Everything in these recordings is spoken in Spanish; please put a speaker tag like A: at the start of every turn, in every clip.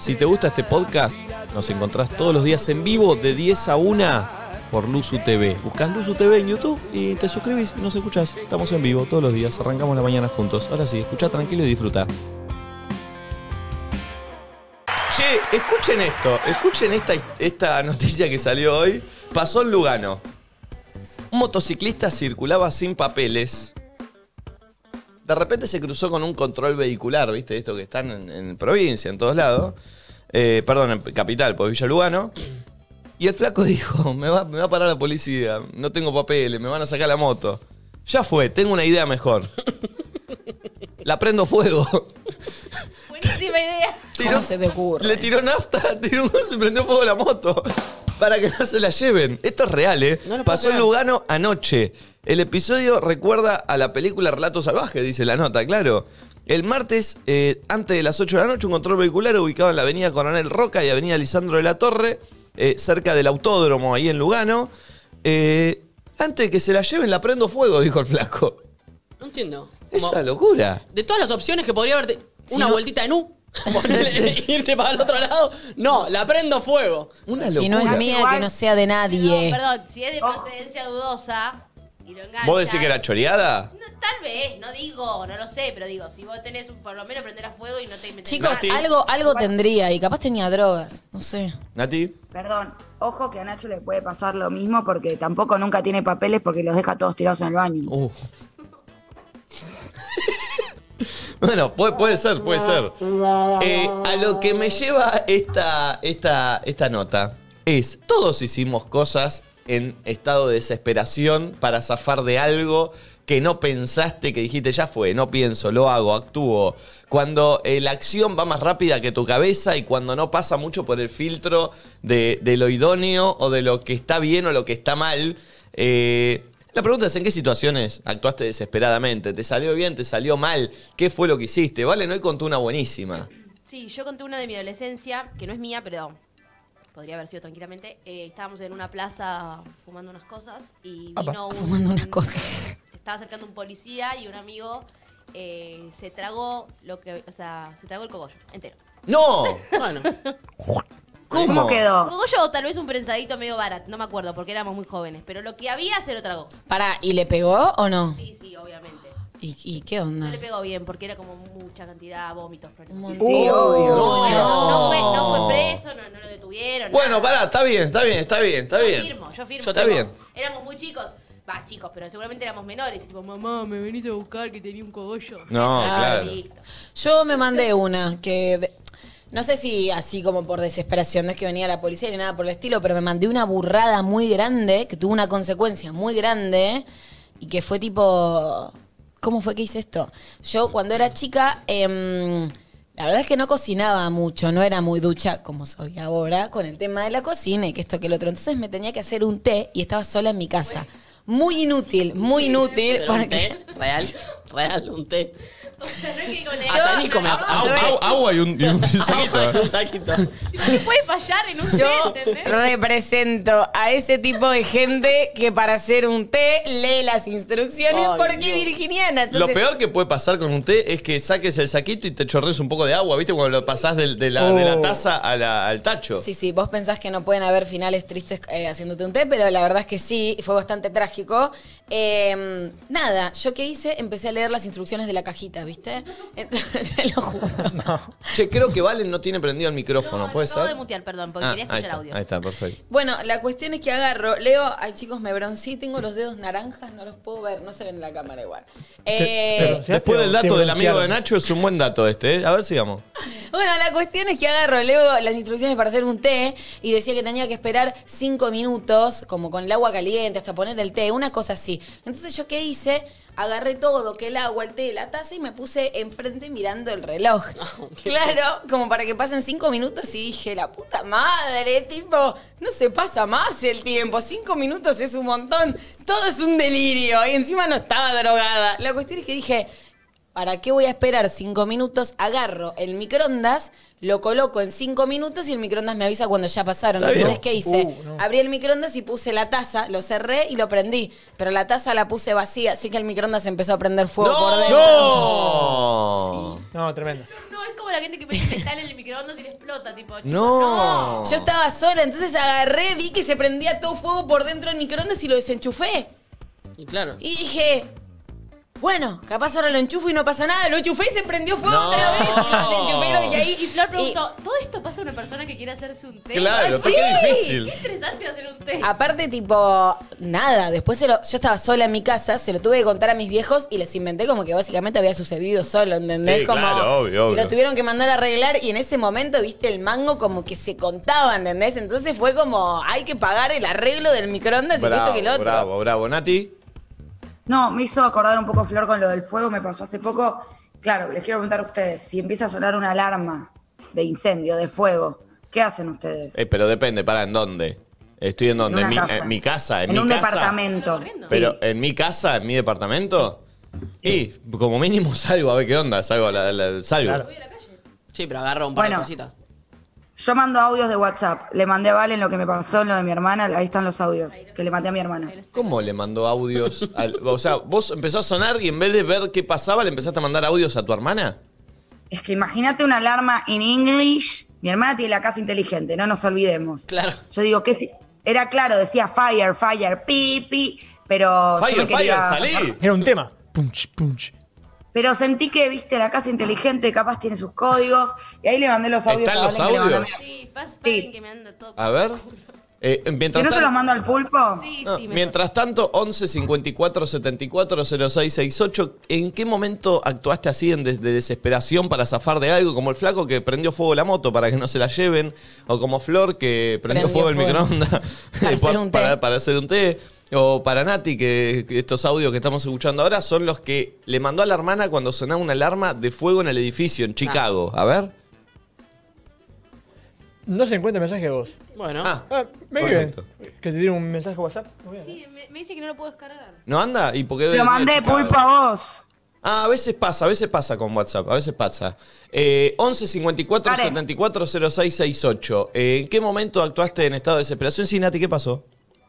A: Si te gusta este podcast, nos encontrás todos los días en vivo de 10 a 1 por Luzu TV. Buscás Luzu TV en YouTube y te suscribís y nos escuchás. Estamos en vivo todos los días, arrancamos la mañana juntos. Ahora sí, escucha tranquilo y disfruta. Che, escuchen esto, escuchen esta, esta noticia que salió hoy. Pasó en Lugano. Un motociclista circulaba sin papeles. De repente se cruzó con un control vehicular, ¿viste? Esto que están en, en provincia, en todos lados. Eh, perdón, en capital, por Villa Lugano. Y el flaco dijo, me va, me va a parar la policía, no tengo papeles, me van a sacar la moto. Ya fue, tengo una idea mejor. La prendo fuego.
B: Buenísima idea.
A: Tiró-
C: se te ocurre?
A: Le tiró nafta, tiró, se prendió fuego la moto. Para que no se la lleven. Esto es real, ¿eh?
C: No lo puedo
A: Pasó en
C: creer.
A: Lugano anoche. El episodio recuerda a la película Relato Salvaje, dice la nota, claro. El martes, eh, antes de las 8 de la noche, un control vehicular ubicado en la avenida Coronel Roca y avenida Lisandro de la Torre, eh, cerca del autódromo ahí en Lugano. Eh, antes de que se la lleven, la prendo fuego, dijo el flaco.
C: No entiendo.
A: Es
C: Como-
A: una locura.
C: de todas las opciones que podría haberte.
B: Si
C: una
B: no-
C: vueltita en U. ponele, irte para el otro lado. No, la prendo fuego.
A: Una locura.
B: Si no es mía, que no sea de nadie.
D: No, perdón, si es de procedencia dudosa y lo enganchan-
A: ¿Vos decís que era choreada?
D: No, tal vez, no digo, no lo sé, pero digo, si vos tenés un, por lo menos prender a fuego y no te metes
B: Chicos,
A: Nati.
B: algo, algo tendría y capaz tenía drogas. No sé.
A: Nati.
E: Perdón, ojo que a Nacho le puede pasar lo mismo porque tampoco nunca tiene papeles porque los deja todos tirados en el baño.
A: Uh. bueno, puede, puede ser, puede ser. Eh, a lo que me lleva esta, esta, esta nota es, todos hicimos cosas en estado de desesperación para zafar de algo que no pensaste, que dijiste, ya fue, no pienso, lo hago, actúo. Cuando eh, la acción va más rápida que tu cabeza y cuando no pasa mucho por el filtro de, de lo idóneo o de lo que está bien o lo que está mal. Eh, la pregunta es en qué situaciones actuaste desesperadamente, te salió bien, te salió mal, qué fue lo que hiciste. Valen hoy contó una buenísima.
D: Sí, yo conté una de mi adolescencia, que no es mía, pero podría haber sido tranquilamente. Eh, estábamos en una plaza fumando unas cosas y vino un-
B: Ah, Fumando unas cosas.
D: Se estaba acercando un policía y un amigo eh, se tragó lo que, o sea, se tragó el cogollo entero.
A: ¡No!
C: Bueno,
A: ¿Cómo?
E: quedó?
D: Cogollo o tal vez un prensadito medio barato, no me acuerdo porque éramos muy jóvenes, pero lo que había se lo tragó.
B: Pará, ¿y le pegó o no?
D: Sí, sí, obviamente.
B: ¿Y, y qué onda?
D: No le pegó bien porque era como mucha cantidad, vómitos, problemas.
B: Un montón.
E: Sí, obvio.
A: No.
D: No, no fue, no fue preso, no, no lo detuvieron.
A: Bueno,
D: nada.
A: pará, está bien, está bien, está bien, está
D: yo
A: bien.
D: firmo, yo firmo.
A: Yo está
D: Tipo,
A: bien.
D: Éramos muy chicos. Va, chicos, pero seguramente éramos menores. Y tipo, mamá, me venís a buscar que tenía un cogollo.
A: No,
D: Ah,
A: claro.
D: listo.
B: Yo me mandé una que. de- no sé si así como por desesperación, no es que venía la policía ni nada por el estilo, pero me mandé una burrada muy grande, que tuvo una consecuencia muy grande, y que fue tipo. ¿Cómo fue que hice esto? Yo cuando era chica, em, la verdad es que no cocinaba mucho, no era muy ducha como soy ahora, con el tema de la cocina y que esto que el otro. Entonces me tenía que hacer un té y estaba sola en mi casa. Muy inútil, muy inútil.
C: pero un
B: porque-
C: té, real, real, un té.
D: O sea, no es que como te-
C: Hasta Nico me hace-
A: Agua, agua, agua y un, y un saquito.
C: Un saquito.
D: Tipo, ¿qué puede fallar en un té,
B: Yo
D: ¿entendés?
B: represento a ese tipo de gente que para hacer un té lee las instrucciones
C: Ay,
B: porque
C: Dios.
B: virginiana.
A: Lo
B: Entonces,
A: peor que puede pasar con un té es que saques el saquito y te chorres un poco de agua, ¿viste? Cuando lo pasás del- de, la, de la taza a la- al tacho.
B: Sí, sí, vos pensás que no pueden haber finales tristes eh, haciéndote un té, pero la verdad es que sí, y fue bastante trágico. Eh, nada, yo qué hice, empecé a leer las instrucciones de la cajita, ¿viste? Entonces, te lo juro.
A: Che, creo que Valen no tiene prendido el micrófono,
D: No,
A: ¿puede
D: lo acabo
A: ser?
D: de mutear, perdón, porque
A: Ah,
D: quería
A: ahí
D: escuchar
A: está,
D: audios.
A: Ahí está, perfecto.
B: Bueno, la cuestión es que agarro, leo, ay chicos, me broncí, tengo los dedos naranjas, no los puedo ver, no se ven en la cámara igual. Eh,
F: te bronceaste
A: Después del
F: o te
A: dato del amigo de
F: broncearon?
A: Nacho es un buen dato este, ¿eh? A ver, sigamos.
B: Bueno, la cuestión es que agarro, leo las instrucciones para hacer un té y decía que tenía que esperar cinco minutos, como con el agua caliente, hasta poner el té, una cosa así. Entonces, ¿yo qué hice? Agarré todo, que el agua, el té, la taza y me puse enfrente mirando el reloj. claro, como para que pasen cinco minutos y dije, la puta madre, tipo, no se pasa más el tiempo, cinco minutos es un montón, todo es un delirio y encima no estaba drogada. La cuestión es que dije, ¿para qué voy a esperar cinco minutos? Agarro el microondas, lo coloco en cinco minutos y el microondas me avisa cuando ya pasaron.
A: Está bien.
B: Entonces, ¿qué hice?
F: Uh, no.
B: Abrí el microondas y puse la taza, lo cerré y lo prendí. Pero la taza la puse vacía, así que el microondas empezó a prender fuego por dentro.
A: ¡No!
F: No, tremendo.
D: No, es como la gente que mete metal en el microondas y le explota, tipo, chicos,
A: ¡No!
B: Yo estaba sola, entonces agarré, vi que se prendía todo fuego por dentro del microondas y lo desenchufé.
C: Y claro.
B: Y dije, bueno, capaz ahora lo enchufo y no pasa nada. Lo enchufé y se prendió fuego
A: No.
B: otra vez. Y lo desenchufé y lo dejé ahí.
D: Y Flor preguntó, ¿todo esto pasa a una persona que quiere hacerse un té?
A: Claro,
B: Sí.
A: qué
D: Qué
A: difícil.
D: interesante hacer un té.
B: Y aparte, tipo, nada. Después se lo- yo estaba sola en mi casa, se lo tuve que contar a mis viejos y les inventé como que básicamente había sucedido solo, ¿entendés?
A: Sí,
B: como,
A: claro, obvio,
B: Y
A: obvio.
B: lo tuvieron que mandar a arreglar y en ese momento, viste, el mango como que se contaba, ¿entendés? Entonces fue como, hay que pagar el arreglo del microondas y esto que el
A: Bravo,
B: otro.
A: bravo, bravo. Nati.
E: No, me hizo acordar un poco Flor con lo del fuego, me pasó hace poco. Claro, les quiero preguntar a ustedes, si empieza a sonar una alarma de incendio, de fuego, ¿qué hacen ustedes?
A: Eh, pero depende, para, ¿en dónde? Estoy en dónde, en,
E: una
A: mi, en mi casa, en,
E: en
A: mi
E: un
A: casa.
E: departamento.
D: Corriendo.
A: Pero
E: Sí.
A: en mi casa, en mi departamento, y como mínimo salgo a ver qué onda, salgo a la, la- salgo.
F: Claro.
D: Voy a la calle.
C: Sí, pero agarra un par de
E: Bueno.
C: cositas.
E: Yo mando audios de WhatsApp. Le mandé a Valen lo que me pasó, lo de mi hermana. Ahí están los audios que le mandé a mi hermana.
A: ¿Cómo le mandó audios? al- o sea, vos empezó a sonar y en vez de ver qué pasaba, le empezaste a mandar audios a tu hermana.
E: Es que imagínate una alarma en English. Mi hermana tiene la casa inteligente, no nos olvidemos.
C: Claro.
E: Yo digo que si- era claro, decía fire, fire, pi, pi, pero yo
A: Fire,
E: me quería-
A: fire, salí.
F: Era un tema. Punch, punch.
E: Pero sentí que, viste, la casa inteligente capaz tiene sus códigos. Y ahí le mandé los audios.
A: ¿Están
E: a
A: los
E: Valen que le mandó a mi-
A: audios?
D: Sí, pas,
E: Sí.
D: paren que me anda todo.
A: A ver. eh,
E: Si
A: mientras
E: no se
A: tan-
E: los mando al pulpo.
D: Sí,
A: No,
D: sí, me
A: mientras tanto, 11 54 74 06 68. ¿En qué momento actuaste así en des- de desesperación para zafar de algo? Como el flaco que prendió fuego la moto para que no se la lleven, o como Flor que prendió,
B: Prendió
A: fuego el
B: fuego.
A: microondas
B: Para hacer un té.
A: para- para hacer un té. O para Nati, que que estos audios que estamos escuchando ahora son los que le mandó a la hermana cuando sonaba una alarma de fuego en el edificio en Chicago. A ver.
F: No se encuentra mensaje de voz.
C: Bueno.
A: Ah,
F: Ah, me escriben.
A: Perfecto.
F: Que te tiene un mensaje WhatsApp. Muy bien.
D: Sí, me, me dice que no lo puedo descargar.
A: ¿No anda? ¿Y por qué debe
E: Lo
A: venir de
E: mandé
A: Chicago?
E: pulpo a vos.
A: Ah, a veces pasa, a veces pasa con WhatsApp, a veces pasa. Eh, 11 54
E: Pare.
A: 74 06 68. Eh, ¿En qué momento actuaste en estado de desesperación? Sí, Nati, ¿qué pasó?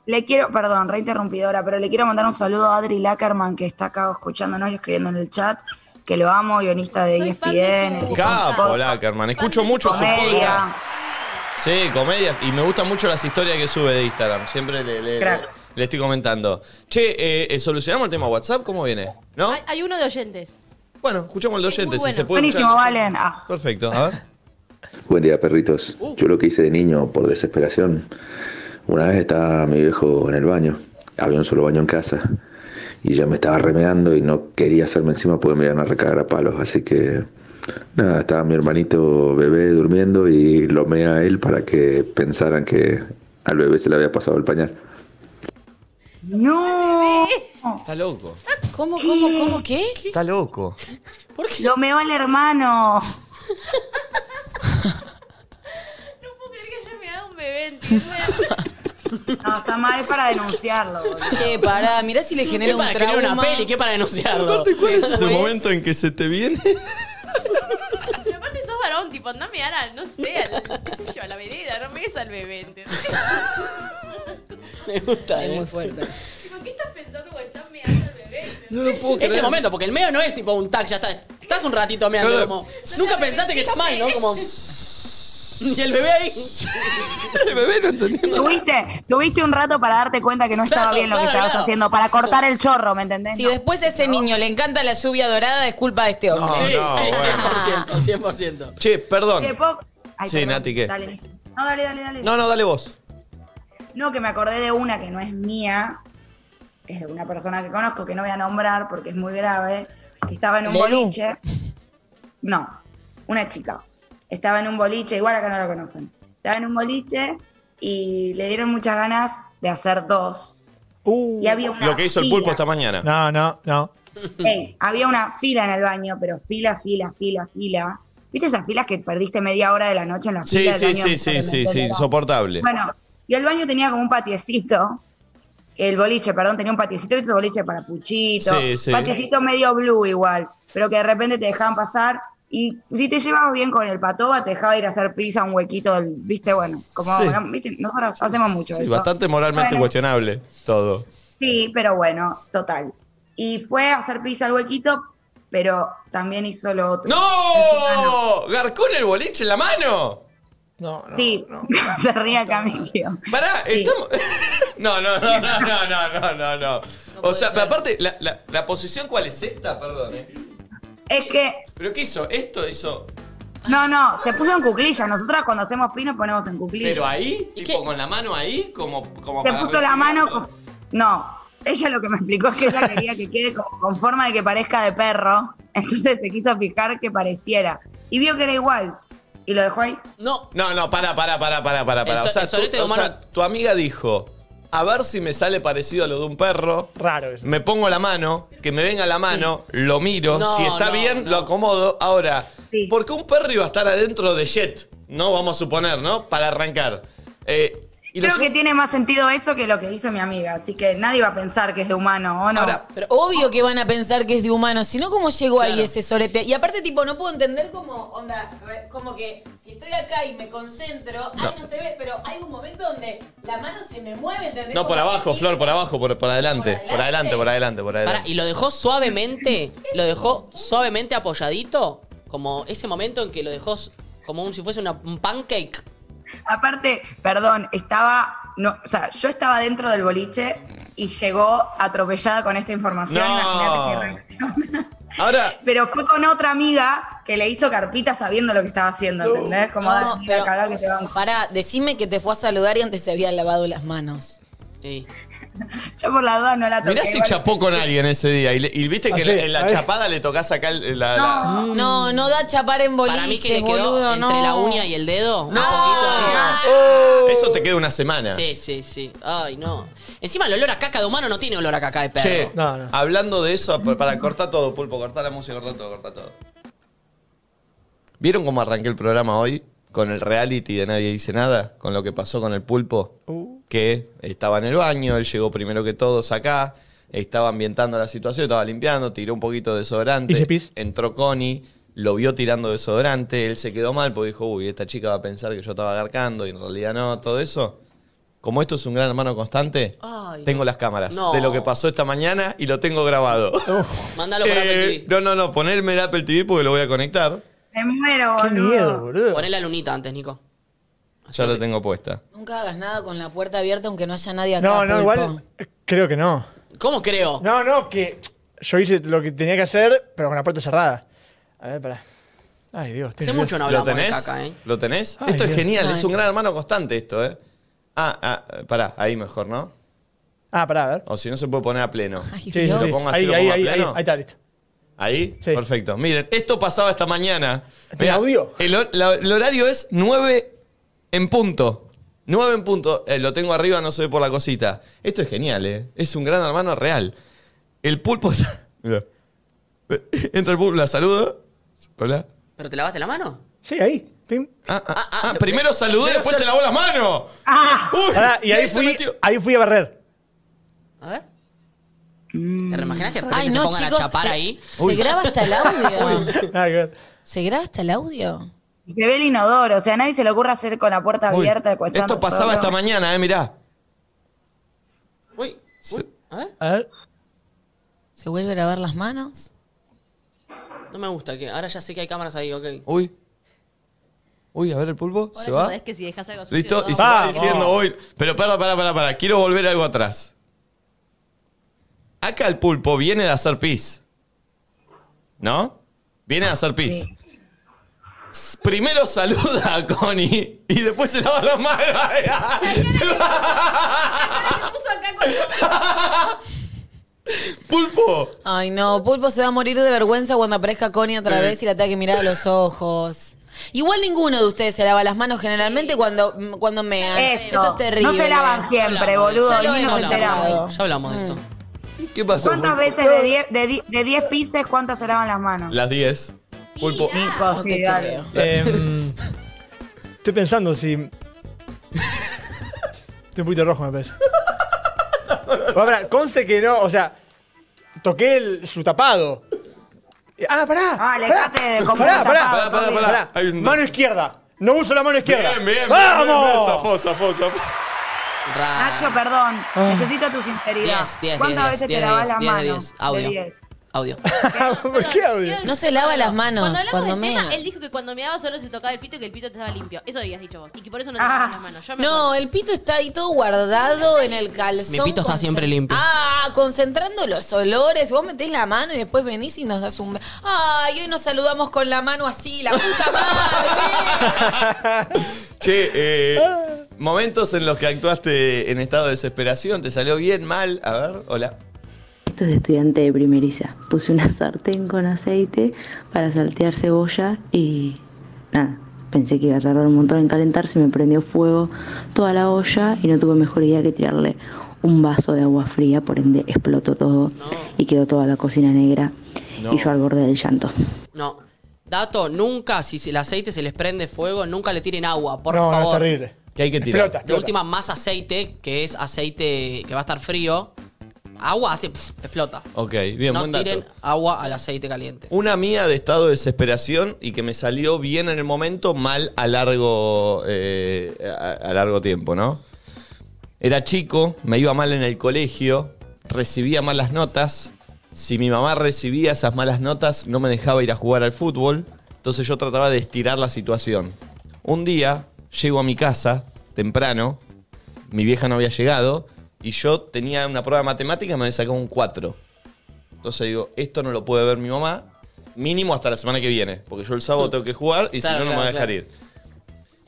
E: Le quiero, perdón, reinterrumpidora, pero le quiero mandar un saludo a Adri Lackerman, que está acá escuchándonos y escribiendo en el chat, que lo amo, guionista de E
D: Soy fan de
E: ESPN.
D: su-
A: Capo,
E: podcast,
A: Lackerman. Escucho
D: Fan de
A: mucho su podcast.
E: Comedia.
A: Sí, comedia. Y me gustan mucho las historias que sube de Instagram. Siempre le, le-
E: Crack.
A: le estoy comentando. Che, eh, eh, ¿solucionamos el tema WhatsApp? ¿Cómo viene? ¿No?
D: Hay, hay uno de oyentes.
A: Bueno, escuchamos el de
D: Es muy
A: oyentes. Si
D: bueno.
A: se puede
E: Buenísimo,
A: escuchar.
E: Valen. Ah,
A: Perfecto, a ver.
G: Buen día, perritos.
A: Uh.
G: Yo lo que hice de niño por desesperación, una vez estaba mi viejo en el baño, había un solo baño en casa, y yo me estaba remedando y no quería hacerme encima porque me iban a recagar a palos, así que nada, estaba mi hermanito bebé durmiendo y lo mea a él para que pensaran que al bebé se le había pasado el pañal.
E: no.
A: Está loco.
B: ¿Cómo, cómo, cómo, qué?
A: Está loco.
E: Lo meó el hermano.
D: No puedo creer que yo me haga un bebé, entiendo.
E: No, está mal, es para denunciarlo. boludo.
B: Che, pará, mirá si le
C: ¿Qué
B: genera
C: para
B: un
C: escribir
B: trauma.
C: una peli? ¿Qué para denunciarlo? Pues
A: ¿Cuál es ese
B: Después-
A: momento en que se te viene?
D: Pero aparte sos varón, tipo, andame a la, no sé, a la, qué sé yo, a la vereda, no me des al bebé, ¿entendés?
C: Me gusta.
B: Es
C: eh.
B: muy fuerte.
D: Tipo, ¿qué estás pensando cuando estás meando al bebé? ¿entendés?
A: No lo puedo creer.
C: Ese momento, porque el meo no es tipo un tag, ya está. Estás un ratito meando
A: Claro.
C: como. Nunca pensaste que está mal, ¿no? Como. Y el bebé ahí.
A: El bebé no entendiendo.
E: Tuviste, tuviste un rato para darte cuenta que no estaba
C: Claro,
E: bien lo que
C: claro,
E: estabas
C: claro.
E: haciendo, para cortar el chorro, ¿me entendés?
B: Si
E: No.
B: después a ese niño le encanta la lluvia dorada, es culpa de este hombre.
A: No,
C: sí,
A: no,
C: sí,
A: bueno.
C: 100%, 100%.
A: Che, perdón.
E: Te puedo- Ay,
A: Sí, Nati, ¿qué?
E: Dale. No, dale, dale, dale.
A: No, no, dale vos.
E: No, que me acordé de una que no es mía, es de una persona que conozco, que no voy a nombrar porque es muy grave, que estaba en un
B: Lelu.
E: boliche. No, una chica. Estaba en un boliche, igual acá no la conocen. Estaba en un boliche y le dieron muchas ganas de hacer dos.
F: Uh.
E: Y había una
A: Lo que hizo el pulpo
E: fila.
A: esta mañana.
F: No, no, no.
E: Ey, había una fila en el baño, pero fila, fila, fila, fila. ¿Viste esas filas que perdiste media hora de la noche en la
A: Sí,
E: fila del
A: sí,
E: baño?
A: sí, sí, sí, sí,
E: Era-
A: insoportable.
E: bueno, y el baño tenía como un patiecito. el boliche, perdón, tenía un patiecito, ese boliche para puchito,
A: Sí, sí.
E: patiecito medio blue igual, pero que de repente te dejaban pasar y si te llevabas bien con el patoba, te dejaba ir a hacer pizza a un huequito, del- viste, bueno, como,
A: Sí.
E: viste, nosotros hacemos mucho
A: Sí,
E: eso.
A: bastante moralmente
E: Bueno.
A: cuestionable todo.
E: Sí, pero bueno, total. Y fue a hacer pizza al huequito, pero también hizo lo otro.
A: ¡No! ¿Garcón el boliche en la mano?
F: No, no.
E: Sí, se ría Camillo.
A: Pará,
E: Sí.
A: estamos. No, no, no, no, no, no, no, no, no. O sea, pero aparte, la, la- la posición cuál es esta, perdón, eh.
E: Es que,
A: ¿Pero qué hizo? Esto hizo.
E: no, no, se puso en cuclillas. Nosotras cuando hacemos pino ponemos en cuclillas.
A: Pero ahí,
C: ¿Y
A: tipo
C: qué?
A: con la mano ahí, como, como
E: Se
A: para
E: puso la mano.
A: recibirlo.
E: con- No, ella lo que me explicó es que ella quería que quede como con forma de que parezca de perro. Entonces se quiso fijar que pareciera. Y vio que era igual. Y lo dejó ahí.
C: No.
A: No, no, pará, pará, pará, pará, pará. pará.
C: El
A: O
C: so-
A: sea,
C: el
A: tu,
C: sorete de
A: o sea,
C: humano-
A: tu amiga dijo, a ver si me sale parecido a lo de un perro.
F: Raro eso.
A: Me pongo la mano, que me venga la mano, lo miro,
C: No,
A: si está
C: no,
A: bien,
C: no.
A: lo acomodo. Ahora,
E: Sí.
A: ¿por qué un perro iba a estar adentro de Jet? No, vamos a suponer, ¿no? Para arrancar. Eh, y
E: Creo
A: los-
E: que tiene más sentido eso que lo que hizo mi amiga. Así que nadie va a pensar que es de humano, ¿o no?
A: Ahora,
B: Pero obvio que van a pensar que es de humano, sino cómo llegó ahí
C: Claro.
B: ese sorete. Y aparte, tipo, no puedo entender cómo, onda, re- como que si estoy acá y me concentro, ay, no se ve, pero hay un momento donde la mano se me mueve, ¿entendés?
A: No, por
B: Como
A: abajo,
B: que-
A: Flor, por abajo, por, por adelante.
B: ¿Por
A: Por adelante,
B: adelante?
A: por adelante, por
C: Pará,
A: adelante.
C: y lo dejó suavemente, lo dejó suavemente apoyadito, como ese momento en que lo dejó s- como un, si fuese una- un pancake.
E: Aparte, perdón, estaba. No, o sea, yo estaba dentro del boliche y llegó atropellada con esta información.
A: No.
E: Imagínate mi reacción.
A: Ahora,
E: Pero fue con otra amiga que le hizo carpita sabiendo lo que estaba haciendo, ¿entendés? Como
B: No,
E: dale, mira,
B: pero-
E: cagá que te van.
B: Pará, decime que te fue a saludar y antes se habían lavado las manos.
C: Sí.
E: Yo por la duda no la toqué.
A: mirá si
E: igual.
A: chapó con alguien ese día. Y, le- y viste que
F: Ah, sí,
A: en la
F: ahí.
A: chapada le tocás acá el- la- la,
E: No,
B: No, no da chapar en boliche,
C: Para mí que le quedó
B: boludo,
C: entre
B: no.
C: la uña y el dedo. un poquito
A: Eso te queda una semana.
C: de- Sí, sí, sí. Ay, no. Encima el olor a caca de humano no tiene olor a caca de perro.
A: Che,
F: No, no.
A: hablando de eso, pa- para cortar todo, Pulpo, cortar la música, cortar todo, cortar todo. ¿Vieron cómo arranqué el programa hoy? Con el reality de Nadie Dice Nada, con lo que pasó con el Pulpo,
F: Uh.
A: que estaba en el baño, él llegó primero que todos acá, estaba ambientando la situación, estaba limpiando, tiró un poquito de desodorante,
F: ¿Y se pis?
A: entró Connie, lo vio tirando desodorante, él se quedó mal porque dijo, uy, esta chica va a pensar que yo estaba agarcando y en realidad no, todo eso. Como esto es un gran hermano constante,
F: Ah,
C: Ay,
A: tengo
C: no.
A: las cámaras
C: No.
A: de lo que pasó esta mañana y lo tengo grabado.
C: Mándalo por
A: Eh,
C: Apple TV.
A: No, no, no, ponerme el Apple TV porque lo voy a conectar.
E: me muero,
F: Qué
E: boludo.
F: miedo, boludo.
C: Poné la lunita antes, Nico.
A: Ya lo tengo puesta.
B: Nunca hagas nada con la puerta abierta aunque no haya nadie acá.
F: No, no,
B: pulpo.
F: igual eh, creo que no.
C: ¿Cómo creo?
F: No, no, que yo hice lo que tenía que hacer, pero con la puerta cerrada. A ver, pará. Ay, Dios.
C: Hace
F: tengo
C: mucho no
A: ¿Lo
C: hablamos de
A: tenés?
C: caca, ¿eh?
A: ¿Lo tenés?
F: Ay,
A: esto es
F: Dios.
A: genial,
B: Ay.
A: es un gran hermano constante esto, ¿eh? Ah, ah, pará, ahí mejor, ¿no?
F: Ah, pará, a ver.
A: O si no se puede poner a pleno.
B: Ay,
F: Sí, sí,
B: Dios.
F: sí.
A: ¿Lo pongo así,
F: Ahí,
A: lo
F: ahí,
A: pongo a
F: ahí, ahí,
A: pleno?
F: ahí está, listo.
A: ¿Ahí?
F: Sí.
A: Perfecto. Miren, esto pasaba esta mañana.
F: ¿Tiene audio?
A: El, hor- la- el horario es 9 en punto. 9 en punto. Eh, lo tengo arriba, no se ve por la cosita. Esto es genial, ¿eh? Es un gran hermano real. El pulpo está... Mirá. Entra el pulpo, la saludo. Hola.
C: ¿Pero te lavaste la mano?
F: Sí, ahí. Pim.
A: Ah, ah,
C: Ah, ah,
A: ah, primero saludé,
C: pero-
A: después se lavó las manos.
D: Ah.
A: Uy,
F: Pará, y ahí
A: se
F: fui,
A: metió.
F: ahí fui a barrer.
C: A ver. ¿Te imaginas que de repente
B: Ay,
C: se
B: no,
C: pongan
B: chicos.
C: a chapar
B: se,
C: ahí?
B: se graba hasta el audio.
F: Nada que ver.
B: ¿Se graba hasta el audio?
E: Se ve el inodoro, o sea, a nadie se le ocurre hacer con la puerta
A: Uy,
E: abierta. acostando
A: Esto pasaba
E: solo.
A: esta mañana, ¿eh? Mirá.
C: Uy, uy, a ver.
F: A ver.
B: ¿Se vuelve a grabar las manos?
C: No me gusta que ahora ya sé que hay cámaras ahí, ok.
A: Uy. Uy, a ver el pulpo.
D: Ahora
A: ¿Se
D: ya
A: va?
D: sabés que si dejas algo sucio,
A: Listo, y
D: todo
A: se
F: Vamos.
A: va diciendo hoy. Pero para, para, para, para, quiero volver algo atrás. Acá el pulpo viene de hacer pis. ¿No? Viene de hacer pis. S- Primero saluda a Connie y después se lava las manos.
D: puso acá con-
A: ¡Pulpo!
B: Ay, no, Pulpo se va a morir de vergüenza cuando aparezca Connie otra vez y la tenga que mirar a los ojos. Igual ninguno de ustedes se lava las manos generalmente cuando, mm, cuando mean.
E: Esto.
B: Eso es terrible.
E: No se lavan siempre, boludo.
B: Ya lo
E: ni
B: hemos
E: nos
B: hablado.
F: Ah.
E: enteramos.
C: Ya hablamos de esto.
A: ¿Qué pasó?
E: ¿Cuántas
A: pulpo?
E: veces de 10 de die- de 10 pises, cuántas se lavan las manos?
A: Las 10. Pulpo.
E: Nico,
B: No
E: sí,
B: te
E: dale.
B: creo.
F: Em, estoy pensando si. Estoy un poquito rojo, me parece. Bueno, pará, conste que no, o sea, toqué el- su tapado. Eh, Ah, pará.
E: Ah, alejate
F: pará,
E: de comprar
F: Pará, pará,
E: tapado,
F: pará, pará,
A: Tommy.
F: pará.
A: Hay un-
F: Mano izquierda. No uso la mano izquierda.
A: Bien, bien, bien,
F: ¡Vamos!
A: bien, bien, zafó, zafó, zafó.
C: Ra-
E: Nacho, perdón.
F: Ah.
E: Necesito tu sinceridad.
C: 10, 10,
E: ¿Cuántas
C: 10,
E: veces
C: 10,
E: te lavas
C: 10,
E: las
C: 10,
E: manos?
C: 10,
E: De
C: audio.
E: 10.
C: Audio.
F: Ah, ¿Por qué audio?
D: Quiero
B: No se
D: decir
B: lava
D: algo.
B: las manos
D: hablamos
B: cuando
D: del
B: mea.
D: tema, él dijo que cuando meaba solo se tocaba el pito y que el pito estaba limpio. Eso habías dicho vos. Y que por eso no te
E: Ah.
D: lavas las manos. Yo me
B: No,
D: acuerdo.
B: el pito está ahí todo guardado en el calzón.
C: Mi pito está
B: concent-
C: siempre limpio.
B: Ah, concentrando los olores. Vos metés la mano y después venís y nos das un... be- Ay, hoy nos saludamos con la mano así, la puta madre.
A: Che, eh, momentos en los que actuaste en estado de desesperación, ¿te salió bien, mal? A ver, hola.
H: Esto es de estudiante de primeriza. Puse una sartén con aceite para saltear cebolla y nada, pensé que iba a tardar un montón en calentarse, me prendió fuego toda la olla y no tuve mejor idea que tirarle un vaso de agua fría, por ende explotó todo y quedó toda la cocina negra
A: No.
H: y yo al borde del llanto.
C: No. Dato, nunca, si el aceite se les prende fuego, nunca le tiren agua, por
F: no, no, es
C: favor.
F: terrible.
A: Que hay que tirar.
F: Explota,
C: De
F: explota.
C: última, más aceite, que es aceite que va a estar frío. Agua hace, pf, explota.
A: Ok, bien,
C: no
A: buen dato.
C: tiren agua al aceite caliente.
A: Una mía de estado de desesperación y que me salió bien en el momento, mal a largo, eh, a, a largo tiempo, ¿no? Era chico, me iba mal en el colegio, recibía malas notas. Si mi mamá recibía esas malas notas, no me dejaba ir a jugar al fútbol. Entonces yo trataba de estirar la situación. Un día llego a mi casa, temprano, mi vieja no había llegado, y yo tenía una prueba de matemática y me había sacado un 4. Entonces digo, esto no lo puede ver mi mamá, mínimo hasta la semana que viene, porque yo el sábado tengo que jugar y
C: Claro,
A: si no, no me va a dejar
C: claro,
A: ir.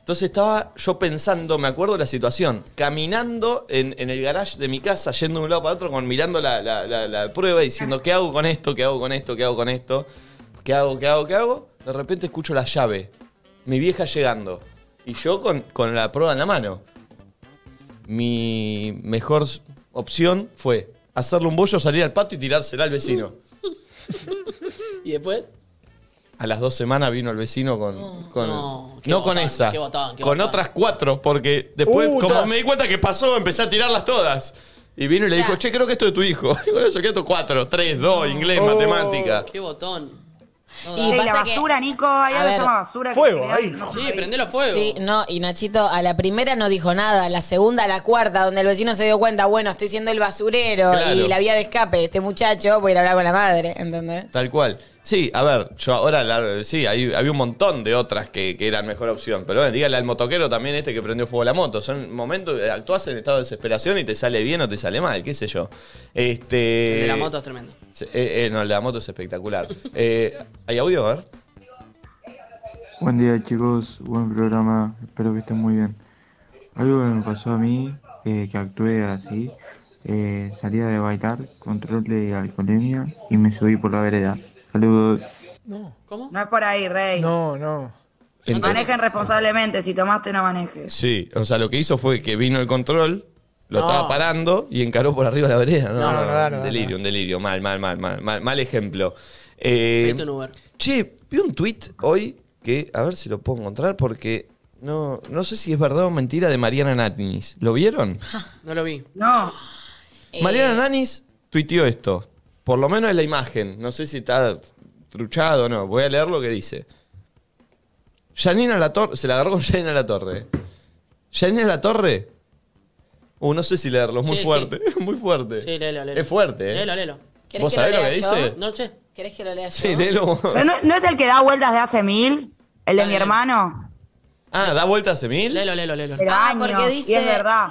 A: Entonces estaba yo pensando, me acuerdo de la situación, caminando en, en el garage de mi casa, yendo de un lado para otro, con, mirando la, la- la- la prueba, y diciendo, ¿qué hago con esto? ¿Qué hago con esto? ¿Qué hago con esto? ¿Qué hago? ¿Qué hago? ¿Qué hago? De repente escucho la llave, mi vieja llegando, y yo con, con la prueba en la mano. Mi mejor s- opción fue hacerle un bollo, salir al patio y tirársela al vecino.
C: ¿Y después?
A: A las dos semanas vino el vecino con. con-
C: No,
A: no,
C: qué
A: con
C: botón,
A: esa.
C: qué botón, qué
A: con
C: botón.
A: otras cuatro, porque después,
F: Uh,
A: como
F: ta.
A: me di cuenta que pasó, empecé a tirarlas todas. Y vino y le dijo, che, creo que esto es tu hijo. Y bueno, eso quedó cuatro, tres, dos, inglés,
C: Oh.
A: matemática.
C: Qué botón. No
B: Y
E: Sí, la
B: pasa que-
E: basura, Nico. Hay algo
B: A
E: que
B: ver,
E: se llama basura. que
F: fuego,
E: se le
F: ahí.
E: da- no
C: da- Sí,
E: sé.
C: prendelo a fuego.
B: Sí, no, y Nachito, a la primera no dijo nada, a la segunda, a la cuarta, donde el vecino se dio cuenta, bueno, estoy siendo el basurero
A: Claro.
B: y la vía de escape de este muchacho, voy a ir a hablar con la madre, ¿entendés?
A: Tal cual. Sí, a ver, yo ahora, la- sí, hay- había un montón de otras que, que eran mejor opción. Pero bueno, dígale al motoquero también este que prendió fuego la moto. Son momentos que actuás en estado de desesperación y te sale bien o te sale mal, qué sé yo. Este,
C: El de la moto es tremendo.
A: Sí, eh, eh, no, la moto es espectacular. Eh, ¿Hay audio? A ver.
I: Buen día chicos, buen programa, espero que estén muy bien. Algo que me pasó a mí, eh, que actué así, eh, salía de bailar, control de alcoholemia y me subí por la vereda. Saludos.
C: ¿Cómo?
E: No es por ahí, Rey.
F: No, no.
E: Manejen responsablemente. Si tomaste, no manejes.
A: Sí, o sea, lo que hizo fue que vino el control, lo
C: No.
A: estaba parando y encaró por arriba la vereda. No,
F: No,
A: no,
F: no, no, no,
A: un
F: no.
A: delirio, un delirio. Mal, mal, mal, mal, mal, mal ejemplo. Eh,
C: Esto en Uber.
A: che, vi un tweet hoy que, a ver si lo puedo encontrar porque no, no sé si es verdad o mentira de Mariana Natnis. ¿Lo vieron?
C: No lo vi.
E: No.
B: Eh,
A: Mariana Nanis tuiteó esto. Por lo menos es la imagen. No sé si está truchado o no. Voy a leer lo que dice. Janina La Torre. Se la agarró con Janina La Torre. Janina La Torre. Uh, no sé si leerlo. Muy
C: Sí,
A: fuerte. muy fuerte.
C: Sí, léelo, léelo.
A: Es fuerte, ¿eh?
C: Léelo, léelo.
B: ¿Querés
A: ¿Vos
B: que
A: sabés lo
B: lea
A: que
B: yo?
A: dice?
C: No sé.
B: ¿Querés que lo lea yo?
A: Sí, léelo.
E: Pero no, no es el que da vueltas de hace mil? ¿El de
C: Dale,
E: mi
C: dale.
E: hermano?
A: Ah, da vuelta hace mil.
C: Léelo, léelo, léelo.
E: Pero
B: Ah,
E: años,
B: porque dice-
E: Y es verdad.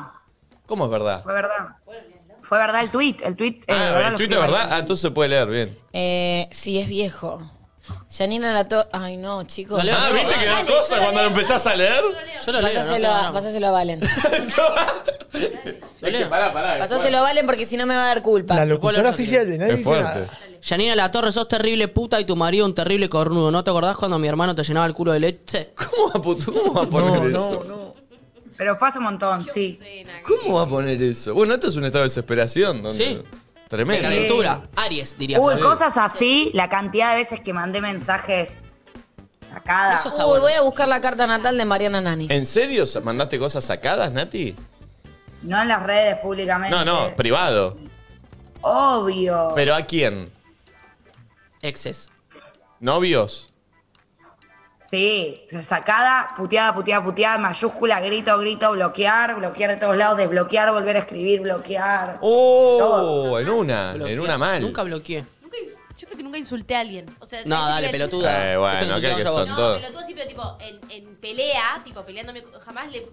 A: ¿Cómo es verdad?
E: Fue verdad. Fue verdad el tweet. El tweet. eh,
A: Ah,
E: verdad,
A: el
E: lo
A: tweet es
E: escribió
A: verdad. Ah,
E: alguien.
A: entonces se puede leer bien.
B: Eh, sí, es viejo. Janina La Torre. Ay, no, chicos.
C: Dale,
A: Ah,
C: dale,
A: ¿viste que da cosa cuando lo empezás a leer?
C: Yo lo leo. no
B: Pásaselo,
C: tengo
B: a-
C: drama.
B: pásaselo a Valen.
C: Lo leo.
B: Pásaselo a Valen porque si no me va a dar culpa.
F: La
C: Puedo
F: locutora oficial de nadie
A: Es
F: dice
A: fuerte.
F: nada.
C: Yanina La Torre, sos terrible puta y tu marido un terrible cornudo. ¿No te acordás cuando mi hermano te llenaba el culo de leche?
A: ¿Cómo va, a pu- cómo va a poner
F: No,
A: eso?
F: no, no.
E: Pero fue hace un montón, sí.
A: ¿Cómo va a poner eso? Bueno, esto es un estado de desesperación. Donde
C: Sí. De
A: Tremendo.
C: calentura. Aries, dirías.
E: Uy, cosas así, la cantidad de veces que mandé mensajes sacadas. Eh.
C: Eso-
B: Uy, voy a buscar la carta natal de Mariana Nani.
A: ¿En serio mandaste cosas sacadas, Nati?
E: No en las redes públicamente.
A: No, no, privado.
E: Obvio.
A: ¿Pero a quién?
C: Exes.
A: ¿Novios?
E: Sí, pero sacada, puteada, puteada, puteada, mayúscula, grito, grito, bloquear, bloquear de todos lados, desbloquear, volver a escribir, bloquear.
A: ¡Oh! En una, en
C: Bloqueé.
A: una mal.
C: Nunca bloqueé.
D: Nunca ins- yo creo que nunca insulté a alguien. O sea,
C: No,
D: no
C: dale,
D: significa-
C: pelotuda.
A: Eh, bueno,
C: Esto lo
A: creo que
C: insultamos a
A: son
C: vos.
A: todos.
D: No, pelotuda sí, pero tipo, en, en pelea, tipo, peleándome, jamás le...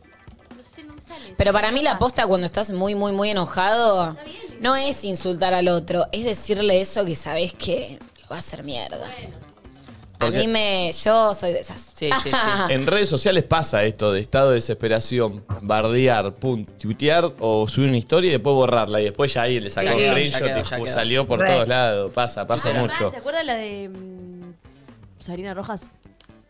D: No sé, no me sale.
B: Pero para mí la posta cuando estás muy, muy, muy enojado
D: bien.
B: no es insultar al otro, es decirle eso que sabés que lo va a hacer mierda. A
A: Porque-
B: mí me... Yo soy de esas.
C: Sí, sí, sí.
A: En redes sociales pasa esto de estado de desesperación, bardear, pun, tuitear o subir una historia y después borrarla. Y después ya ahí le sacó
C: Ya
A: un
C: quedó, ya
A: screenshot
C: quedó,
A: y
C: ya
A: fu-
C: quedó.
A: salió por
E: Re.
A: todos lados. Pasa, pasa
D: Ah,
A: mucho.
D: ¿Se acuerdan la de mm, Sabrina Rojas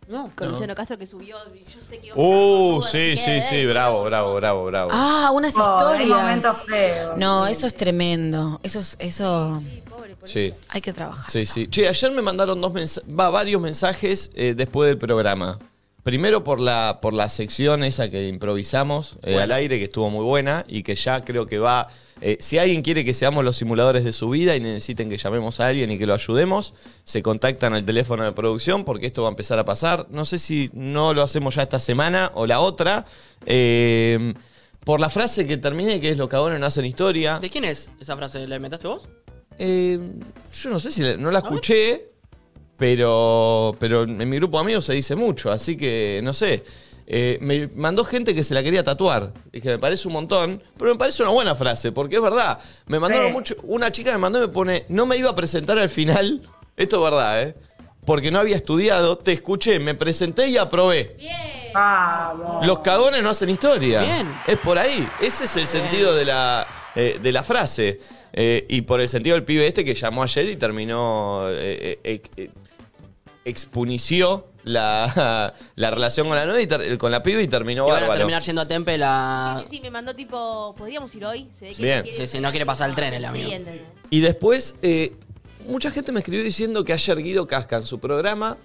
C: No,
D: con Luciano Castro que subió? Yo sé que...
A: Uh,
D: no sé
A: sí,
D: qué,
A: sí, sí,
D: eh,
A: bravo, bravo, bravo, bravo.
B: Ah, unas
E: Oh, hay
B: historias.
E: momentos feos.
B: no, eso es tremendo. Eso es- eso
D: sí, pobre, por
A: Sí,
B: hay que trabajar.
A: sí, sí. Che, ayer me mandaron dos mensa- va, varios mensajes eh, después del programa. Primero por la, por la sección esa que improvisamos eh, al aire, que estuvo muy buena y que ya creo que va... eh, si alguien quiere que seamos los simuladores de su vida y necesiten que llamemos a alguien y que lo ayudemos, se contactan al teléfono de producción porque esto va a empezar a pasar. No sé si no lo hacemos ya esta semana o la otra. Eh, por la frase que terminé, que es lo cagones no hacen historia.
C: ¿De quién es esa frase? ¿La inventaste vos?
A: Eh, yo no sé si la- no la escuché, pero, pero en mi grupo de amigos se dice mucho, así que no sé. Eh, me mandó gente que se la quería tatuar. Y que me parece un montón, pero me parece una buena frase, porque es verdad. Me mandaron
E: Sí.
A: mucho. Una chica me mandó y me pone: No me iba a presentar al final. Esto es verdad, ¿eh? Porque no había estudiado, te escuché, me presenté y aprobé.
B: Eh.
E: Vamos.
A: Los cagones no hacen historia.
C: Bien.
A: Es por ahí. Ese es el sentido de la, eh, de la frase. Eh, y por el sentido del pibe este que llamó ayer y terminó. eh, eh, ex- eh, expunició la, la relación con la novia y ter- con la piba y terminó
C: Y van a
A: bárbaro.
C: terminar yendo a Temple
D: Sí,
C: la.
D: sí, sí, me mandó tipo, ¿podríamos ir hoy? Se ve que
A: Bien.
D: quiere- Ah,
C: Sí, sí, no quiere pasar el tren el amigo.
D: Sí, entendés.
A: Y después, eh, mucha gente me escribió diciendo que ayer Guido Casca en su programa.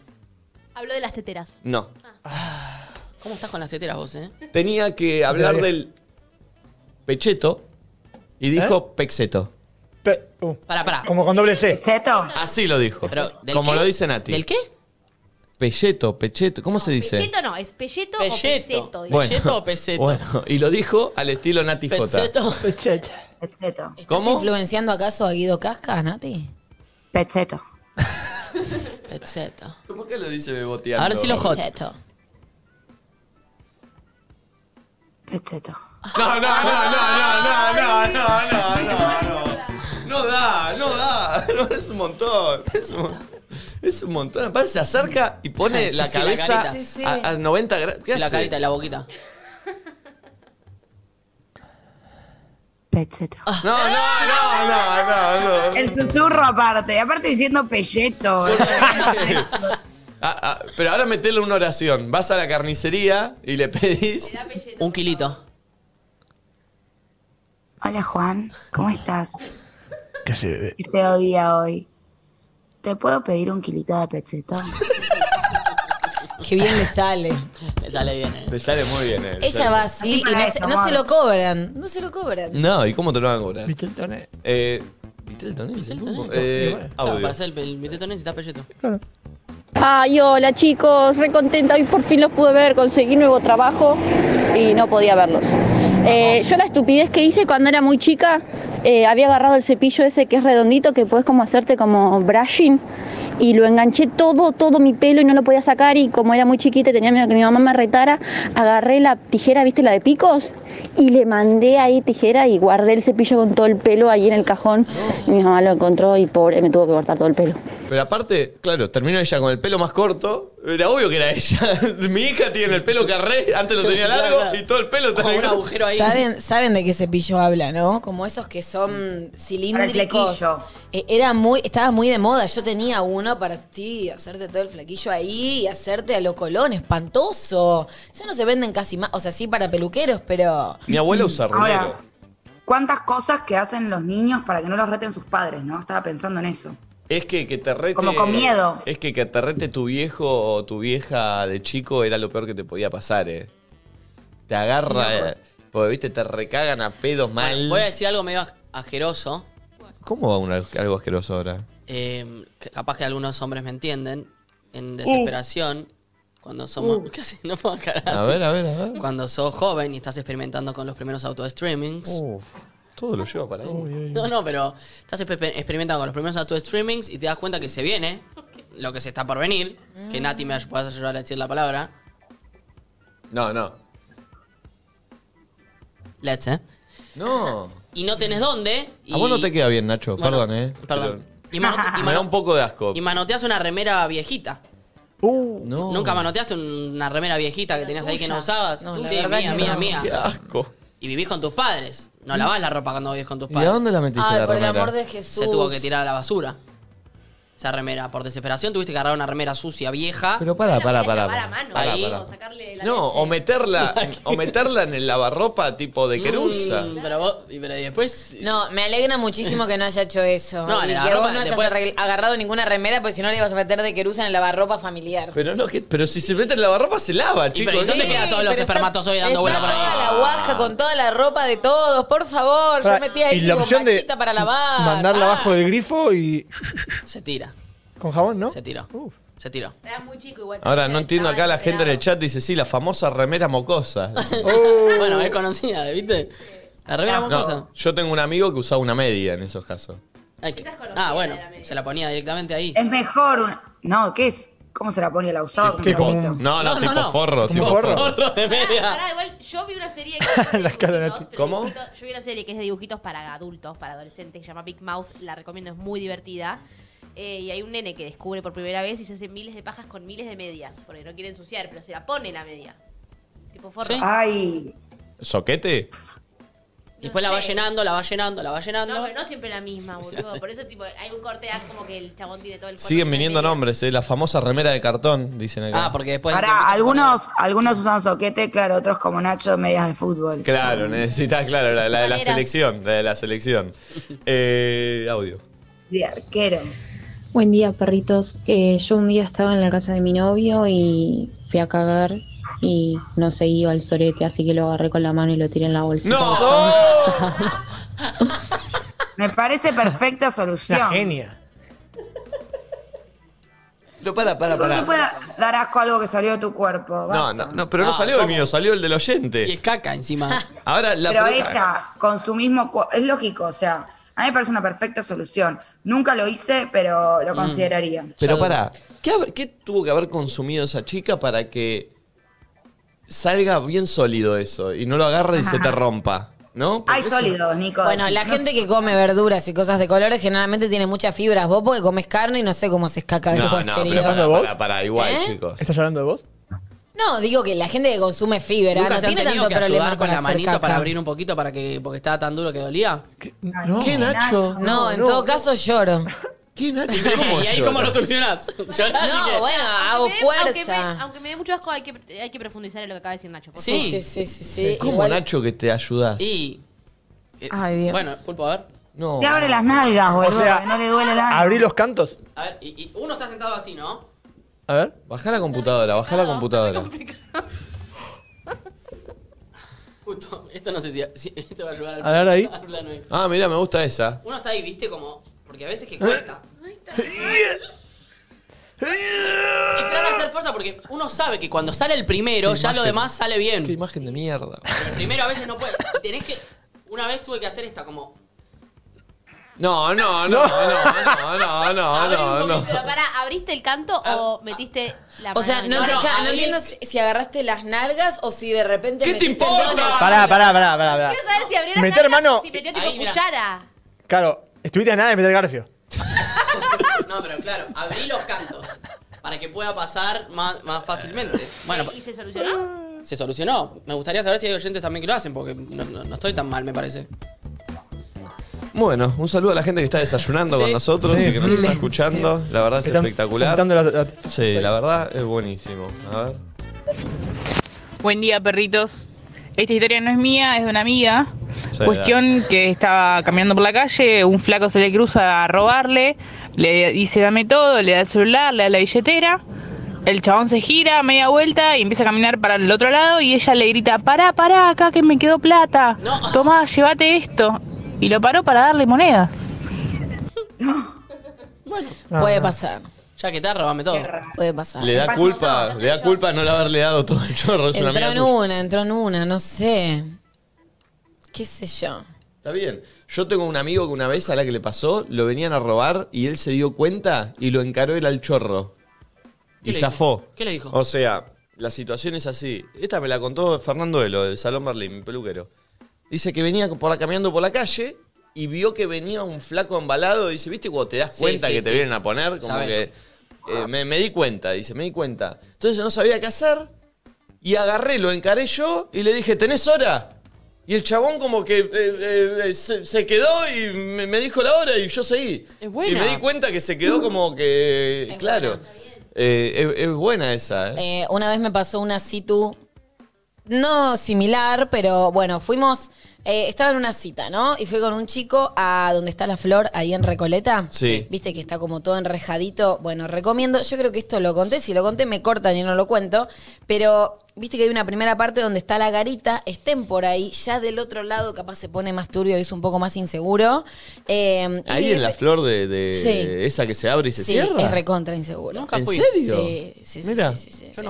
D: Habló de las teteras.
A: No.
C: ¿Cómo estás con las teteras vos, eh?
A: Tenía que hablar
F: bien.
A: del pecheto y dijo pexeto.
F: Pe- uh,
C: Pará, pará.
F: como con doble C.
E: ¿Cheto?
A: Así lo dijo.
C: Pero, ¿del
A: como
C: qué?
A: lo dice Nati.
C: ¿Del qué?
A: Pelleto, pecheto, ¿cómo se dice?
D: Pelleto no, es pelleto, o peseto.
C: Pelleto.
D: digamos.
C: ¿Pelleto o peseto?
A: Bueno, y lo dijo al estilo Nati J.
C: ¿Peseto?
F: Pecheto.
E: Pecheto.
B: ¿Estás
A: ¿Cómo?
B: influenciando acaso a Guido Casca, Nati?
E: Pecheto.
C: Peseto.
A: ¿Por qué lo dice beboteando?
C: Ahora sí lo hot.
B: Exacto.
E: Pecheto.
A: No, no, no, no, no, no, no, no, no, no. No da, no da. No, es un montón. Es un, es un montón. Aparte se acerca y pone
C: Sí,
A: la
C: sí, la
A: cabeza
C: carita.
B: Sí, sí.
A: A, a 90 grados. ¿Qué
C: La
A: hace?
C: carita, la boquita.
E: Pecheto.
A: No, no, no, no, no. no.
E: El susurro aparte, aparte diciendo pelleto.
A: Ah, ah, pero ahora metele una oración. Vas a la carnicería y le pedís.
D: Era pelleto.
C: Un kilito.
E: Hola Juan, ¿cómo estás?
F: ¿Qué se bebe?
E: Qué feo día hoy. ¿Te puedo pedir un kilito de pecheto?
B: Qué bien le sale.
C: Me sale bien, eh.
A: Le sale muy bien él.
B: Ella va así y no se, no se lo cobran. No se lo cobran.
A: No, ¿y cómo te lo van a cobrar?
F: ¿Viste el toné?
A: Eh, ¿Viste el tonel? ¿Es el pulpo?
F: Y
A: Eh,
F: bueno.
C: Claro,
A: audio.
C: para hacer el, el biteto necesitas pelleto.
J: Ay, hola chicos, re contenta, hoy por fin los pude ver, conseguí nuevo trabajo y no podía verlos. Eh, yo la estupidez que hice cuando era muy chica, eh, había agarrado el cepillo ese que es redondito, que puedes como hacerte como brushing, y lo enganché todo, todo mi pelo y no lo podía sacar y como era muy chiquita y tenía miedo que mi mamá me retara, agarré la tijera, viste, la de picos, y le mandé ahí tijera y guardé el cepillo con todo el pelo ahí en el cajón. Y mi mamá lo encontró y pobre, me tuvo que cortar todo el pelo.
A: Pero aparte, claro, terminó ella con el pelo más corto. Era obvio que era ella. Mi hija tiene el pelo carré, antes lo tenía largo y todo el pelo está
C: Con un agujero ahí.
B: ¿Saben, saben de qué cepillo habla, ¿no? Como esos que son cilíndricos.
E: flequillo.
B: Eh, era muy, estaba muy de moda. Yo tenía uno para sí, hacerte todo el flequillo ahí y hacerte a lo colón, espantoso. Ya no se venden casi más, o sea, sí para peluqueros, pero.
A: Mi abuela usa
E: Ahora,
A: rulero.
E: ¿cuántas cosas que hacen los niños para que no los reten sus padres, no? Estaba pensando en eso.
A: Es que que te rete.
E: Como con miedo.
A: Es que que te rete tu viejo o tu vieja de chico era lo peor que te podía pasar, eh. Te agarra. eh, Porque, viste, te recagan a pedos mal.
C: Voy a decir algo medio as- asqueroso.
A: ¿Cómo va un al- algo asqueroso ahora?
C: eh, que capaz que algunos hombres me entienden. En desesperación, cuando somos.
A: Uh.
C: ¿Qué haces? No puedo encarar.
A: A ver, a ver, a ver.
C: Cuando sos joven y estás experimentando con los primeros auto-streamings.
A: Uf, todo lo lleva para ahí.
C: No, no, pero estás exper- experimentando con los primeros auto-streamings y te das cuenta que se viene lo que se está por venir. Que Nati me ay- puedas ayudar a decir la palabra.
A: No, no.
C: Let's, ¿eh?
A: No.
C: Y no tenés dónde. Y,
A: A vos no te queda bien, Nacho.
C: Bueno,
A: perdón, eh.
C: perdón.
A: Pero-
C: y mano- y
A: me da
C: mano-
A: un poco de asco.
C: y manoteas una remera viejita.
A: no.
C: ¿Nunca manoteaste una remera viejita que tenías ahí que no
B: tuya.
C: usabas?
B: No, la
C: sí,
B: verdad
C: mía,
B: que
C: mía,
B: no.
C: mía.
A: Qué asco.
C: Y vivís con tus padres. No lavás la ropa cuando vivís con tus
A: ¿Y a
C: padres.
A: dónde la metiste
B: Ay,
A: la
B: por el
A: remera?
B: amor de Jesús.
C: Se tuvo que tirar a la basura. Esa remera, por desesperación, tuviste que agarrar una remera sucia, vieja.
A: Pero para, para, para.
D: lavar a mano,
C: Ahí.
D: o sacarle la
A: No, o meterla, o meterla en el lavarropa tipo de querusa.
C: Mm, pero, vos- y- pero después.
B: No, me alegra muchísimo que no haya hecho eso.
C: No,
B: y
C: la
B: que
C: ropa
B: vos no hayas
C: después-
B: arregl- agarrado ninguna remera, porque si no le ibas a meter de querusa en el lavarropa familiar.
A: Pero no, que, pero si se mete en la lavarropa se lava, chicos.
C: pero ¿y dónde
B: Sí,
C: quedan todos los
B: pero está-
C: espermatozoides dando vuelta por
B: Está toda
C: ahí?
B: la guasca con toda la ropa de todos, por favor.
F: Pará,
B: Yo metí ahí
F: y la
B: tipo,
F: opción de
B: maquita para lavar.
F: Mandarla
B: Ah.
F: abajo del grifo y.
C: Se tira,
F: Con jabón, ¿no?
C: se tiró. Se tiró.
D: Era muy chico igual.
A: Ahora, no entiendo acá la gente en el chat dice, sí, la famosa remera mocosa.
C: Bueno, es conocida, ¿viste? La remera mocosa.
A: Oh. No, yo tengo un amigo que usaba una media en esos casos.
C: Ay, que- Ah, bueno, se la ponía directamente ahí.
E: Es mejor una... No, ¿qué es? ¿Cómo se la ponía? ¿La usaba con
F: ¿Qué, como
E: palito?
F: un-
A: No, no,
C: No,
A: tipo
C: no, no.
A: forro.
F: ¿Como
A: Tipo
F: forro?
C: de
D: Pará,
C: media.
D: Ah, pará, igual yo vi una serie que es de
F: cara de
D: dibujitos,
F: Nati.
D: pero
A: ¿Cómo?
D: dibujitos- yo vi una serie que es de dibujitos para adultos, para adolescentes, que se llama Big Mouth, la recomiendo, es muy divertida. Eh, y hay un nene que descubre por primera vez y se hace miles de pajas con miles de medias, porque no quiere ensuciar, pero se la pone la media. Tipo forro.
C: Sí.
E: Ay,
A: ¿Soquete?
C: Después la va llenando, la va llenando, la va
D: No,
C: llenando.
D: pero no siempre la misma, boludo. Por eso tipo, hay un corte ah, como que el chabón tiene todo el cuerpo
A: Siguen
D: lleno de
A: viniendo
D: medias.
A: nombres, eh, la famosa remera de cartón, dicen acá.
C: Ah, porque después.
E: para algunos, algunos usan soquete, claro, otros como Nacho, medias de fútbol.
A: Claro, necesitas, claro, la, la de la
D: Maneras.
A: selección, la de la selección. Eh, audio.
E: De arquero.
H: Buen día, perritos. Eh, yo un día estaba en la casa de mi novio y fui a cagar y no se iba el sorete, así que lo agarré con la mano y lo tiré en la bolsita.
E: Me parece perfecta solución.
F: Una genia.
A: Pero para, para,
E: ¿Por qué puede dar asco a algo que salió de tu cuerpo?
A: No,
E: Basta.
A: no, no, pero no,
B: Ah,
C: No,
A: salió el
C: Ah, ¿cómo?
A: mío, salió el del
C: Y
A: oyente.
C: es caca encima.
A: Ahora la
E: Pero
A: pregunta-
E: ella, con su mismo cuerpo, es lógico, o sea, a mí me parece una perfecta solución. Nunca lo hice, pero lo consideraría.
A: Mm. Pero
C: Yo-
A: pará, ¿qué, haber- qué tuvo que haber consumido esa chica para que salga bien sólido eso y no lo agarre y se te rompa? ¿No? Porque
E: Hay
A: eso-
E: sólidos, Nico.
B: Bueno, la
E: No
B: gente que come verduras y cosas de colores generalmente tiene muchas fibras. Vos porque comes carne y no sé cómo haces caca
A: No,
B: después,
A: no,
B: querido.
A: pero pará,
F: ¿Vos?
A: pará, pará, igual,
B: ¿Eh?
A: chicos.
F: ¿Estás hablando de vos?
B: No, digo que la gente que consume fibra
C: ¿Nunca
B: no
C: se han
B: tiene
C: tenido
B: tanto
C: que
B: problema
C: ayudar
B: con
C: con la
B: hacer
C: manito
B: caca.
C: para abrir un poquito para que porque estaba tan duro que dolía?
E: No. ¿Qué, Nacho?
B: No, en todo caso lloro.
A: ¿Qué, Nacho?
C: ¿Y ahí cómo lo solucionás? ¿Llorás? y qué?
B: No, bueno, hago
D: "Ah, Aunque me dé- aunque me-
B: fuerza.
D: Aunque me dé mucho asco, hay que, hay que profundizar en lo que acaba de decir Nacho. por
C: Sí.
B: Sí, sí, sí, sí. sí.
A: ¿Cómo,
B: Igual-
A: Nacho, que te ayudás?
C: Y. eh,
B: Ay, Dios.
C: Bueno, pulpo, a ver.
A: No.
E: Te abre las nalgas,
F: O
E: boludo,
F: sea,
E: que no le duele el ano.
F: abrí los cantos.
C: A ver, y, y uno está sentado así, ¿no?
F: A ver.
A: Bajá la computadora, bajá la computadora.
C: Justo. Esto no sé si, si esto va a ayudar al,
F: A ver ahí.
C: al plano ahí.
A: Ah, mira, me gusta esa.
C: Uno está ahí, viste, como. Porque a veces que cuesta. Y trata de hacer fuerza porque uno sabe que cuando sale el primero, ya lo demás sale bien.
A: Qué imagen de mierda.
C: El primero a veces no puede. Tenés que. Una vez tuve que hacer esta como.
A: No, no, no, no, no, no, no, no.
D: Pero para, ¿abriste el canto o metiste la mano
B: O sea,
D: en
B: no,
D: el-
B: te-
C: no,
B: ca- no
C: Ah. ahí-
B: entiendo si, si agarraste las nalgas o si de repente.
A: ¿Qué te
B: metiste el
A: importa?
B: dedo en el-
F: Pará, pará, pará, pará. pará.
D: Quiero saber si abrió las
F: Meter
D: nalgas
F: mano-
D: o si metió tipo
C: Ahí, mirá.
D: cuchara.
F: Claro, estuviste a nada de meter garfio.
C: No, pero claro, abrí los cantos para que pueda pasar más, más fácilmente. Bueno,
D: ¿Y se solucionó?
C: se solucionó. Me gustaría saber si hay oyentes también que lo hacen, porque no, no- no estoy tan mal, me parece.
A: Bueno, un saludo a la gente que está desayunando
C: Sí.
A: con nosotros y que nos está
F: Excelente.
A: escuchando. La verdad es
F: Están juntando
A: espectacular.
F: las- las-
A: Sí, la verdad es buenísimo. A ver.
K: Buen día, perritos. Esta historia no es mía, es de una amiga.
A: Sí,
K: Cuestión que estaba caminando por la calle, un flaco se le cruza a robarle, le dice dame todo, le da el celular, le da la billetera. El chabón se gira, media vuelta y empieza a caminar para el otro lado y ella le grita, pará, pará, acá que me quedó plata. Tomá, llévate esto. Y lo paró para darle monedas.
B: Bueno,
K: No,
B: puede
K: no.
B: pasar.
C: Ya que está, robame todo.
B: Puede pasar.
A: Le da
B: Capaz
A: culpa, le da culpa no le haberle dado todo el chorro. Es una
B: Entró
A: mina
B: en
A: tuya.
B: una, entró en una, no sé. ¿Qué sé yo?
A: Está bien. Yo tengo un amigo que una vez a la que le pasó, lo venían a robar y él se dio cuenta y lo encaró él al chorro.
C: ¿Qué
A: Y
C: le
A: zafó.
C: dijo? ¿Qué le dijo?
A: O sea, la situación es así. Esta me la contó Fernando Elo, del Salón Berlín, mi peluquero. Dice que venía por la- caminando por la calle y vio que venía un flaco embalado. Dice, ¿viste cuando te das
C: Sí,
A: cuenta
C: sí,
A: que te
C: sí.
A: vienen a poner? Como
C: Sabes.
A: que. eh, me, me di cuenta, dice, me di cuenta. Entonces no sabía qué hacer y agarré, lo encaré yo y le dije, ¿tenés hora? Y el chabón como que eh, eh, eh, se, se quedó y me, me dijo la hora y yo seguí.
C: Es buena.
A: Y me di cuenta que se quedó como que... claro. Eh, es, es buena esa. ¿eh?
B: Eh, una vez me pasó una situ, no similar, pero bueno, fuimos, eh, estaba en una cita, ¿no? Y fui con un chico a donde está la flor, ahí en Recoleta.
A: Sí.
B: Viste que está como todo enrejadito. Bueno, recomiendo, yo creo que esto lo conté, si lo conté me cortan y no lo cuento, pero... Viste que hay una primera parte donde está la garita, estén por ahí, ya del otro lado capaz se pone más turbio y es un poco más inseguro. Eh,
A: Ahí
B: y-
A: en la flor de, de-
B: Sí.
A: esa que se abre y se
B: Sí,
A: cierra.
B: es recontra inseguro.
A: ¿En serio?
B: Sí, sí, sí,
A: Mira.
B: sí, sí, sí,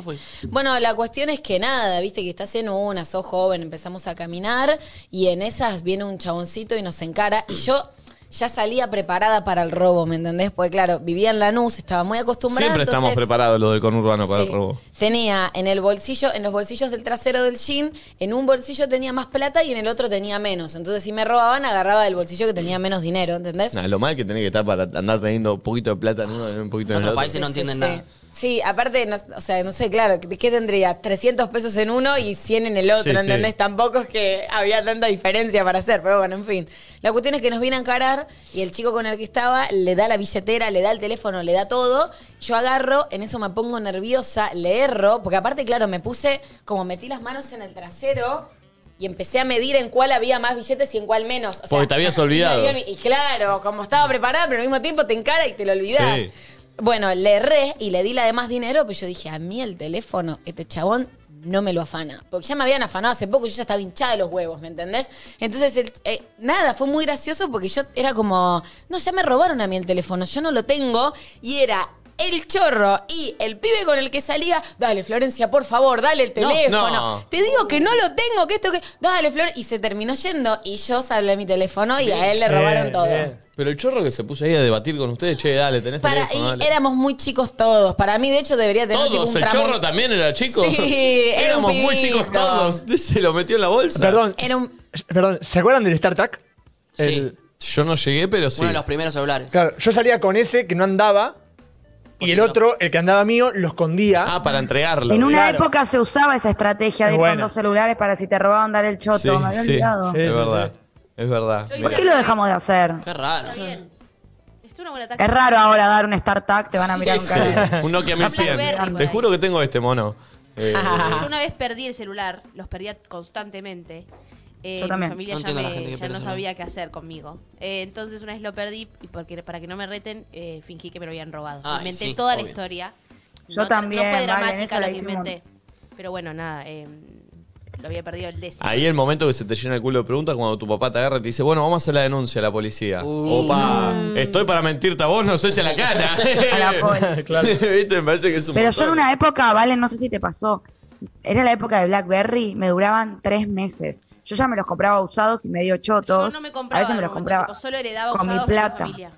B: sí. Bueno, la cuestión es que nada, viste que estás en una, sos joven, empezamos a caminar y en esas viene un chaboncito y nos encara y yo ya salía preparada para el robo, ¿me entendés? Porque claro, vivía en Lanús, estaba muy acostumbrada.
A: Siempre estamos
B: entonces-
A: preparados lo del conurbano para
B: Sí.
A: el robo.
B: Tenía en el bolsillo, en los bolsillos del trasero del jean, en un bolsillo tenía más plata y en el otro tenía menos. Entonces, si me robaban, agarraba del bolsillo que tenía menos dinero, ¿entendés?
A: Nah, lo mal que tenés que estar para andar teniendo un poquito de plata en uno y un poquito en el
C: otros
A: otro.
C: países no entienden nada.
B: Sí, aparte, no, o sea, no sé, claro, ¿de ¿qué tendría? 300 pesos en uno y 100 en el otro,
A: Sí, sí.
B: ¿entendés? Tampoco es que había tanta diferencia para hacer, pero bueno, en fin. La cuestión es que nos viene a encarar y el chico con el que estaba le da la billetera, le da el teléfono, le da todo. Yo agarro, en eso me pongo nerviosa, le erro, porque aparte, claro, me puse, como metí las manos en el trasero y empecé a medir en cuál había más billetes y en cuál menos. O sea,
A: Porque te habías olvidado.
B: Y claro, como estaba preparada, pero al mismo tiempo te encara y te lo olvidás.
A: Sí.
B: Bueno, le erré y le di la de más dinero, pero yo dije, a mí el teléfono, este chabón no me lo afana. Porque ya me habían afanado hace poco, yo ya estaba hinchada de los huevos, ¿me entendés? Entonces, el- eh, nada, fue muy gracioso porque yo era como, no, ya me robaron a mí el teléfono, yo no lo tengo. Y era el chorro y el pibe con el que salía, dale, Florencia, por favor, dale el
A: No,
B: teléfono.
A: no.
B: Te digo que no lo tengo, que esto que... Dale, Flor. Y se terminó yendo y yo salvé mi teléfono y a él le robaron todo.
A: Pero el chorro que se puso ahí a debatir con ustedes, che, dale, tenés
B: Para,
A: teléfono,
B: y
A: dale.
B: éramos muy chicos todos. Para mí, de hecho, debería tener tipo
A: Todos,
B: un
A: el
B: tramo-
A: chorro también era chico.
B: Sí, era
A: éramos
B: un
A: muy chicos
B: pibito.
A: todos. Se lo metió en la bolsa.
F: Perdón,
B: Era un-
F: Eh, perdón, ¿se acuerdan del StarTac?
C: Sí.
A: Yo no llegué, pero sí.
C: Uno de los primeros celulares.
F: Claro, yo salía con ese que no andaba y el otro, el que andaba mío, lo escondía.
A: Ah, para entregarlo.
E: En una
F: Claro.
E: época se usaba esa estrategia
F: Es
E: de ir con
F: buena.
E: dos celulares para si te robaban dar el choto.
A: Sí,
E: Me había
A: sí,
E: olvidado.
A: Es verdad. Es verdad.
E: ¿Por qué lo dejamos de hacer?
C: Qué raro.
D: Esto es una buena táctica.
E: Es raro ahora dar un StarTac, te van a mirar Ah, un
A: Sí,
E: cara.
A: un Nokia
D: Blackberry
A: 1100.
D: por
A: Te
D: ahí.
A: juro que tengo este mono. Eh,
D: Yo una vez perdí el celular, los perdía constantemente. Eh,
E: Yo también.
D: Mi familia
C: No
D: ya,
C: entiendo a la
D: me-
C: gente que
D: ya
C: pierde
D: no
C: el celular.
D: sabía qué hacer conmigo. Eh, entonces una vez lo perdí y porque, para que no me reten, eh, fingí que me lo habían robado.
C: Ay,
D: inventé
C: Ah, sí,
D: toda la
C: obvio.
D: historia.
E: Yo
D: no,
E: también,
D: No fue
E: Valen,
D: dramática
E: eso
D: lo
E: la
D: que
E: hicimos.
D: inventé. Pero bueno, nada, eh, lo había perdido el décimo.
A: Ahí el momento que se te llena el culo de preguntas cuando tu papá te agarra y te dice, bueno, vamos a hacer la denuncia a la policía. Opa, estoy para mentirte a vos, no sé si a la cara.
E: A la poli.
F: Claro.
A: ¿Viste? Me parece que es un
E: Pero yo en
A: montón.
E: una época, Valen, no sé si te pasó, era la época de BlackBerry, me duraban tres meses. Yo ya me los compraba usados y medio
D: Yo
E: chotos.
D: no me compraba.
E: a veces me
D: de
E: los
D: momento,
E: compraba
D: tipo, solo heredaba
E: con mi
D: usados de
E: plata.
D: mi familia.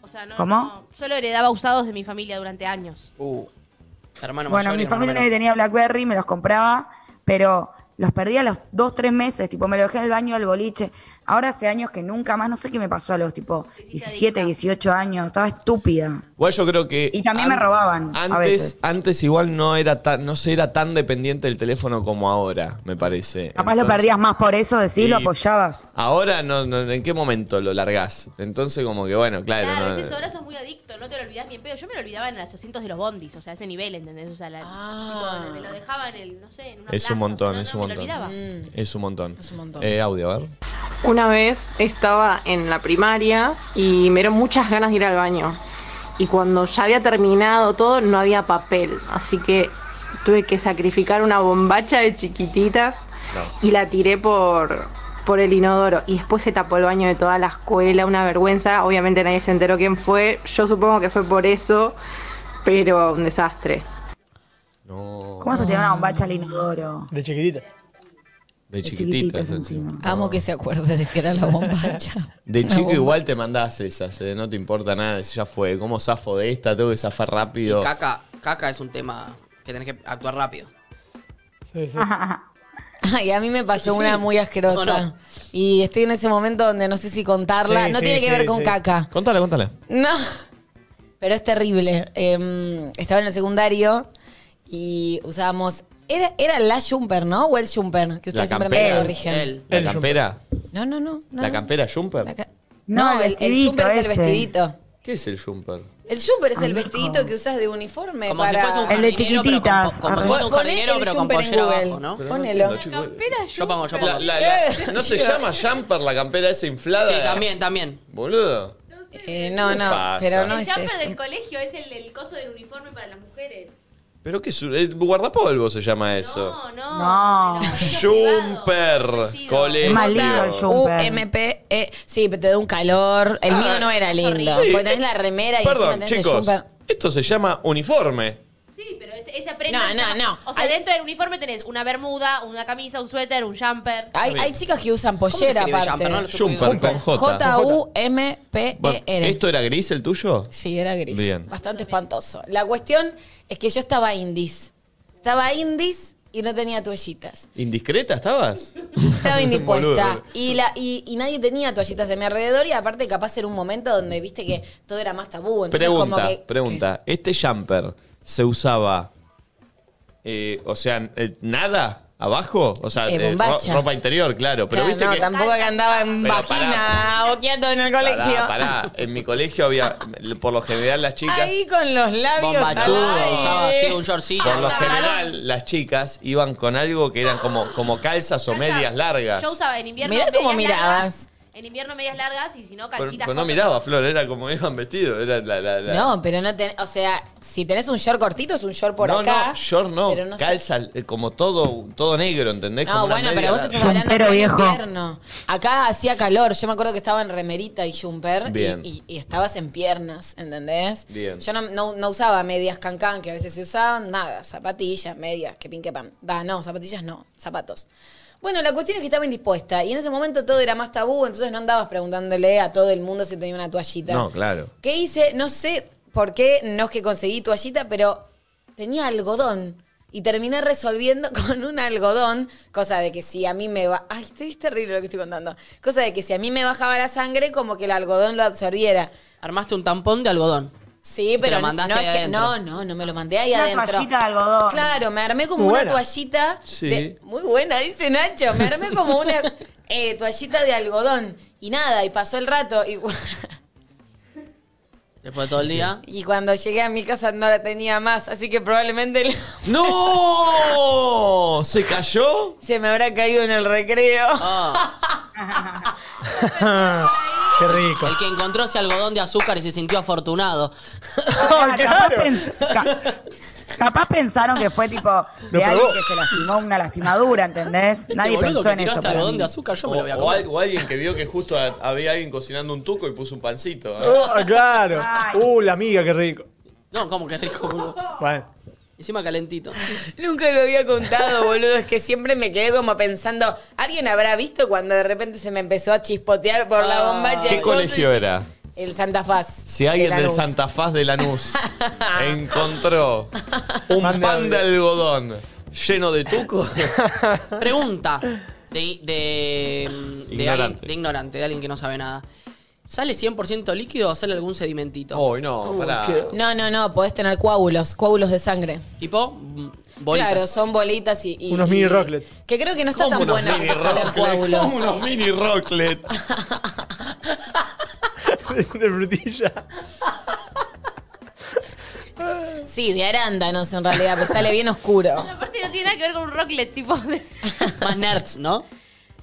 D: O sea, no,
E: ¿Cómo?
D: no, solo heredaba usados de mi familia durante años.
C: Uh, hermano
E: Bueno,
C: mayor y
E: mi
C: hermano
E: familia
C: menor.
E: nadie tenía Blackberry, me los compraba, pero los perdí a los dos, tres meses, tipo, me los dejé en el baño del boliche. Ahora hace años que nunca más, no sé qué me pasó a los tipo 17, 18 años, estaba estúpida.
A: Igual yo creo que...
E: Y también me
A: an-
E: robaban a
A: Antes,
E: veces.
A: antes igual no era tan, no se era tan dependiente del teléfono como ahora, me parece.
E: Capaz lo
A: Entonces-
E: perdías más por eso, decís, lo
A: Y-
E: apoyabas.
A: Ahora, no, no- ¿en qué momento lo largás? Entonces, como que bueno, claro.
D: Claro,
A: no-
D: a veces ahora sos muy adicto, no te lo olvidás ni en pedo. Yo me lo olvidaba en los asientos de los bondis, o sea, ese nivel, ¿entendés? O sea, la-
B: Ah.
D: tipo, me lo dejaba en el, no sé, en una
A: es un
D: plaza,
A: montón,
D: no,
A: es
D: no,
A: un
D: me lo
A: montón.
D: olvidaba.
A: Es un montón.
B: Mm. Es un montón.
A: Eh, audio, a ver.
L: Una vez estaba en la primaria y me dieron muchas ganas de ir al baño. y cuando ya había terminado todo no había papel, así que tuve que sacrificar una bombacha de chiquititas y la tiré por, por el inodoro y después se tapó el baño de toda la escuela, una vergüenza, obviamente nadie se enteró quién fue, yo supongo que fue por eso, pero un desastre.
E: ¿Cómo se
C: Ah.
E: tirar una bombacha al inodoro?
F: De chiquitita.
A: De chiquititas encima.
B: Amo que se acuerde de que era la bombacha.
A: De
B: Una
A: chico
B: bomba.
A: igual te mandás esas, eh, no te importa nada, decís, ya fue, ¿cómo zafo de esta? Tengo que zafar rápido.
C: Caca, caca es un tema que tenés que actuar rápido.
B: Ay, a mí me pasó una muy asquerosa.
C: No, no.
B: Y estoy en ese momento donde no sé si contarla. no tiene que ver con caca.
A: Contale, contale.
B: No. Pero es terrible. Eh, estaba en el secundario y usábamos. Era, era la jumper, ¿no? O el jumper, que
A: La
B: ustedes siempre me
A: campera.
B: corrigen.
A: ¿La campera?
B: No, no, no. no,
A: ¿La
B: no.
A: campera jumper?
B: No,
E: No, el
B: el, el
E: vestidito
B: jumper es el
E: ese.
B: vestidito.
A: ¿Qué es el jumper?
B: El jumper es el
E: Amigo.
B: vestidito que usas de uniforme
C: Como
B: para...
C: si fuese un
E: El de
C: jardinero, pero con
E: chiquititas.
C: po-
B: Ah,
E: Arre.
C: como si fuese un
B: Poné
C: jardinero,
B: el
C: pero con
B: jumper en
C: pollera
B: Google.
C: abajo, ¿no?
A: Pero
B: Ponelo.
A: entiendo, chico.
C: Yo pongo, yo pongo.
A: La- la- la-
B: Eh.
A: ¿No se llama jumper la campera esa inflada?
C: Sí, también, también.
A: Boludo.
B: Eh, no,
A: ¿Qué
B: no,
A: pasa?
B: pero no
D: el
B: es
D: jumper
B: eso.
D: del colegio es el, el coso del uniforme para las mujeres.
A: ¿Pero qué es? el guardapolvo se llama eso.
D: No, no.
E: No.
A: Jumper. Colegio.
E: Es más lindo el jumper.
B: UMP, eh, sí, pero te da un calor. El
A: Ah,
B: mío no era lindo.
A: sí.
B: Ponés la remera y encima
A: Perdón,
B: tenés el
A: chicos.
B: jumper.
A: Esto se llama uniforme.
D: Sí, pero es- esa prenda.
B: No,
D: se
B: no,
D: llama-
B: no.
D: O sea,
B: Hay-
D: dentro del uniforme tenés una bermuda, una camisa, un suéter, un jumper.
B: Hay, hay chicas que usan
C: se
B: pollera
C: escribe
B: aparte.
C: jumper? No lo estoy
A: Jumper con J. Bueno,
B: J-U-M-P-E-R.
A: ¿Esto era gris el tuyo?
B: E Sí, era gris.
A: Bien.
B: Bastante espantoso. La cuestión es que yo estaba indis. Estaba indis y no tenía toallitas.
A: ¿Indiscreta estabas?
B: Estaba indispuesta.
A: Boludo.
B: Y, la, y, y nadie tenía toallitas en mi alrededor y aparte capaz era un momento donde viste que todo era más tabú. Entonces como
A: Pregunta,
B: que...
A: pregunta. ¿Este jumper se usaba, eh, o sea, eh, nada abajo? O sea,
B: Eh,
A: eh, ro-
B: bombacha.
A: ropa interior, claro. Pero
B: Claro,
A: viste
B: no,
A: que...
B: tampoco que andaba en
A: Pero
B: vagina
A: pará.
B: boqueando en el colegio.
A: Pará, pará. En mi colegio había, por lo general, las chicas...
B: Ahí con los labios
C: Bombachudo,
B: al aire.
C: usaba así un shortcito.
A: Por lo
C: Ah,
A: general, las chicas iban con algo que eran como, como calzas o medias largas.
D: Yo usaba en invierno.
B: Mirá cómo
D: medias
B: mirabas.
D: largas, en invierno medias largas y si no
A: Pero,
D: calcitas.
A: pero no
D: cortas.
A: miraba, Flor, era como iban vestidos. Era la, la- la-
B: No, pero no tenés... O sea, si tenés un short cortito es un short por
A: no,
B: acá.
A: no, short no,
B: pero no sé.
A: calza eh, como todo, todo negro, ¿entendés?
B: No,
A: Como una
B: bueno,
A: media
B: pero vos
A: larga.
B: estás hablando
E: Jumpero
B: de
E: viejo.
B: invierno. Acá hacía calor. Yo me acuerdo que estaba en remerita y jumper y,
A: Bien.
B: y- y estabas en piernas, ¿entendés?
A: Bien.
B: Yo no, no- no usaba medias cancán, que a veces se usaban, nada, zapatillas, medias, que pin que pan. Va, no, zapatillas no, zapatos. Bueno, la cuestión es que estaba indispuesta y en ese momento todo era más tabú, entonces no andabas preguntándole a todo el mundo si tenía una toallita.
A: No, claro.
B: ¿Qué hice? No sé por qué, no es que conseguí toallita, pero tenía algodón. Y terminé resolviendo con un algodón, cosa de que si a mí me va... Ay, estoy- es terrible lo que estoy contando. Cosa de que si a mí me bajaba la sangre, como que el algodón lo absorbiera.
C: Armaste un tampón de algodón.
B: Sí,
C: te
B: pero
C: lo mandaste
B: no,
C: ahí
B: es que,
C: adentro.
B: no, no, no me lo mandé ahí
E: Una
B: adentro.
E: toallita de algodón.
B: Claro, me armé como
F: Muy
B: una
F: buena.
B: toallita.
A: Sí.
B: de- muy buena, dice Nacho. Me armé como una eh, toallita de algodón. Y nada, y pasó el rato. Y...
C: Después de todo el día.
B: Y cuando llegué a mi casa no la tenía más, así que probablemente la-
A: ¡No! ¿Se cayó?
B: se me habrá caído en el recreo.
C: Ah,
F: Qué rico.
C: el que encontró ese algodón de azúcar y se sintió afortunado.
E: Ah, capaz,
F: claro.
E: pens- ca- capaz pensaron que fue tipo de
F: Lo
E: alguien
F: probó.
E: que se lastimó una lastimadura, ¿entendés? Nadie
C: Este
E: pensó
C: boludo que
E: en
C: tiró
E: eso.
C: este
E: para
C: algodón
E: mí.
C: de azúcar, yo
A: O,
C: me lo voy a
A: o
C: comer.
A: al- o alguien que vio que justo a- había alguien cocinando un tuco y puso un pancito. ¿eh?
F: Ah, claro.
E: Ay.
F: Uh, la amiga, qué rico.
C: No, como que rico, boludo.
F: Bueno.
C: Encima calentito.
B: Nunca lo había contado, boludo. Es que siempre me quedé como pensando, ¿alguien habrá visto cuando de repente se me empezó a chispotear por la
C: Ah.
B: bombacha?
A: ¿Qué
B: de
A: colegio
B: coso?
A: era?
B: El Santa Faz.
A: Si alguien
B: de
A: del
B: Lanús.
A: Santa Faz de Lanús encontró un
F: Mande
A: pan de
F: audio.
A: algodón lleno de tuco,
C: Pregunta de, de, de
A: Ignorante.
C: alguien, de ignorante, de alguien que no sabe nada. ¿Sale 100% líquido o sale algún sedimentito?
A: Uy, no, pará.
B: No, no, no, podés tener coágulos, coágulos de sangre.
C: Tipo, mm, bolitas.
B: Claro, son bolitas y. y-
F: Unos
B: y-
F: mini rocklets.
B: Que creo que no está
A: Como
B: tan
A: unos
B: bueno que
A: mini
B: te salgan
A: rocklet,
B: coágulos.
A: como unos mini rocklet.
F: de frutilla.
B: Sí, de arándanos en realidad, pero sale bien oscuro.
D: Aparte no tiene nada que ver con un rocklet tipo de...
C: Más nerds, ¿no?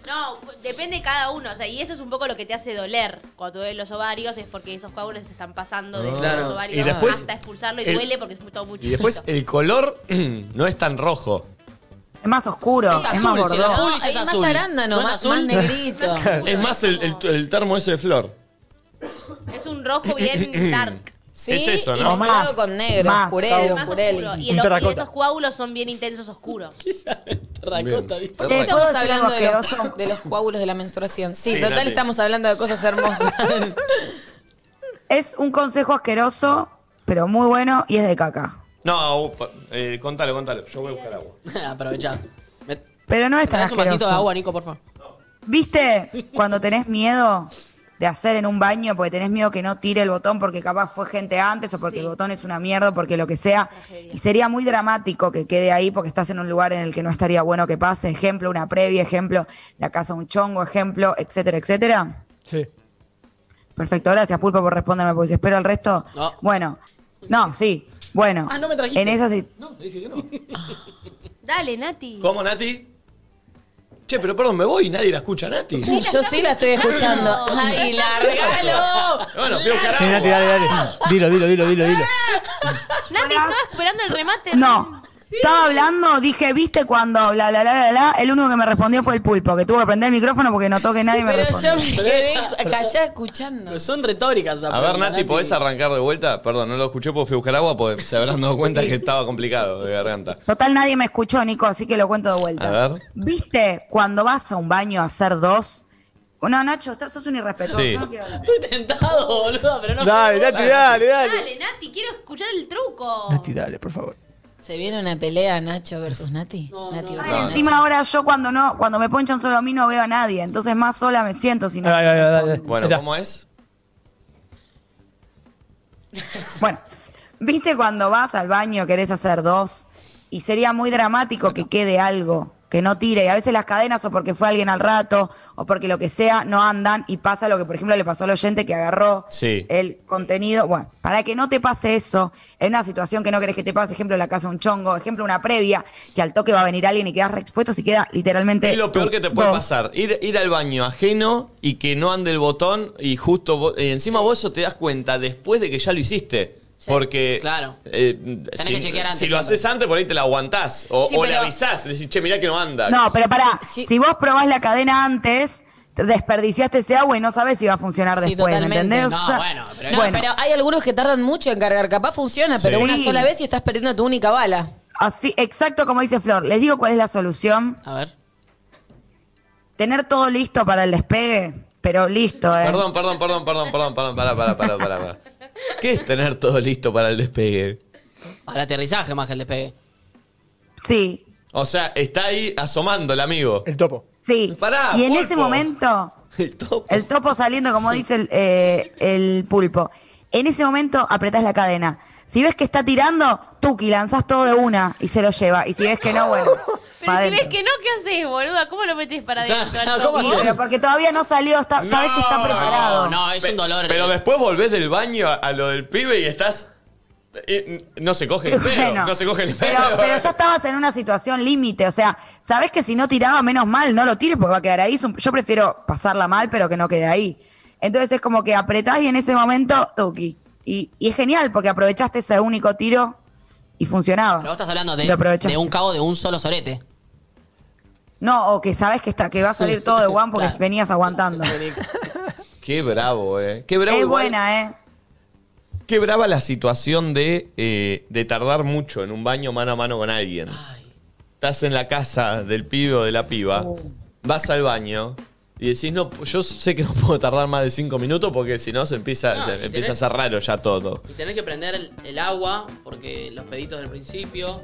D: No, depende de cada uno. O sea, y eso es un poco lo que te hace doler cuando te duelen los ovarios, es porque esos coágulos te están pasando de
A: Ah. Claro.
D: los
A: Y
D: ovarios
A: después-
D: hasta expulsarlo y
A: el-
D: duele porque es todo mucho.
A: Y después el color no es tan rojo.
E: Es más oscuro,
A: Es azul, si la
B: No, es más arándano, más, más negrito.
A: Es más el, el- el termo ese de flor.
D: Es un rojo bien dark.
B: Sí,
A: es eso,
B: y
A: ¿no?
B: mezclado Más, con negro, más, oscurelo,
D: Es más
B: oscureli.
D: oscuro. Y,
A: Un
D: el- y
A: terracota.
D: esos coágulos son bien intensos oscuros.
A: Terracota,
B: ¿Por qué estamos hablando de
D: algo
B: los, de los coágulos de la menstruación? Sí,
E: Sí,
B: total
E: Nati.
B: estamos hablando de cosas hermosas.
E: Es un consejo asqueroso, pero muy bueno y es de caca.
A: No, upa, eh, contalo, contalo. Yo voy a buscar agua.
C: Aprovechá.
E: Pero no es tan
C: ¿Traes un vasito de
E: asqueroso.
C: agua, Nico, por favor?
E: ¿Viste cuando tenés miedo de hacer en un baño porque tenés miedo que no tire el botón porque capaz fue gente antes o porque el botón es una mierda o porque lo que sea? Y sería muy dramático que quede ahí porque estás en un lugar en el que no estaría bueno que pase. Ejemplo, una previa, ejemplo, la casa de un chongo, ejemplo, etcétera, etcétera.
F: Sí.
E: Perfecto, gracias Pulpo por responderme porque si espero el resto.
C: No.
E: Bueno, no, sí, bueno.
C: Ah, no me trajiste.
E: En esa si-
A: No, dije que no.
D: Dale, Nati.
A: ¿Cómo, Nati? Che, pero perdón, me voy y nadie la escucha, Nati.
B: Sí, yo sí la estoy escuchando. ¡Ay, la regalo!
A: Bueno, fui a buscar
F: Sí,
A: agua.
F: Nati, dale, dale. Dilo, dilo, dilo, dilo, dilo.
D: Nati, estaba esperando el remate.
E: No. Estaba hablando, dije, ¿viste cuando bla bla bla bla bla? El único que me respondió fue el pulpo, que tuvo que prender el micrófono porque notó que nadie me
B: Pero
E: respondió.
B: yo me quedé callada escuchando.
C: Pero son retóricas.
A: A ver, Nati, ¿podés arrancar de vuelta? Perdón, no lo escuché porque fui a buscar agua porque se habrán dado cuenta que estaba complicado de garganta.
E: Total nadie me escuchó, Nico, así que lo cuento de
A: A
E: vuelta.
A: ver.
E: ¿Viste cuando vas a un baño a hacer dos? No, Nacho, estás, sos un irrespetuoso.
A: Sí.
E: yo no quiero hablar.
C: Estoy tentado, boludo, pero no.
F: Dale,
C: puedo.
F: Nati, dale, dale.
D: Dale, Nati, quiero escuchar el truco.
F: Nati, dale, por favor.
B: ¿Se viene una pelea Nacho versus Nati? Nati versus
E: Ay,
B: Nacho.
E: Encima ahora yo cuando no, cuando me ponchan solo a mí no veo a nadie, entonces más sola me siento si no.
F: Dale, dale, dale.
A: Bueno, ¿cómo es?
E: ¿Viste cuando vas al baño querés hacer dos? Y sería muy dramático que quede algo, que no tire. Y a veces las cadenas o porque fue alguien al rato o porque lo que sea no andan y pasa lo que por ejemplo le pasó al oyente que agarró
A: Sí.
E: el contenido. Bueno, para que no te pase eso en una situación que no querés que te pase, ejemplo la casa de un chongo, ejemplo una previa, que al toque va a venir alguien y quedás re expuesto si queda literalmente...
A: Es lo peor
E: tu
A: que te puede
E: dos.
A: pasar. Ir, ir al baño ajeno y que no ande el botón y justo vos- eh, encima vos eso te das cuenta después de que ya lo hiciste. Porque
C: Claro.
A: eh, si,
C: que chequear antes
A: si lo
C: siempre.
A: haces antes, por ahí te la aguantás. O,
B: Sí,
A: o le
B: pero-
A: avisás, le decís, che, mirá que no anda.
E: No, pero pará, si vos probás la cadena antes, te desperdiciaste ese agua y no sabés si va a funcionar
B: Sí,
E: después, ¿me
B: totalmente.
E: entendés?
B: No,
E: O sea,
B: bueno, No, pero hay algunos que tardan mucho en cargar. Capaz funciona, pero
E: Sí.
B: una
E: Sí.
B: sola vez y estás perdiendo tu única bala.
E: Así, exacto como dice Flor. Les digo cuál es la solución.
A: Ah.
C: A ver.
E: Tener todo listo para el despegue, pero listo, ¿eh?
A: Perdón, perdón, perdón, perdón, perdón, perdón, pará, pará, pará, pará. pará. ¿Qué es tener todo listo para el despegue?
C: Al aterrizaje más que el despegue.
E: Sí,
A: O sea, está ahí asomando el amigo.
F: El topo.
E: sí.
A: Pará,
E: y en
A: pulpo.
E: ese momento,
A: El topo.
E: el topo saliendo, como dice el, eh, el pulpo, en ese momento apretás la cadena. Si ves que está tirando, tuki, lanzás todo de una y se lo lleva. Y si ves que no, bueno,
D: Pero
E: pa'
D: si
E: adentro.
D: ves que no, ¿qué haces, boluda? ¿Cómo lo metes para
C: Claro,
D: adentro?
A: Ah,
C: claro,
D: al
C: ¿cómo
D: topo?
E: Y Pero porque todavía no salió, está- sabes que está preparado.
C: No, no, es un dolor.
A: Pero después volvés del baño a, a lo del pibe y estás. eh, no se coge el pelo.
E: Bueno,
A: no se coge el pelo.
E: Pero, pero ya estabas en una situación límite, o sea, sabés que si no tiraba, menos mal, no lo tires porque va a quedar ahí. Es un- Yo prefiero pasarla mal, pero que no quede ahí. Entonces es como que apretás y en ese momento, tuki. Y, y es genial porque aprovechaste ese único tiro y funcionaba.
C: Pero vos estás hablando
E: Ah. Lo
C: de,
E: aprovechaste.
C: de un cabo de un solo sorete.
E: No, o que sabés que, está, que va a salir todo de guan porque
C: Claro.
E: venías aguantando.
A: Qué bravo, eh. Qué bravo.
E: es
A: igual-
E: buena, ¿eh?
A: Qué brava la situación de, eh, de tardar mucho en un baño mano a mano con alguien. Estás en la casa del pibe o de la piba,
E: Oh.
A: vas al baño y decís, no, yo sé que no puedo tardar más de cinco minutos porque si no se empieza,
C: No,
A: se-
C: y tenés-
A: empieza a ser raro ya todo.
C: Y tenés que prender el, el agua, porque los peditos del principio.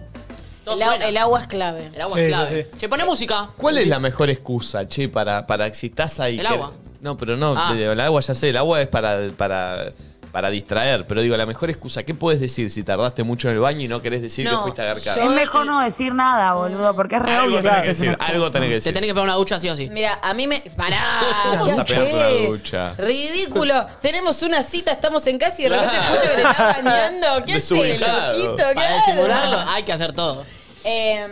C: Todo
B: El, au-
C: suena.
B: el agua es clave.
C: El agua es clave. Che, poné música.
A: ¿Cuál es la mejor excusa, che, para, para que si estás ahí?
C: El
A: que-
C: agua.
A: No, pero no,
C: Ah.
A: de- el agua ya sé, el agua es para, para, para distraer, pero digo, la mejor excusa, ¿qué puedes decir si tardaste mucho en el baño y no querés decir que
E: No,
A: fuiste a garcar?
E: Es mejor no decir nada, boludo, porque es re
A: Mm. Algo
E: obvio.
A: tenés
E: que
A: que
E: es
A: decir,
E: una-
A: algo tenés que
C: Te
A: decir.
C: tenés que pegar una ducha sí o sí.
B: Mira, a mí me. ¡Pará!
A: Vamos a
B: ¿Qué
A: pegarte una
B: haces?
A: ducha.
B: ¡Ridículo! Tenemos una cita, estamos en casa y de repente
C: Claro.
B: escucho que te estás bañando. ¿Qué haces,
C: Desubicado.
B: loquito?
C: Para
B: Claro.
C: disimularlo hay que hacer todo.
B: Eh,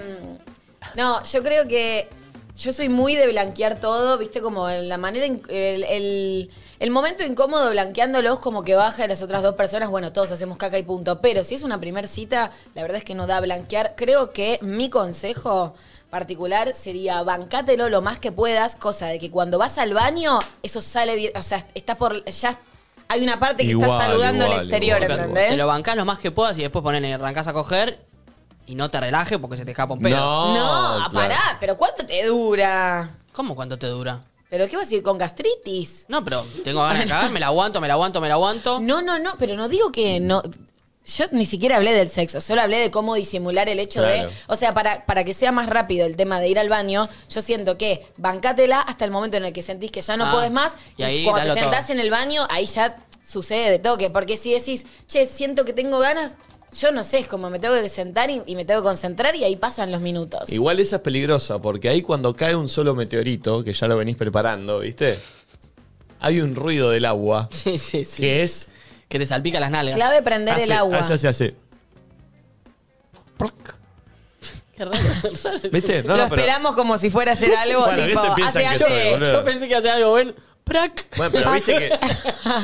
B: no, yo Em, creo que Yo soy muy de blanquear todo, viste, como la manera, in- el, el- el momento incómodo blanqueándolos como que baja de las otras dos personas, bueno, todos hacemos caca y punto. Pero si es una primer cita, la verdad es que no da blanquear. Creo que mi consejo particular sería bancátelo lo más que puedas, cosa de que cuando vas al baño, eso sale, di- o sea, está por, ya hay una parte que está
C: Igual,
B: saludando al
C: igual,
B: exterior,
C: igual.
B: ¿entendés?
C: Te lo bancás lo más que puedas y después ponele, arrancás a coger y no te relajes porque se te escapa un pedo.
A: No,
B: No,
C: a
B: Ah, pará, pero ¿cuánto te dura?
C: ¿Cómo cuánto te dura?
B: ¿Pero qué vas a ir con gastritis?
C: No, pero tengo ganas de cagar, me la aguanto, me la aguanto, me la aguanto.
B: No, no, no, pero no digo que no. Yo ni siquiera hablé del sexo, solo hablé de cómo disimular el hecho de.
C: Claro.
B: O sea, para, para que sea más rápido el tema de ir al baño, yo siento que bancátela hasta el momento en el que sentís que ya no
C: Ah,
B: podés más.
C: y ahí
B: cuando
C: dalo
B: te sentás
C: todo.
B: en el baño, ahí ya sucede de toque. Porque si decís, che, siento que tengo ganas, yo no sé, es como me tengo que sentar y, y me tengo que concentrar y ahí pasan los minutos.
A: Igual esa es peligrosa, porque ahí cuando cae un solo meteorito, que ya lo venís preparando, ¿viste? Hay un ruido del agua.
C: Sí, sí, sí.
A: Que es.
C: Que te salpica las nalgas.
B: Clave prender el
A: Hace-
B: agua.
A: Hace, hace, hace.
C: Qué raro.
A: ¿Viste? No,
B: lo
A: no, pero-
B: esperamos como si fuera a hacer algo.
A: Bueno,
B: tipo,
A: ese piensa
B: hace,
A: que
B: hace.
A: soy, boludo.
C: Yo pensé que hacía algo bueno. ¡Prac!
A: Bueno, pero viste que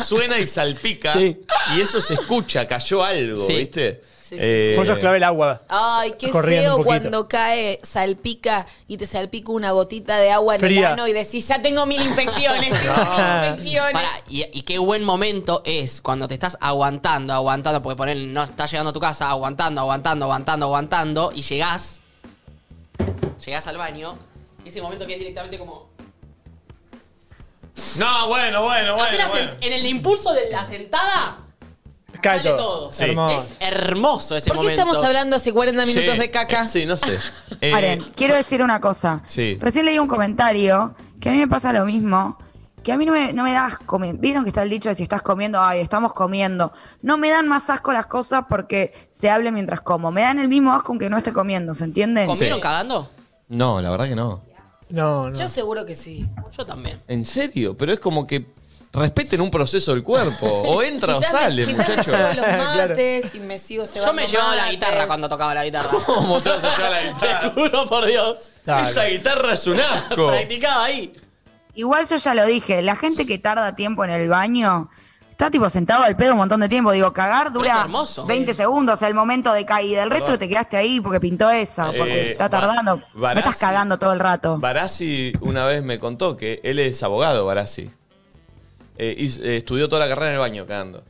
A: suena y salpica. Y eso se escucha, cayó algo,
F: Sí.
A: ¿viste?
B: Sí, sí,
A: Eh,
F: Vos sos clave el agua.
B: Ay, qué
F: Corriendo un
B: feo
F: poquito.
B: cuando cae, salpica y te salpica una gotita de agua en
C: Fría.
B: el ano y decís, ya tengo mil infecciones, tengo mil infecciones.
C: Pará, y, y qué buen momento es cuando te estás aguantando, aguantando, porque poner no estás llegando a tu casa, aguantando, aguantando, aguantando, aguantando, y llegás, llegás al baño, y ese momento que es directamente como.
A: No, bueno, bueno, bueno.
C: Apenas en- En, el impulso de la sentada,
F: Cae
C: sale
F: todo.
C: todo.
A: Sí.
C: Es hermoso ese
B: ¿Por qué
C: momento.
B: estamos hablando hace 40 minutos
A: Sí,
B: de caca?
A: eh, sí, no sé. Eh,
E: Paren, quiero decir una cosa.
A: Sí.
E: Recién leí un comentario que a mí me pasa lo mismo. Que a mí no me, no me da asco. me- Vieron que está el dicho de si estás comiendo, ay, estamos comiendo. No me dan más asco las cosas porque se hablan mientras como. Me dan el mismo asco aunque no esté comiendo, ¿se entienden?
C: ¿Comieron cagando?
A: No, la verdad que no.
F: No,
B: Yo seguro que sí.
C: Yo también.
A: En serio, pero es como que respeten un proceso del cuerpo. O entra o
B: Quizás me-
A: sale,
B: quizás
A: muchachos.
B: me llevo los
F: Claro.
B: mates y me sigo cebando
C: Yo me llevaba la
B: mates.
C: guitarra cuando tocaba la guitarra.
A: ¿Cómo te vas a llevar la guitarra?
C: Te juro por Dios.
A: Esa guitarra es un asco.
C: Practicaba ahí.
E: Igual yo ya lo dije, la gente que tarda tiempo en el baño está tipo sentado al pedo un montón de tiempo. Digo, cagar
C: es
E: dura
C: hermoso.
E: 20 segundos, el momento de caída. El resto te quedaste ahí porque pintó esa,
A: Eh,
E: Ah, porque está tardando.
A: Ba-
E: no estás
A: Barassi.
E: cagando todo el rato.
A: Barassi una vez me contó que él es abogado, Barassi. Eh, hizo- eh, estudió toda la carrera en el baño cagando.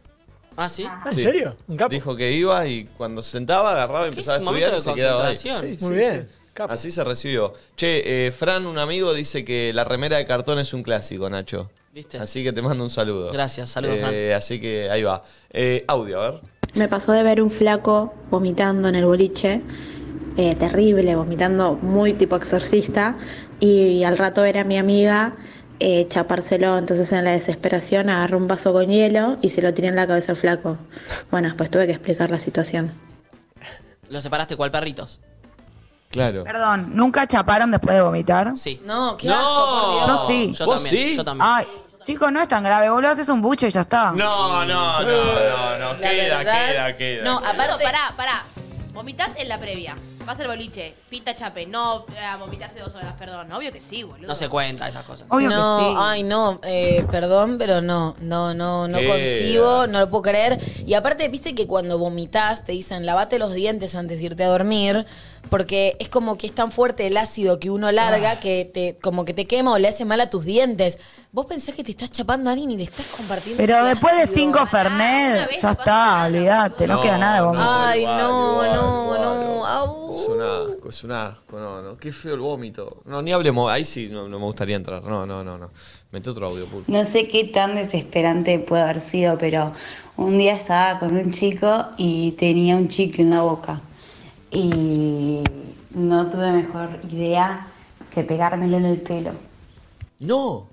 C: Ah, sí.
F: ¿En
A: Sí.
F: serio? Un capo.
A: Dijo que iba y cuando se sentaba, agarraba, y empezaba a
C: es un
A: estudiar y
C: momento
A: se
C: de
A: quedaba ahí.
C: concentración.
A: Sí,
F: Muy
A: sí,
F: bien.
A: sí.
F: Capo.
A: Así se recibió. Che, eh, Fran, un amigo, dice que la remera de cartón es un clásico, Nacho.
C: ¿Viste?
A: Así que te mando un saludo.
C: Gracias, saludos,
A: Eh, Así que ahí va. Eh, audio, a ver.
H: Me pasó de ver un flaco vomitando en el boliche, eh, terrible, vomitando muy tipo exorcista, y, al rato era mi amiga eh, chapárselo, entonces en la desesperación agarró un vaso con hielo y se lo tiré en la cabeza al flaco. Bueno, después tuve que explicar la situación.
C: Lo separaste cual perritos.
A: Claro.
E: Perdón, ¿nunca chaparon después de vomitar?
C: Sí.
B: No, qué
A: No.
B: asco, por Dios.
E: No, sí. Ah.
C: Yo
A: ¿Vos
C: también.
A: sí?
C: Yo también.
E: Ay, chicos, no es tan grave. Vos lo haces un buche y ya está.
A: No, no, no, no, no.
B: La
A: Queda,
B: verdad-
A: queda, queda.
B: No,
A: queda.
B: aparte,
D: pará, pará. Vomitas en la previa. Vas al boliche, pita chape. No, eh, vomitás hace dos horas, perdón. Obvio que sí, boludo.
C: No se cuenta esas cosas.
E: Obvio
B: no,
E: que sí.
B: ay, no, eh, perdón, pero no, no, no, no
A: ¿Qué?
B: concibo, no lo puedo creer. Y aparte, viste que cuando vomitas te dicen lavate los dientes antes de irte a dormir, porque es como que es tan fuerte el ácido que uno larga
E: Ah.
B: que te, como que te quema o le hace mal a tus dientes. Vos pensás que te estás chapando a alguien y le estás compartiendo.
E: Pero
B: ese
E: después de
B: ácido.
E: cinco
D: una
E: Fernet,
D: vez
E: ya
D: no pasa
E: está,
D: nada,
E: olvídate, no,
A: No,
E: queda nada de
A: no,
E: vómito.
B: Ay,
A: igual,
B: no,
A: igual,
B: no,
A: igual,
B: no,
A: igual.
B: au.
A: Es un asco, es un asco, no, no. Qué feo el vómito. No, ni hablemos, ahí sí no, no me gustaría entrar. No, no, no, no. Mete otro audio, pulpo.
M: No sé qué tan desesperante puede haber sido, pero un día estaba con un chico y tenía un chicle en la boca. Y no tuve mejor idea que pegármelo en el pelo.
A: No.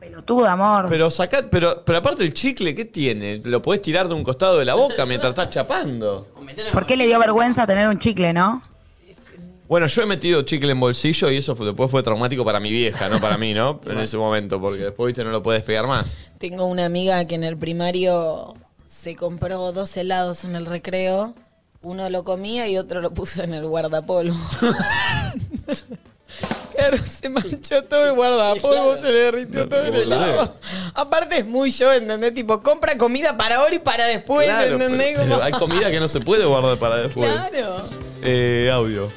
E: Pelotuda, amor.
A: Pero sacad, pero, pero aparte el chicle, ¿qué tiene? Lo podés tirar de un costado de la boca mientras estás chapando.
C: O meter en-
E: ¿Por qué le dio vergüenza tener un chicle, no?
A: Bueno, yo he metido chicle en bolsillo y eso fue- después fue traumático para mi vieja, no para mí, ¿no? En ese momento, porque después, viste, no lo podés pegar más.
B: Tengo una amiga que en el primario se compró dos helados en el recreo. Uno lo comía y otro lo puso en el guardapolvo. Se manchó todo y guarda polvo, se le derritió todo en el
A: boludo.
B: helado. Aparte es muy yo, ¿entendés? Tipo, compra comida para ahora y para después,
A: Claro,
B: ¿entendés?
A: pero- pero
B: Como-
A: hay comida que no se puede guardar para después.
B: Claro.
A: Eh, audio.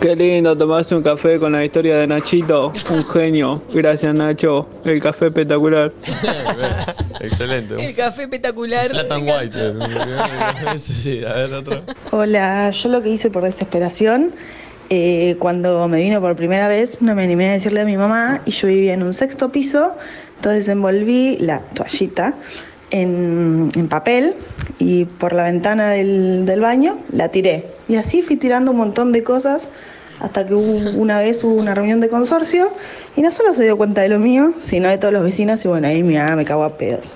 N: Qué lindo tomarse un café con la historia de Nachito. Un genio. Gracias, Nacho. El café espectacular.
A: Excelente.
B: El café espectacular.
A: Flat and white. sí, sí, a ver otro.
O: Hola, yo lo que hice por desesperación, eh, cuando me vino por primera vez, no me animé a decirle a mi mamá y yo vivía en un sexto piso, entonces envolví la toallita en, en papel y por la ventana del, del baño la tiré. Y así fui tirando un montón de cosas hasta que hubo- una vez hubo una reunión de consorcio y no solo se dio cuenta de lo mío, sino de todos los vecinos y bueno, ahí mi mamá me cagó a pedos.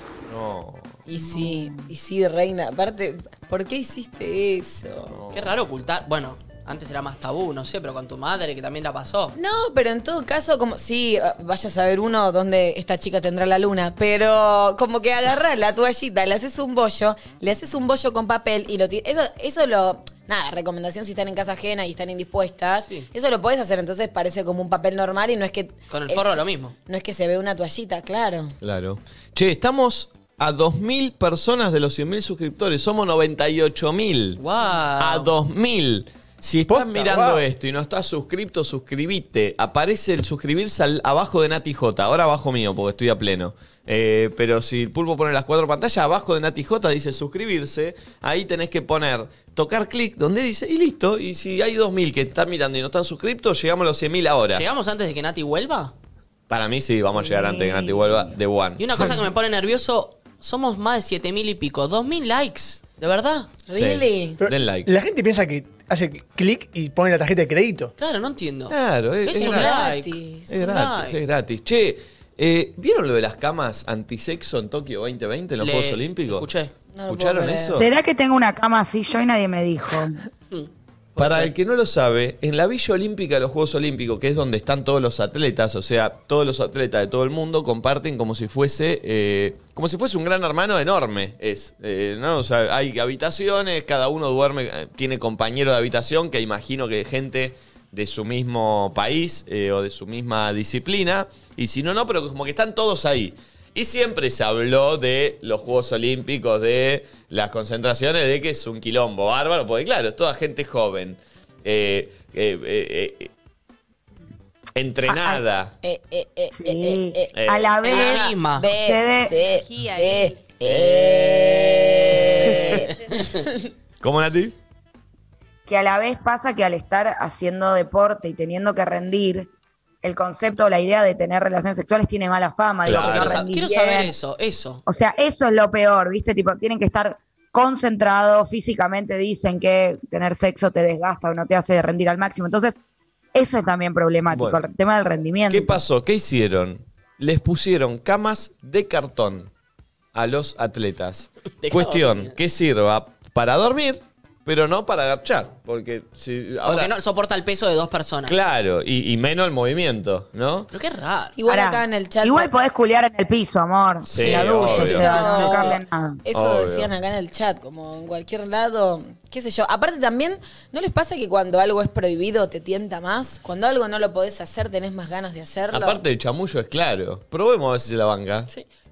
B: Y sí, y sí, reina. Aparte, ¿por qué hiciste eso?
C: Qué raro ocultar. Bueno, antes era más tabú, no sé, pero con tu madre que también la pasó.
B: No, pero en todo caso, como sí, ah, vaya a saber uno dónde esta chica tendrá la luna, pero como que agarrás la toallita, le haces un bollo, le haces un bollo con papel y lo ti- Eso, eso lo. Nada, recomendación si están en casa ajena y están indispuestas. Eso lo podés hacer, entonces parece como un papel normal y no es que.
C: Con el
B: es-
C: forro lo mismo.
B: No es que se ve una toallita, claro.
A: Claro. Che, estamos a 2.000 personas de los 100.000 suscriptores. Somos 98.000.
C: ¡Wow!
A: A 2.000. Si estás mirando esto y no estás suscripto, suscribite. Aparece el suscribirse al- abajo de Nati J. Ahora abajo mío, porque estoy a pleno. Eh, pero si el pulpo pone las cuatro pantallas, abajo de Nati J dice suscribirse. Ahí tenés que poner, tocar clic donde dice y listo. Y si hay 2.000 que están mirando y no están suscriptos, llegamos a los 100.000 ahora.
C: ¿Llegamos antes de que Nati vuelva?
A: Para mí sí, vamos a llegar antes de que Nati vuelva de One.
C: Y una cosa que me pone nervioso, somos más de 7.000 y pico, 2.000 likes, ¿de verdad?
A: Sí. Really? Den like.
F: La gente piensa que hace clic y pone la tarjeta de crédito.
C: Claro, no entiendo.
A: Claro, es,
C: es,
A: es
C: un
A: gratis.
C: like.
A: Es gratis, es gratis. Che, eh, ¿vieron lo de las camas antisexo en Tokio 2020 en los
C: Le-
A: Juegos Olímpicos?
C: Escuché.
E: No lo puedo
A: ¿Escucharon
E: creer.
A: eso?
E: ¿Será que tengo una cama así yo y nadie me dijo?
A: Para el que no lo sabe, en la Villa Olímpica de los Juegos Olímpicos, que es donde están todos los atletas, o sea, todos los atletas de todo el mundo comparten como si fuese, eh, como si fuese un gran hermano enorme, es, eh, ¿no? O sea, hay habitaciones, cada uno duerme, eh, tiene compañero de habitación, que imagino que gente de su mismo país eh, o de su misma disciplina, y si no, no, pero como que están todos ahí. Y siempre se habló de los Juegos Olímpicos, de las concentraciones, de que es un quilombo bárbaro, porque claro, es toda gente joven, eh, eh, eh, eh,
C: Ah,
A: entrenada.
B: Eh, eh, eh, eh, eh, eh.
A: A
P: Ah,
A: la
B: B,
A: vez,
B: B, C, D,
A: ¿Cómo, Nati?
E: que a la vez pasa que al estar haciendo deporte y teniendo que rendir, el concepto o la idea de tener relaciones sexuales tiene mala fama.
C: Eso,
E: digo, no
C: quiero, sa-
E: rendí
C: quiero
E: bien.
C: saber eso, eso.
E: O sea, eso es lo peor, ¿viste? Tipo, tienen que estar concentrados físicamente, dicen que tener sexo te desgasta o no te hace rendir al máximo. Entonces, eso es también problemático,
A: Bueno.
E: el tema del rendimiento.
A: ¿Qué pasó? ¿Qué hicieron? Les pusieron camas de cartón a los atletas.
C: De
A: Cuestión que sirva para dormir, pero no para agachar, porque si ahora
C: Porque no soporta el peso de dos personas.
A: claro y, y menos el movimiento, ¿no?
C: Pero qué raro.
B: Igual
E: Pará,
B: acá en el chat.
E: Igual podés culiar en el piso, amor.
A: Sí,
E: en la ducha,
A: obvio.
E: o sea, no
B: Eso-
E: se cambia nada.
B: Eso
A: Obvio.
B: decían acá en el chat, como en cualquier lado, qué sé yo. Aparte también, ¿no les pasa que cuando algo es prohibido te tienta más? Cuando algo no lo podés hacer, tenés más ganas de hacerlo.
A: Aparte el chamullo es claro. Probemos a ver si se la banca.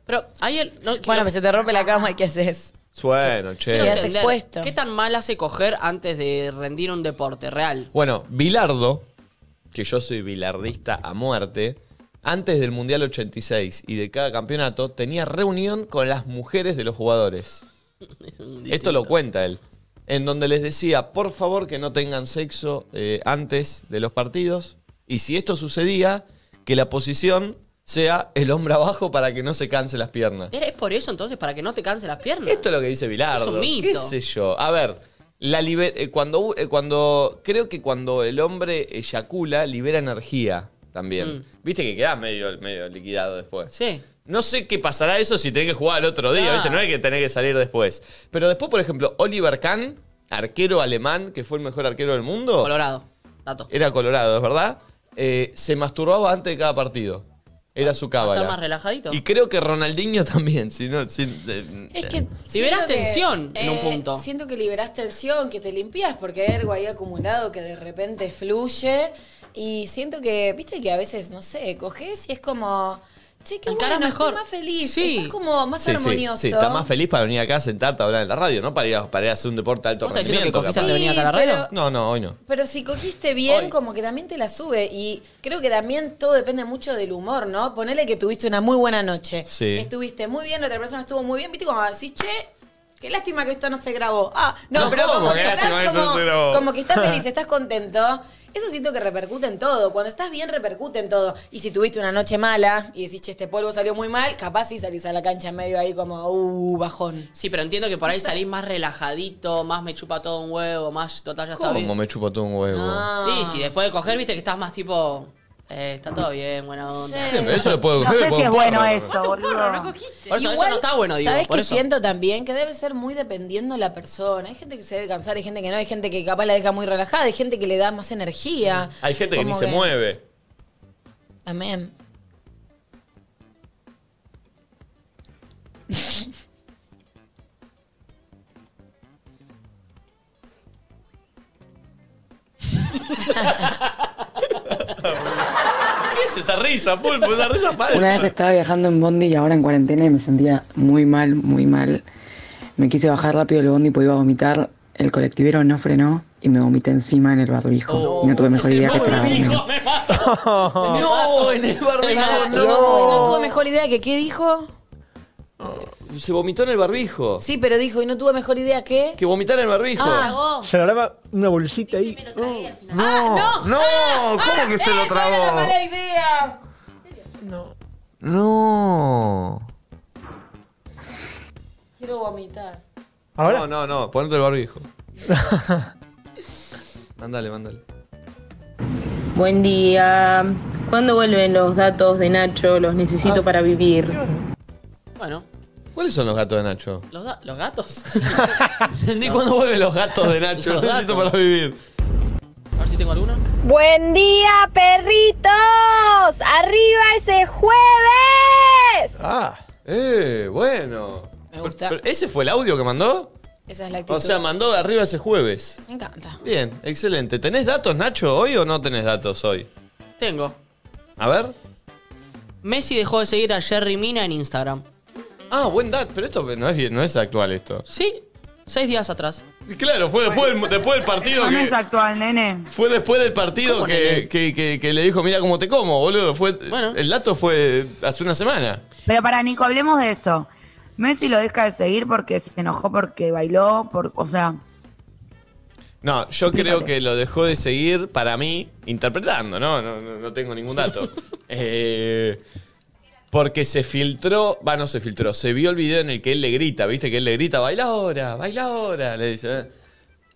C: Pero ahí el. no,
B: bueno,
C: quiero-
B: pero se te rompe la cama y ¿qué haces?
A: Bueno,
C: quiero
A: che.
C: entender,
B: expuesto.
C: ¿Qué tan mal hace coger antes de rendir un deporte real?
A: Bueno, Bilardo, que yo soy bilardista a muerte, antes del Mundial 86 y de cada campeonato tenía reunión con las mujeres de los jugadores. Esto lo cuenta él. En donde les decía, por favor, que no tengan sexo eh, antes de los partidos. Y si esto sucedía, que la posición sea el hombre abajo para que no se canse las piernas.
C: ¿Era- ¿Es por eso entonces para que no te canse las piernas?
A: Esto es lo que dice Bilardo.
C: Es un mito.
A: ¿Qué sé yo? A ver, la liber- eh, cuando, u- eh, cuando creo que cuando el hombre eyacula libera energía también.
C: Mm.
A: Viste que quedás medio, medio liquidado después.
C: Sí.
A: No sé qué pasará eso si tenés que jugar al otro día,
C: Claro.
A: ¿viste? No hay que tener que salir después. Pero después, por ejemplo, Oliver Kahn, arquero alemán, que fue el mejor arquero del mundo.
C: Colorado. Dato.
A: Era colorado, es verdad. Eh, se masturbaba antes de cada partido. Era su
C: Ah, Está más
A: cábala.
C: relajadito.
A: Y creo que Ronaldinho también, si no... si- eh,
B: Es que
C: Liberás
B: siento que, eh,
C: tensión en un punto.
B: Siento que liberás tensión, que te limpias porque hay algo ahí acumulado que de repente fluye Y siento que, viste que a veces, no sé, coges y es como. Che, qué
C: Encara
B: bueno,
C: mejor.
B: estoy más feliz. Estás como más
A: Sí, sí,
B: armonioso.
A: Sí, está más feliz para venir acá a sentarte a hablar en la radio, no para ir a, para ir a hacer un deporte de alto
C: ¿Vos estás diciendo
A: rendimiento.
C: que cogiste
A: capaz.
C: antes de venir acá a la
B: Sí, radio?
A: No, no, hoy no.
B: Pero si cogiste bien, como que también te la sube. Y creo que también todo depende mucho del humor, ¿no? Ponele que tuviste una muy buena noche.
A: Sí.
B: Estuviste muy bien, la otra persona estuvo muy bien. Viste como decís, che, qué lástima que esto no se grabó. Ah, no,
A: No,
B: pero
A: ¿cómo?
B: como
A: Qué
B: que, estás,
A: lástima que esto no
B: como,
A: se grabó.
B: como que estás feliz, estás contento. Eso siento que repercute en todo. Cuando estás bien, repercute en todo. Y si tuviste una noche mala y decís, che, este polvo salió muy mal, capaz sí salís a la cancha medio ahí como, uh, bajón.
C: Sí, pero entiendo que por ahí salís más relajadito, más me chupa todo un huevo, más total ya está
A: ¿Cómo
C: bien.
A: me chupa todo un huevo?
C: Y si después de coger, viste que estás más tipo. Eh, está todo bien, buena onda.
A: Sí, pero eso lo puedo coger. puedo porro.
C: Por eso, eso no está bueno, digo.
B: ¿Sabes
C: por
B: qué
C: eso.
B: siento también? Que debe ser muy dependiendo la persona. Hay gente que se debe cansar, hay gente que no, hay gente que capaz la deja muy relajada, hay gente que le da más energía.
A: Hay gente que ni
B: Como
A: se mueve.
B: También.
A: ¿Qué es esa risa, Pulpo? Esa risa falsa.
Q: Una vez estaba viajando en Bondi y ahora en cuarentena y me sentía muy mal, muy mal. Me quise bajar rápido el Bondi porque iba a vomitar. El colectivero no frenó y me vomité encima en el barbijo.
C: Oh.
Q: y no tuve mejor idea que tragarme.
A: No, en el barbijo.
B: No, tuve- no tuve mejor idea que qué dijo.
A: Se vomitó en el barbijo.
B: Sí, pero dijo, y no tuve mejor idea que.
A: Que vomitar en el barbijo.
B: Ah.
F: Se lo graba una bolsita ahí.
A: No, no, ¿cómo que se lo trabó?
C: Ah.
B: idea!
A: No.
B: Quiero vomitar.
A: No, no, no, ponete el barbijo. mándale, mándale.
R: Buen día. ¿Cuándo vuelven los datos de Nacho? Los
C: Ah.
R: necesito para vivir.
C: Bueno,
A: ¿Cuáles son los gatos de Nacho?
C: los, da- los gatos.
A: Ni cuándo vuelven los gatos de Nacho.
C: Los
A: Necesito para vivir.
C: A ver si tengo alguno.
S: Buen día, perritos. Arriba ese jueves.
A: Ah. Eh, bueno.
B: Me gusta.
A: Pero, ¿Ese fue el audio que mandó?
B: Esa es la actitud.
A: O sea, mandó de arriba ese jueves.
E: Ah.
B: Me encanta.
A: Bien, excelente. ¿Tenés datos, Nacho, hoy o no tenés datos hoy?
C: Tengo.
A: A ver.
C: Messi dejó de seguir a Jerry Mina en Instagram.
A: Ah, buen dato. Pero esto no es, bien- no es actual esto.
C: Sí, seis días atrás.
A: Claro, fue después, del- después del partido
E: No
A: que...
E: es actual, nene.
A: Fue después del partido que, que, que- que le dijo, mira cómo te como, boludo. Fue, El dato fue hace una semana.
E: Pero para Nico, hablemos de eso. Messi lo deja de seguir porque se enojó, porque bailó, por, o sea,
A: No, yo creo que lo dejó de seguir para mí, interpretando, ¿no? No, no- no tengo ningún dato. Eh, porque se filtró, va, no se filtró, se vio el video en el que él le grita, ¿viste? Que él le grita, baila ahora, baila ahora, le dice. ¿eh?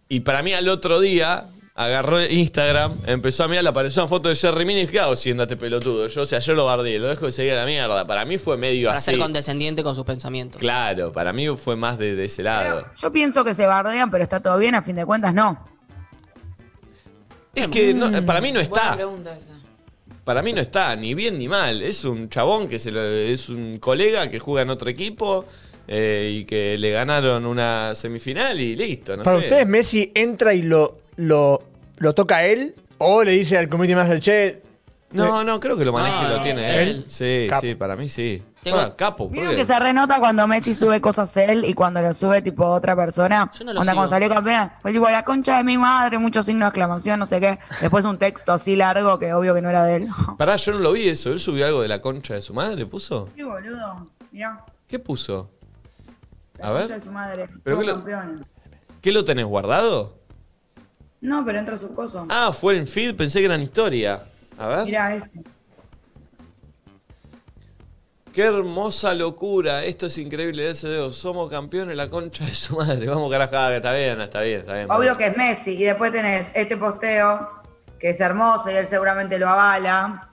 A: Y para mí al otro día agarró Instagram, empezó a mirar, le apareció una foto de Jerry Mina y dije, ¿qué hago siendo este pelotudo? Yo, o sea, yo lo bardeé, lo dejo de seguir a la mierda. Para mí fue medio
C: Para
A: así.
C: ser condescendiente con sus pensamientos.
A: Claro, para mí fue más de, de ese lado.
E: yo pienso que se bardean, pero está todo bien, a fin de cuentas no.
A: Es que
C: Mm.
A: no- para mí no está.
B: pregunta esa.
A: Para mí no está ni bien ni mal. Es un chabón que se lo- es un colega que juega en otro equipo eh, y que le ganaron una semifinal y listo. No
F: Para
A: sé.
F: ustedes, Messi entra y lo, lo, lo toca a él o le dice al community manager, che.
A: No, no, creo que lo maneja y lo
F: no,
A: tiene él.
F: él.
A: Sí,
F: eh, Capo.
A: sí, para mí sí.
F: Tengo-
A: Ah, capo. ¿por
E: Vieron
A: qué?
E: que se renota cuando Messi sube cosas él y cuando lo sube tipo otra persona.
A: no lo
E: onda,
A: sigo.
E: cuando salió campeona, fue tipo la concha de mi madre, muchos signos de exclamación, no sé qué. Después un texto así largo que obvio que no era de él.
A: Pará, yo no lo vi eso. ¿Él subió algo de la concha de su madre? ¿Puso?
E: Sí, boludo. Mirá,
A: ¿Qué puso?
E: la
A: A
E: concha
A: ver,
E: de su madre.
A: Pero
E: Somos
A: que lo-
E: campeones.
A: ¿qué lo tenés guardado?
E: No, pero entra su coso.
A: Ah, fue en feed, pensé que era en historia. A ver.
E: Mirá este.
A: Qué hermosa locura, esto es increíble, ese dedo. Somos campeones, la concha de su madre. Vamos, carajada, está bien, está bien, está bien.
E: Obvio que es Messi. Y después tenés este posteo, que es hermoso y él seguramente lo avala.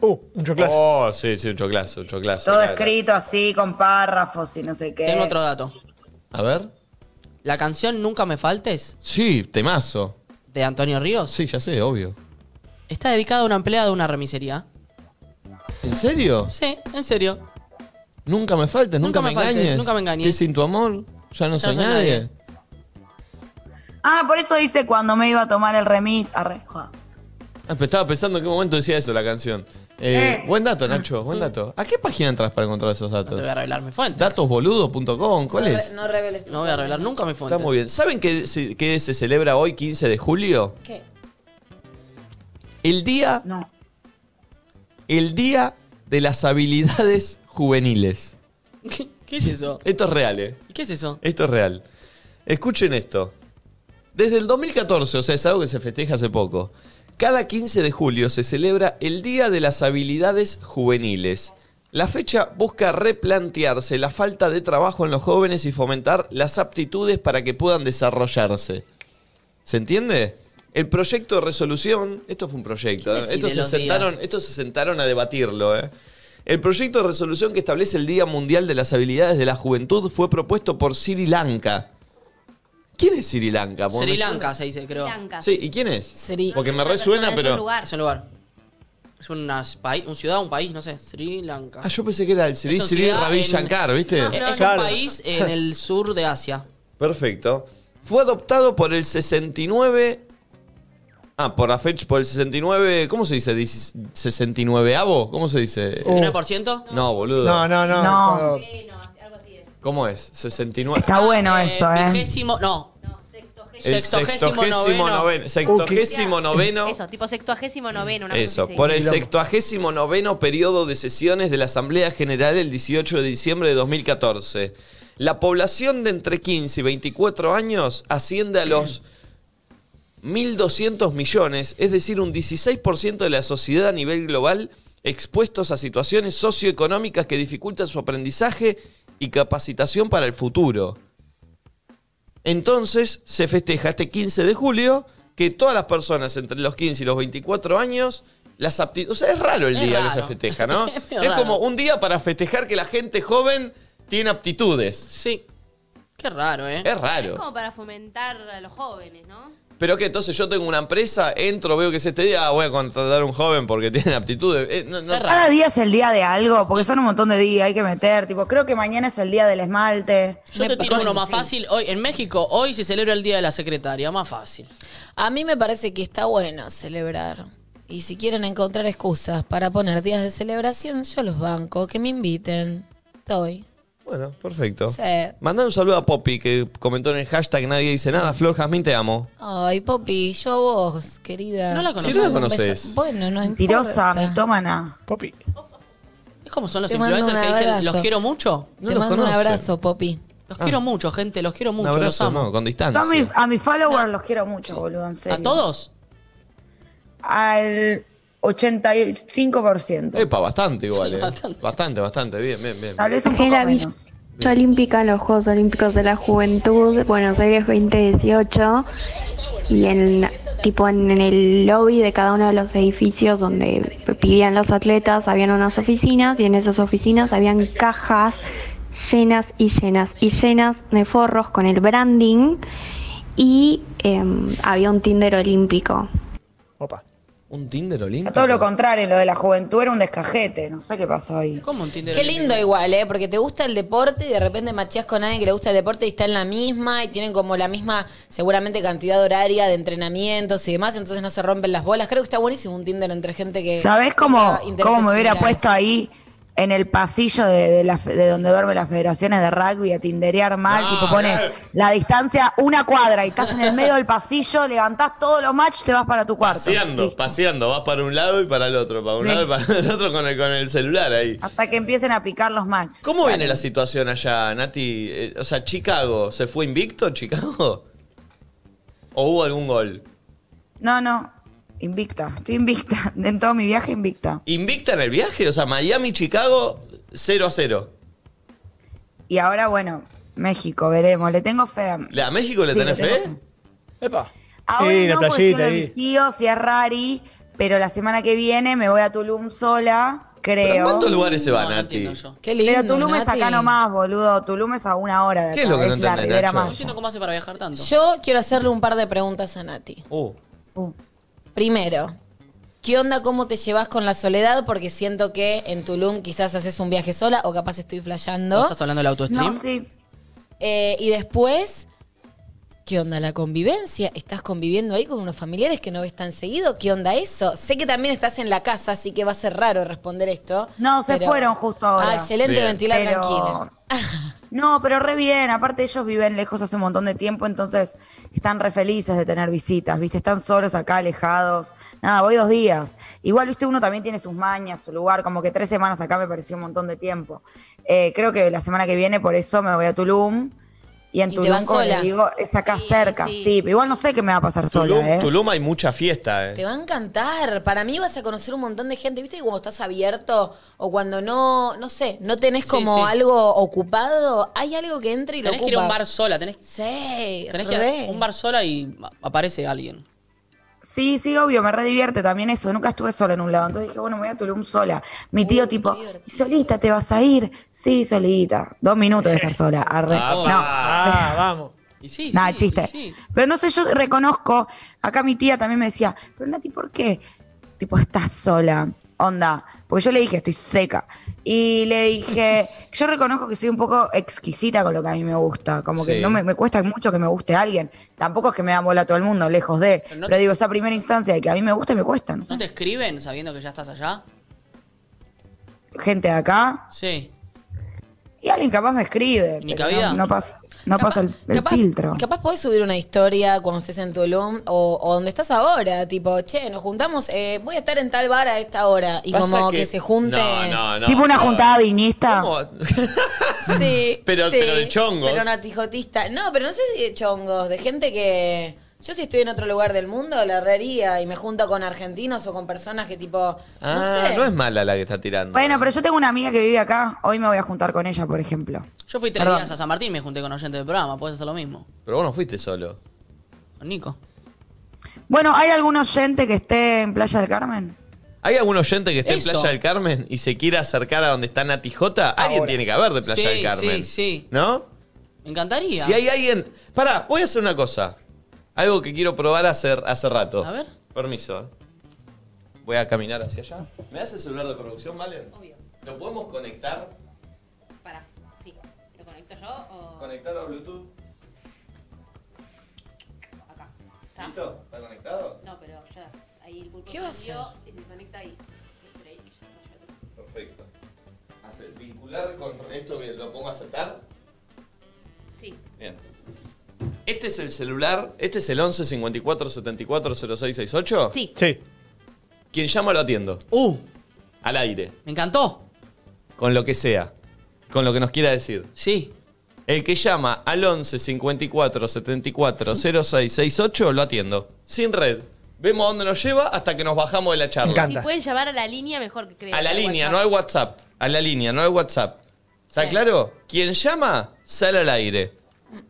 A: Uh, un choclazo. Oh, sí, sí, un choclazo, un choclazo.
E: Todo
A: claro.
E: escrito así, con párrafos y no sé qué.
C: Tengo otro dato.
A: A ver.
C: La canción Nunca me faltes
A: Sí, temazo.
C: de Antonio Ríos
A: Sí, ya sé, obvio.
C: está dedicada a una empleada de una remisería.
A: ¿En serio?
C: Sí, en serio.
A: Nunca me faltes, nunca,
C: Nunca
A: me,
C: me faltes,
A: engañes.
C: nunca me engañes.
A: Que sin tu amor ya no
C: Ya
A: soy nadie.
E: Ah, por eso dice cuando me iba a tomar el remis. Arre, joda.
A: Ah, pero estaba pensando en qué momento decía eso la canción. Eh,
C: Eh.
A: Buen dato, Nacho, buen dato. ¿A qué página entras para encontrar esos datos?
C: voy a revelar mi fuente.
A: Datosboludo.com, ¿cuál
B: no,
A: es?
B: re- no reveles tu
C: No voy a arreglar nunca mi fuente.
A: Está muy bien. ¿Saben qué se, qué se celebra hoy, 15 de julio?
B: ¿Qué?
A: El día.
E: No.
A: El día de las habilidades juveniles.
C: ¿Qué es eso?
A: Esto es real, ¿eh?
C: ¿Qué es eso?
A: Esto es real. Escuchen esto. Desde el 2014, o sea, es algo que se festeja hace poco. Cada 15 de julio se celebra el Día de las Habilidades Juveniles. La fecha busca replantearse la falta de trabajo en los jóvenes y fomentar las aptitudes para que puedan desarrollarse. ¿Se entiende? El proyecto de resolución, esto fue un proyecto,
C: ¿Quién
A: ¿eh?
C: decide
A: estos se,
C: los días?
A: sentaron, estos se sentaron a debatirlo. ¿eh? El proyecto de resolución que establece el Día Mundial de las Habilidades de la Juventud fue propuesto por Sri Lanka. ¿Quién es Sri Lanka? Porque
C: Sri
A: me suena-
C: Lanka se dice, creo. Sri Lanka.
A: Sí, ¿y quién es? Porque me resuena, pero...
C: Es un lugar. Es una país, un ciudad, un país, no sé. Sri Lanka.
A: Ah, yo pensé que era el Sri,
C: Es un
A: Sri
C: ciudad
A: Ravi
C: en-
A: Shankar, ¿viste?
C: Eh, es un país en el sur de Asia.
A: Perfecto. Fue adoptado por el 69. Ah, por la fecha, por el 69. ¿Cómo se dice? Dieci- ¿69avo? ¿Cómo se dice?
C: ¿69%?
A: No, boludo.
F: No, no, no.
E: No.
F: cuando-
A: ¿Cómo es? 69.
E: Está bueno eso, ¿eh?
C: Vigésimo, no.
A: El
C: sextogésimo
A: sextogésimo
C: noveno.
A: noveno. Sextogésimo noveno.
D: Eso, tipo sextuagésimo noveno. Una
A: Eso,
D: cosa así.
A: por el sextuagésimo noveno periodo de sesiones de la Asamblea General el 18 de diciembre de 2014. La población de entre 15 y 24 años asciende a los 1.200 millones, es decir, un 16% de la sociedad a nivel global expuestos a situaciones socioeconómicas que dificultan su aprendizaje y capacitación para el futuro. Entonces se festeja este 15 de julio que todas las personas entre los 15 y los 24 años las aptitudes... O sea, es raro el
C: Es
A: día que
C: raro.
A: se festeja, ¿no?
C: Es
A: es
C: medio raro.
A: como un día para festejar que la gente joven tiene aptitudes.
C: Sí. Qué raro, ¿eh?
A: Es raro.
D: Es como para fomentar a los jóvenes, ¿no?
A: Pero que entonces yo tengo una empresa, entro, veo que es este día, ah, voy a contratar a un joven porque tiene aptitudes. Eh, no, no.
E: Cada día es el día de algo, porque son un montón de días, hay que meter. Tipo, creo que mañana es el día del esmalte.
C: Yo te tiro uno más fácil. Hoy, en México, hoy se celebra el Día de la Secretaria. Más fácil.
B: A mí me parece que está bueno celebrar. Y si quieren encontrar excusas para poner días de celebración, yo los banco, que me inviten. Estoy.
A: Bueno, perfecto.
B: Sí.
A: Mandar un saludo a Poppy que comentó en el hashtag Nadie dice nada, Flor Jazmín te amo.
B: Ay, Popi, yo a vos, querida.
C: no la
A: Si no la conoces.
B: Bueno, no importa.
E: Mentirosa, mitómana.
F: Popi.
C: Es como son los
B: Te mando
C: influencers
B: un
C: que dicen,
B: abrazo.
C: los quiero mucho.
B: Te mando un abrazo, Popi.
C: Los quiero mucho, gente. Los quiero
A: Ah. Un
C: mucho. los
A: abrazo,
C: amo.
A: no, con
E: Yo
A: distancia.
E: a, mi- a mis followers los quiero mucho, boludo, en
C: ¿A
E: serio.
C: todos?
E: Al 85%.
A: Epa, bastante igual, eh. Bastante. bastante, bien, bien, bien.
E: Tal vez un poco
P: Era
E: menos.
P: Villa Olímpica, los Juegos Olímpicos de la Juventud, Buenos Aires 2018, y en, tipo en el lobby de cada uno de los edificios donde vivían los atletas, habían unas oficinas y en esas oficinas habían cajas llenas y llenas y llenas de forros con el branding y em, había un Tinder olímpico.
A: ¿Un Tinder olímpico?
E: Todo lo contrario, lo de la juventud era un descajete, no sé qué pasó ahí.
C: ¿Cómo un Tinder?
B: Qué lindo igual, ¿eh? Porque te gusta el deporte y de repente machías con alguien que le gusta el deporte y está en la misma y tienen como la misma, seguramente, cantidad horaria de entrenamientos y demás, entonces no se rompen las bolas. Creo que está buenísimo un Tinder entre gente que...
E: ¿Sabés cómo,
B: tenga Eh, intereses
E: cómo me hubiera
B: similares.
E: puesto ahí en el pasillo de, de la fe- de donde duermen las federaciones de rugby a tinderear mal?
A: Ah,
E: tipo, pones la distancia una cuadra y estás en el medio del pasillo, levantás todos los match, te vas para tu cuarto.
A: Paseando, paseando, vas para un lado y para el otro, para un lado y para el otro con el, con el celular ahí.
E: Hasta que empiecen a picar los match.
A: ¿Cómo viene la situación allá, Nati? Eh, o sea, Chicago, ¿se fue invicto Chicago? ¿O hubo algún gol?
E: No, no. Invicta, estoy invicta. En todo mi viaje invicta.
A: ¿Invicta en el viaje? O sea, Miami-Chicago 0 a 0.
E: Y ahora, bueno, México, veremos. Le tengo fe a...
A: ¿A México le
E: Sí,
A: tenés
E: le tengo
A: fe?
F: Epa.
E: Ahora
F: Sí, la
E: no, porque
F: playita
E: estoy en lo de
F: ahí.
E: mis tíos y es rari, pero la semana que viene me voy a Tulum sola, creo.
A: ¿Pero ¿A cuántos lugares se va, Nati?
B: Qué
E: Pero Tulum es acá nomás, boludo. Tulum es a una hora de
A: ¿Qué
E: acá,
A: es lo que
E: la
A: no entendés,
E: Ribera
A: Nacho?
E: Maya.
C: No entiendo cómo hace para viajar tanto.
B: Yo quiero hacerle un par de preguntas a Nati.
A: Uh,
B: Primero, ¿qué onda cómo te llevas con la soledad? Porque siento que en Tulum quizás haces un viaje sola o capaz estoy flasheando.
C: ¿Estás hablando del autostream?
E: sí.
B: Eh, y después, ¿Qué onda la convivencia? ¿Estás conviviendo ahí con unos familiares que no ves tan seguido? ¿Qué onda eso? Sé que también estás en la casa, así que va a ser raro responder esto.
E: No, se
B: pero-
E: fueron justo ahora.
B: Ah, excelente,
E: Bien.
B: ventilar
E: Pero-
B: tranquila.
E: No, pero re bien. Aparte, ellos viven lejos hace un montón de tiempo, entonces están re felices de tener visitas, ¿viste? Están solos acá, alejados. Nada, voy dos días. Igual, ¿viste? Uno también tiene sus mañas, su lugar. Como que tres semanas acá me pareció un montón de tiempo. Eh, creo que la semana que viene, por eso, me voy a Tulum. Y en
B: Y te
E: Tulum,
B: vas
E: como le
B: sola.
E: digo, es acá cerca, sí. pero Igual no sé qué me va a pasar
A: Tulum,
E: sola, ¿eh?
A: Tulum hay mucha fiesta,
B: Te
A: eh.
B: va a encantar. Para mí vas a conocer un montón de gente. ¿Viste? Cuando estás abierto o cuando no, no sé, no tenés
C: Sí,
B: como
C: sí.
B: algo ocupado, hay algo que entra y lo
C: Tenés
B: ocupa.
C: que ir a un bar sola, tenés,
B: Sí,
C: tenés que ir a un bar sola y a- aparece alguien.
E: Sí, sí, obvio, me redivierte también eso. Nunca estuve sola en un lado. Entonces dije, bueno, me voy a Tulum sola. Mi tío, tipo, ¿y solita te vas a ir? Sí, solita. Dos minutos de estar sola. Arre.
F: Ah, vamos.
C: Y sí,
E: Nada, chiste. Pero no sé, yo reconozco. Acá mi tía también me decía, pero Nati, ¿por qué? Tipo, estás sola. Onda. Porque yo le dije, estoy seca. Y le dije, yo reconozco que soy un poco exquisita con lo que a mí me gusta. Como
T: Sí.
E: que no me, me cuesta mucho que me guste alguien. Tampoco es que me dan bola a todo el mundo, lejos de. Pero, digo, esa primera instancia de que a mí me gusta, me cuesta. ¿no?
C: ¿No te escriben sabiendo que ya estás allá?
E: Gente de acá.
C: Sí.
E: Y alguien capaz me escribe.
C: Ni
E: pero
C: cabida.
E: No, no pasa, no pasa el, el
B: capaz-
E: filtro.
B: Capaz podés subir una historia cuando estés en Tulum o, o donde estás ahora, tipo, che, nos juntamos, eh, voy a estar en tal bar a esta hora. Y
A: Pasa
B: como
A: que-
B: que, se junte.
A: No, no, no.
E: tipo una
A: no.
E: juntada vinista.
B: Sí.
A: Pero-
B: sí.
A: pero de chongos.
B: Pero natijotista. No, pero no sé si de chongos, de gente que. Yo si estoy en otro lugar del mundo, la herrería y me junto con argentinos o con personas que tipo.
A: Ah,
B: no sé.
A: no, es mala la que está tirando.
E: Bueno, pero yo tengo una amiga que vive acá. Hoy me voy a juntar con ella, por ejemplo.
C: Yo fui tres
E: Perdón.
C: días a San Martín y me junté con oyentes del programa. Puedes hacer lo mismo.
A: Pero vos no fuiste solo.
C: Con Nico.
E: Bueno, ¿hay algún oyente que esté en Playa del Carmen?
A: ¿Hay algún oyente que esté
E: Eso.
A: en Playa del Carmen y se quiera acercar a donde está Nati J? Alguien tiene que haber de Playa
C: Sí,
A: del Carmen.
C: sí, sí. ah.
A: ¿No?
C: Me encantaría.
A: Si hay alguien. Pará, voy a hacer una cosa. Algo que quiero probar hace, hace rato.
C: A ver.
A: Permiso. eh. Voy a caminar hacia allá. ¿Me das el celular de producción, Valen? Obvio. ¿Lo podemos conectar?
D: Pará, sí. ¿Lo conecto yo o...?
A: ¿Conectar a Bluetooth?
D: ¿Está?
A: ¿Listo? ¿Está conectado?
D: No, pero ya. Ahí el pulpo
B: ¿Qué va a
D: prendió Y se conecta ahí. Espera ahí, ya está, ya está.
A: Perfecto. Hace- vincular con esto que lo pongo a aceptar.
D: Sí.
A: Bien. Este es el celular, este es el 11 54 74 0668.
D: Sí.
A: Sí. Quien llama lo atiendo.
C: Uh.
A: Al aire.
C: Me encantó.
A: Con lo que sea. Con lo que nos quiera decir.
C: Sí.
A: El que llama al 11 54 74 0668 lo atiendo. Sin red. Vemos a dónde nos lleva hasta que nos bajamos de la charla.
D: Si pueden llamar a la línea, mejor que
C: Eh,
D: creo.
A: A la
D: al
A: línea,
D: WhatsApp.
A: no al WhatsApp. A la línea, no al WhatsApp. ¿Está claro? Quien llama, sale al aire.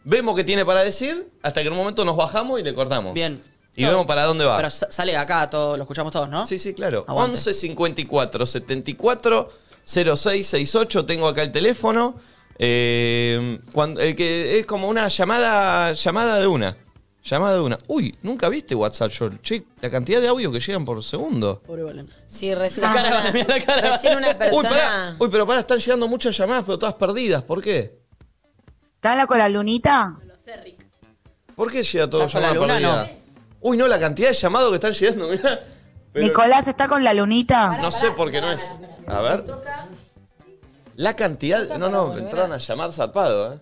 A: Vemos qué tiene para decir, hasta que en un momento nos bajamos y le cortamos.
C: Bien.
A: Y vemos para dónde va.
C: Pero sa- sale acá, todo, lo escuchamos todos, ¿no? Sí,
A: sí, claro. 11 54 74 0668. Tengo acá el teléfono. Eh, cuando- el que es como una llamada, llamada de una. Llamada de una. Uy, nunca viste WhatsApp, yo. Che, la cantidad de audio que llegan por segundo.
C: Pobre Valen.
B: Sí, recién.
C: La cara,
B: una-
C: mira la cara.
B: recién una persona.
A: Uy, pará. Uy, pero pará, están llegando muchas llamadas, pero todas perdidas. ¿Por qué?
E: ¿Está la con la lunita?
A: ¿Por qué llega todo
E: ¿Estás con la
A: llamada
E: luna?
A: perdida? Uy, no, la cantidad de llamados que están llegando, mirá. Pero-
E: Nicolás está con la lunita.
A: No sé por qué no es. A ver. La cantidad. No, no, entraron a llamar zarpado, ¿eh?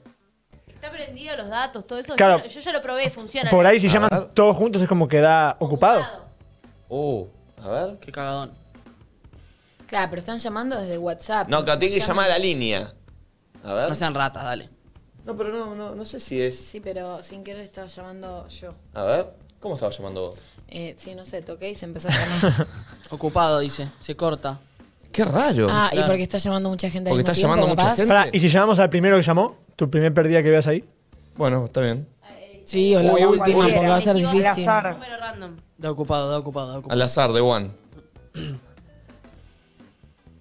D: Está prendido los datos, todo eso.
F: Claro.
D: Yo, yo ya lo probé, funciona.
F: Por ahí si llaman todos juntos es como queda ocupado.
A: Uh, a ver.
C: Qué cagadón.
B: Claro, pero están llamando desde WhatsApp.
A: No, que tiene que llamar a la línea. A ver.
C: No sean ratas, dale.
A: No, pero no, no, no sé si es.
B: Sí, pero sin querer estaba llamando yo.
A: A ver. ¿Cómo estaba llamando vos?
B: Eh, sí, no sé, toqué y se empezó a llamar.
C: Ocupado, dice. Se corta.
A: Qué raro.
B: ah, y
F: Claro.
B: porque está llamando mucha gente al mismo tiempo, capaz.
F: Pará, y si llamamos al primero que llamó, tu primer pérdida que veas ahí.
A: Bueno, está bien.
B: Sí, o la
F: Uy, uy,
B: última,
F: uy.
B: porque va a ser
F: Elegí
B: difícil.
F: al
D: Número random.
C: Da ocupado, da ocupado, da ocupado.
A: Al azar de Juan.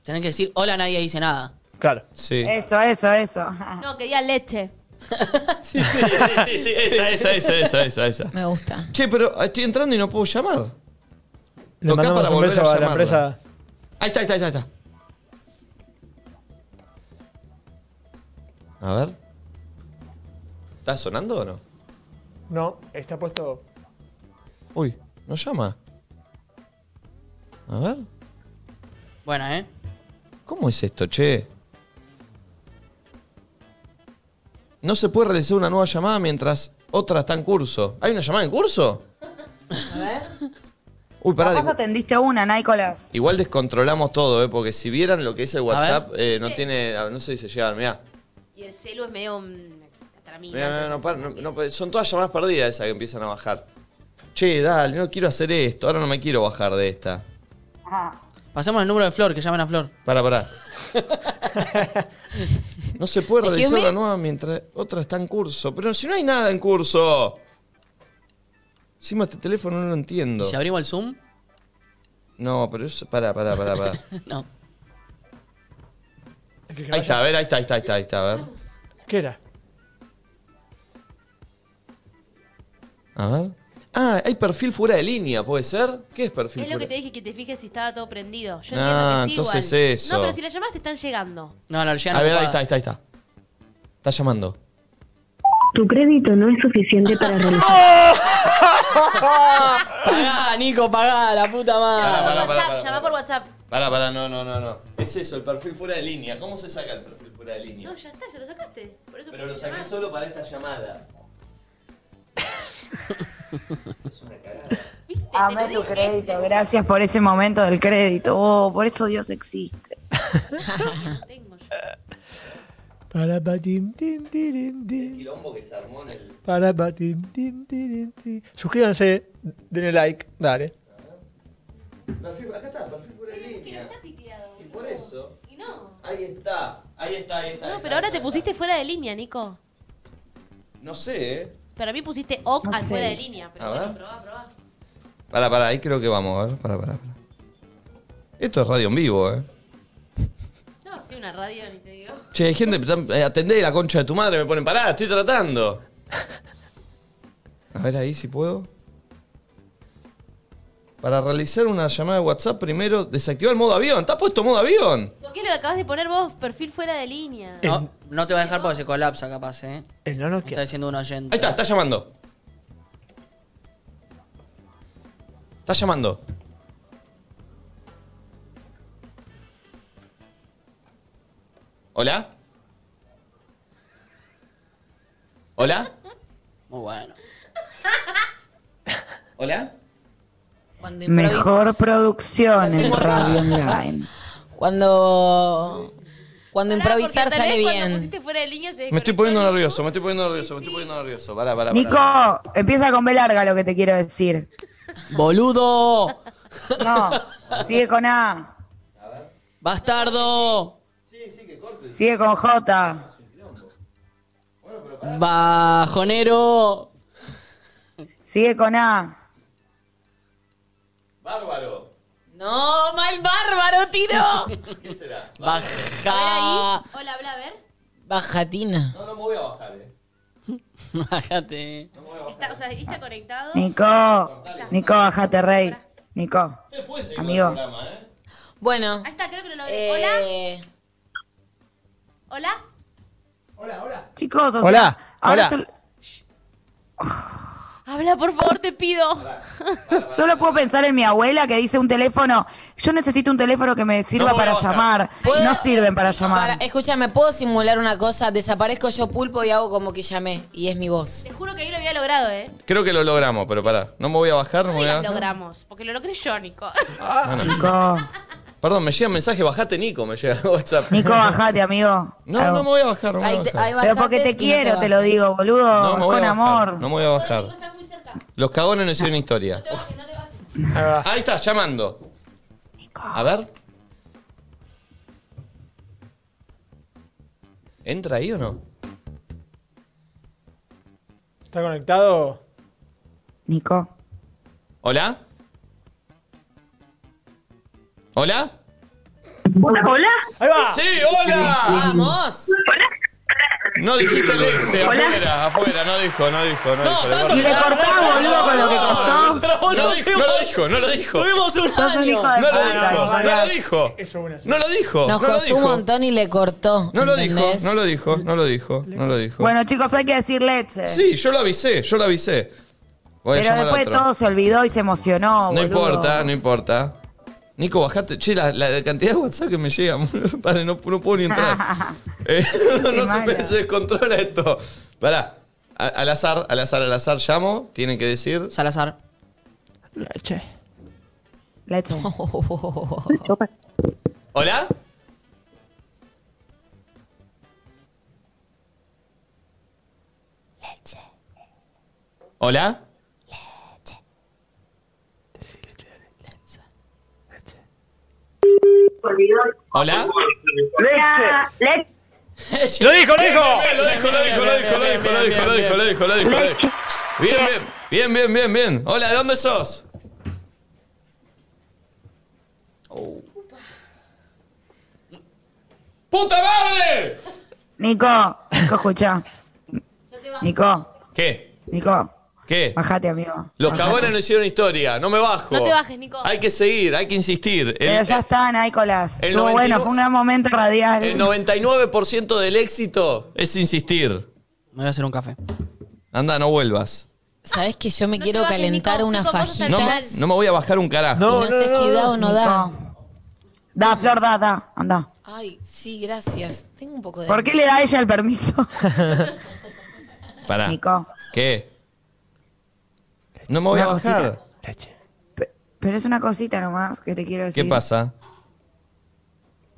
C: Tenés que decir, hola, nadie dice nada.
F: Claro.
A: Sí.
E: Eso, eso, eso.
D: No, que diga leche.
A: Sí, sí, esa, esa, esa, esa, esa, esa.
B: Me gusta.
A: Che, pero estoy entrando y no puedo llamar.
F: Le
A: Tocá
F: mandamos
A: para
F: un
A: volver
F: beso
A: a
F: a la
A: llamarla.
F: empresa.
A: Ahí está, ahí está, ahí está. A ver. ¿Está sonando o no?
F: No, está puesto.
A: Uy, nos llama. A ver.
C: Bueno, ¿eh?
A: ¿Cómo es esto, che? No se puede realizar una nueva llamada mientras otra está en curso. ¿Hay una llamada en curso?
E: A ver.
A: Uy, pará.
E: Capaz
A: digo-
E: atendiste una, Nicolás.
A: Igual descontrolamos todo, ¿eh? Porque si vieran lo que es el WhatsApp, eh, no tiene. No sé si se llegan, mirá.
D: Y el celu es medio un catramina.
A: Mirá, mirá, no, para, no- no, para. son todas llamadas perdidas esas que empiezan a bajar. Che, dale, no quiero hacer esto, ahora no me quiero bajar de esta.
C: Pasemos el número de Flor, que llamen a Flor.
A: Para, para. No se puede
C: Excuse
A: realizar
C: me.
A: la nueva mientras otra está en curso. Pero si no hay nada en curso. Encima este teléfono no lo entiendo.
C: ¿Y si abrimos el Zoom?
A: No, pero es. Para, para, para, para.
C: No.
A: Ahí está, a ver, ahí está, ahí está, ahí está, ahí está, a ver.
F: ¿Qué era?
A: A ver. Ah, hay perfil fuera de línea, ¿puede ser? ¿Qué es perfil
D: Es lo
A: fuera
D: que te dije, que te fijes si estaba todo prendido. Yo
A: Ah,
D: entiendo que sí,
A: entonces
D: igual.
A: eso.
D: No, pero si las llamadas te están llegando.
C: No, no,
A: A ver, ahí está, ahí está, ahí está. Está llamando.
T: Tu crédito no es suficiente para realizar.
A: ¡Oh!
C: pagá, Nico, pagá, la puta madre.
A: Pará, pará, pará,
D: WhatsApp,
A: pará.
D: llama por WhatsApp.
A: Pará, pará, no, no, no, no. Es eso, el perfil fuera de línea. ¿Cómo se saca el perfil fuera de línea?
D: No, ya está, ya lo sacaste. Por eso
A: Pero lo
D: pudiste
A: saqué
D: llamar.
A: solo para esta llamada.
E: Amé tu crédito, gracias por ese momento del crédito. Oh, por eso Dios existe.
F: Para patim, tim, tirim, tim.
A: quilombo que se armó en el.
F: Para patim, tim, tirim, tim. Suscríbanse, denle like, dale.
A: Perfil, acá está, perfil fuera de línea. está Y por eso. Y no. Ahí está, ahí está, ahí está. ahí
D: No,
A: está,
D: pero ahora
A: ahí
D: te
A: está.
D: pusiste fuera de línea, Nico.
A: No sé, eh.
D: Para mí pusiste OK
E: No
D: al
E: sé.
D: fuera de línea. Pero
A: A
D: bueno,
A: ver.
D: probá, probá.
A: Pará, pará, ahí creo que vamos, a ver. Pará, pará, pará. Esto es radio en vivo, eh.
D: No, sí, una radio, ni te digo.
A: Che, hay gente, tam- eh, atendé la concha de tu madre, me ponen pará, estoy tratando. A ver ahí si puedo. Para realizar una llamada de WhatsApp, primero desactivar el modo avión. ¿Está puesto modo avión?
D: ¿Por qué lo acabas de poner vos, perfil fuera de línea?
C: No, no te va a dejar porque se colapsa, capaz, ¿eh?
F: El no nos
C: Está diciendo un oyente.
A: Ahí está, está llamando. Está llamando. ¿Hola? ¿Hola?
C: Muy bueno. ¿Hola?
B: Cuando improviso-
E: Mejor producción en Radio Online.
B: Cuando, cuando improvisar
D: Porque tal
B: sale
D: vez cuando
B: bien.
D: pusiste fuera de línea se
A: Me estoy poniendo nervioso, me estoy poniendo nervioso, me estoy poniendo nervioso. Pará, pará, pará.
E: Nico, empieza con B larga lo que te quiero decir.
C: ¡Boludo!
E: No, sigue con A,
C: ¡Bastardo!
E: sigue con J.
C: ¡Bajonero!
E: Sigue con A.
A: ¡Bárbaro!
B: No, ¡Oh, mal bárbaro, tiro.
A: ¿Qué será?
B: Baja.
D: Hola, habla, a ver.
B: Bajatina.
A: No, no me voy a bajar, eh.
C: Bájate.
D: Está, o sea, ahí está conectado.
E: Nico, Nico, bájate, rey. Nico, amigo.
A: ¿eh?
B: Bueno.
D: Ahí está, creo que lo logré.
B: Eh,
D: Hola. Hola.
E: Chicos, o sea,
F: Hola,
E: ahora
F: hola.
E: sol-
D: Habla, por favor, te pido.
E: solo puedo pensar en mi abuela que dice un teléfono. Yo necesito un teléfono que me sirva para llamar. No sirven para
B: para,
E: llamar.
B: escúchame, ¿puedo simular una cosa? Desaparezco yo pulpo y hago como que llamé. Y es mi voz.
D: Te juro que ahí lo había logrado, ¿eh?
A: Creo que lo logramos, pero pará. No me voy a bajar, no me
D: No
A: voy a
D: digas
A: bajar.
D: logramos, porque lo logré yo, Nico.
A: Ah, no. Perdón, me llega un mensaje, bajate Nico, me llega el WhatsApp.
E: Nico, bajate, amigo.
A: No, no me voy a bajar, no me
E: Ahí
A: voy a
E: te-
A: bajar.
E: ahí Pero porque te bajates y no te quiero, te lo bajas. digo, boludo,
A: No me voy
E: con
A: a bajar,
E: amor.
A: No me voy a bajar. Los cagones no hicieron historia. Ahí está, llamando. A ver. ¿Entra ahí o no?
F: ¿Está conectado?
E: Nico.
A: ¿Hola? ¿Hola?
T: Hola.
F: ¡Ahí va!
A: ¡Sí, hola!
B: ¡Vamos!
A: No dijiste el ex, eh, afuera, afuera, no dijo, no dijo, no, dijo.
E: Y le cortás, boludo, con lo que costó.
A: No, lo dijo, no lo dijo, no lo dijo.
C: Tuvimos
E: un Sos un año. hijo de
A: No lo
E: puta,
A: dijo, Ah, no
E: Nicolás.
A: lo dijo. No lo dijo,
B: Nos
A: no lo
B: costó un
A: dijo.
B: montón y le cortó.
A: No lo dijo,
B: ¿entendés?
A: no lo dijo, no lo dijo, no lo dijo.
E: Bueno, chicos, hay que decir leche.
A: Sí, yo lo avisé, yo lo avisé. Voy a
E: Pero
A: llamar a
E: después
A: otro.
E: todo se olvidó y se emocionó,
A: No
E: boludo.
A: importa, no importa. Nico, bajate. Che, la, la cantidad de WhatsApp que me llega, boludo. Pará, no, no puedo ni entrar. Eh, no no se,
E: malo.
A: se descontrola esto. Pará. A- al azar, al azar, al azar, llamo. Tienen que decir.
C: Salazar.
F: Leche.
E: Leche.
A: ¿Hola? ¿Hola? ¿Hola?
T: Leche.
F: ¡Lo dijo, lo
A: Bien,
F: dijo!
A: bien, bien, Lo dijo, lo dijo, lo dijo, lo dijo, lo dijo, lo dijo, lo dijo, lo dijo, lo dijo. Bien, bien, bien, bien, bien, bien. Hola, ¿de dónde sos? ¡Puta madre!
E: Nico, Nico, escucha. Nico,
A: ¿Qué?
E: Nico,
A: ¿Qué?
E: bájate, amigo.
A: Los cagones no hicieron historia, no me bajo.
E: No te bajes,
A: Nico. Hay que seguir, hay que insistir. El-
E: Pero ya está, Nicolás.
A: el
E: Estuvo
A: 99
E: bueno, fue un gran momento radial.
A: El 99% del éxito es insistir.
C: Me voy a hacer un café.
A: Anda, no vuelvas.
B: ¿Sabés que yo me quiero calentar una fajita?
A: No, me- no me voy a bajar un carajo.
B: No, Y no no, sé no, si no. da o no da.
E: Da, Flor, da, da, anda.
B: Ay, sí, gracias. Tengo un poco de.
E: ¿Por qué le da ella el permiso?
A: Pará.
E: Nico.
A: ¿Qué? No me voy a
E: Una cosita.
A: bajar.
E: Pero es una cosita nomás que te quiero
A: ¿Qué
E: decir.
A: pasa?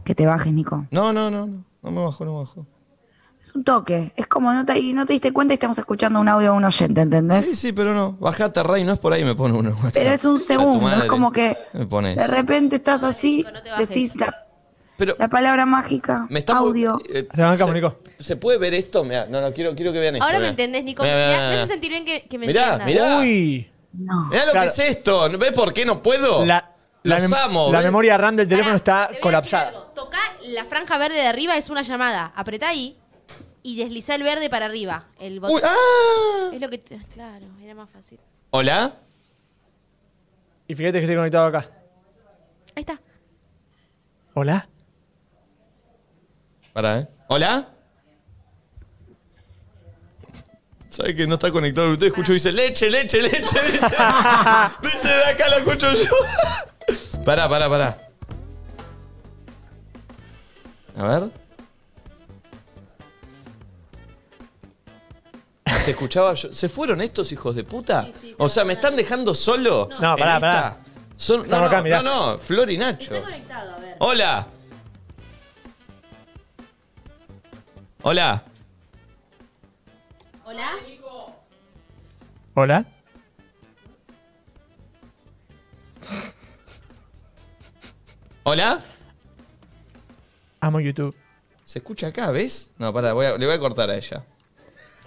E: Que te bajes, Nico.
A: No, no, no, no. No me bajo, no me bajo.
E: Es un toque. Es como no te, y no te diste cuenta y estamos escuchando un audio de un oyente, ¿entendés?
A: Sí, sí, pero no. Bajate, Ray, no es por ahí, me pone uno. en WhatsApp.
E: Pero es un
A: A tu
E: segundo, es
A: madre.
E: como que
A: Me pones.
E: de repente estás así, decís la, la palabra mágica,
A: Me está
E: audio.
A: Eh, se, ¿Se puede ver esto? Mirá, no, no, quiero, quiero que vean esto.
D: Ahora me
A: mirá.
D: entendés, Nico.
A: Mirá,
D: Me
A: mirá, mirá.
D: hace sentir bien que, que me
A: Mirá,
D: entiendas.
A: mirá.
F: Uy.
A: Mirá lo
F: Claro.
A: que es esto. ¿Ves por qué no puedo?
F: La, la
A: Los
F: mem-
A: amo.
F: la
A: ¿ves?
F: memoria RAM del teléfono está colapsada.
D: Tocá la franja verde de arriba, es una llamada. Apretá ahí y deslizá el verde para arriba. El botón.
A: Uy, ¡ah!
D: Es lo que. te- Claro, era más fácil.
A: ¿Hola?
F: Y fíjate que estoy conectado acá.
D: Ahí está.
F: ¿Hola?
A: Pará, ¿eh? ¿Hola? ¿Sabes que no está conectado al Bluetooth? Escucho, dice leche, leche, leche. Dice, dice de acá lo escucho yo. Pará, pará, pará. A ver. ¿Se escuchaba? yo? ¿Se fueron estos hijos de puta? o sea, ¿me están dejando solo?
F: No,
A: en
F: pará,
A: esta?
F: pará.
A: Son, no,
F: Estamos acá,
A: no,
F: mirá.
A: no, no, Flor y Nacho. Hola. Hola.
D: ¿Hola?
F: ¿Hola?
A: ¿Hola?
F: Amo YouTube.
A: Se escucha acá, ¿ves? No, pará, voy a- le voy a cortar a ella.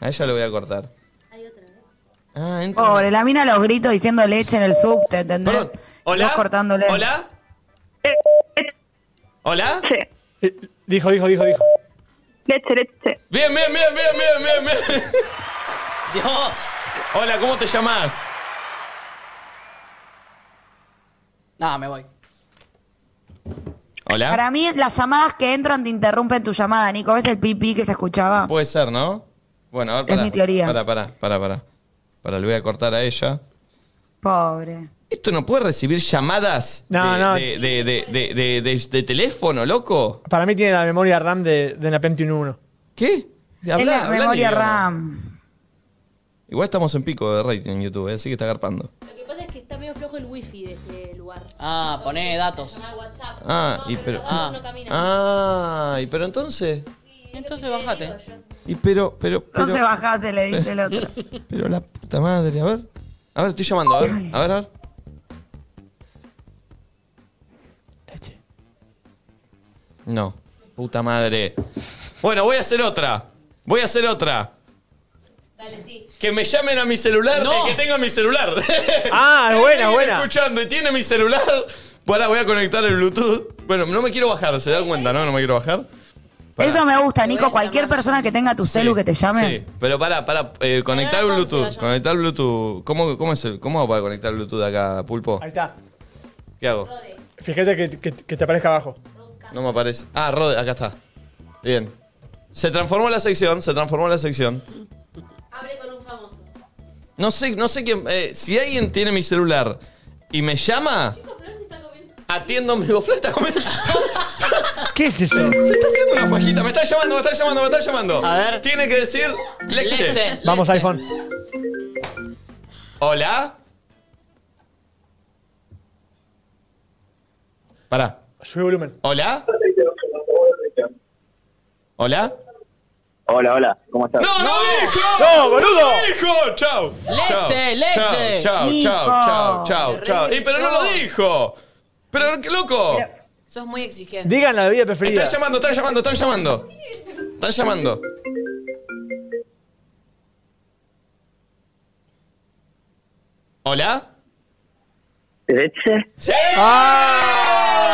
A: A ella le voy a cortar. Ah, entra.
E: Pobre, la mina los gritos diciendo leche en el subte, ¿entendés?
A: ¿Hola?
E: Vos cortándole.
A: ¿Hola? ¿Hola?
F: Dijo, dijo, dijo, dijo.
A: Leche, leche. Bien, bien, bien, bien, bien, bien, bien. Dios. Hola, ¿cómo te llamas?
C: No, me voy.
A: Hola.
E: Para mí, las llamadas que entran te interrumpen tu llamada, Nico. ¿Ves el pipí que se escuchaba?
A: Puede ser, ¿no? Bueno, a ver,
E: Es
A: pará.
E: mi teoría.
A: Pará, pará, pará, pará. Pará, le voy a cortar a ella.
E: Pobre.
A: ¿Esto no puede recibir llamadas
F: No,
A: de,
F: no.
A: De, de- de- de- de- de- de teléfono, loco?
F: Para mí tiene la memoria RAM de, de la Pentium 1.
A: ¿Qué? Habla-
E: es la
A: habla
E: memoria
A: idioma.
E: RAM.
A: Igual estamos en pico de rating en YouTube, eh, así que está garpando.
D: Lo que pasa es que está medio flojo el wifi de este lugar.
C: Ah, poné datos.
A: Ah, y pero.
C: Ah.
A: Ah, ah, y pero entonces.
C: Entonces bajate.
A: Y pero, pero. pero-
E: Entonces bajate, le dice el otro.
A: Pero la puta madre, a ver. A ver, estoy llamando, a ver, a ver, a ver. No, puta madre. Bueno, voy a hacer otra. Voy a hacer otra. Que me llamen a mi celular
F: No.
A: el que tenga mi celular.
F: Ah, es
A: Si
F: buena,
A: alguien
F: buena.
A: escuchando y tiene mi celular. Pará, voy a conectar el Bluetooth. Bueno, no me quiero bajar, ¿se dan cuenta, no? No me quiero bajar. pará.
E: Eso me gusta, Nico. Cualquier persona que tenga tu celu que te llame.
A: Sí, pero para, para, conectar Bluetooth. Conectar Bluetooth. ¿Cómo, cómo, es el- ¿Cómo hago para conectar Bluetooth acá, Pulpo?
F: Ahí está.
A: ¿Qué hago?
F: Fíjate que, que- que te aparezca abajo.
A: No me aparece. Ah, Rode, acá está. Bien. Se transformó la sección, se transformó la sección.
D: Hable con un famoso.
A: No sé, no sé quién. eh, si alguien tiene mi celular y me llama, atiendo mi Flor está comiendo.
F: ¿Qué es eso?
A: Se está haciendo una fajita. Me está llamando, me está llamando, me está llamando. A ver. Tiene que decir Lexe.
F: Vamos, iPhone.
A: Hola. Pará.
F: Sube volumen.
A: Hola. Hola.
U: Hola, hola, ¿cómo estás?
A: ¡No, no dijo!
U: ¡No, boludo!
A: dijo! ¡Chau!
U: Lexe,
A: Chau,
U: Lexe.
A: ¡Chau,
U: Nico.
A: chau, chau, chau, chau! ¡Y pero no lo dijo! ¡Pero qué loco!
B: Sos muy exigente.
F: Digan la bebida preferida.
A: Están llamando, están llamando, están llamando. Están llamando. ¿Hola?
U: ¿Leche?
A: ¡Sí!
U: ¡Ah!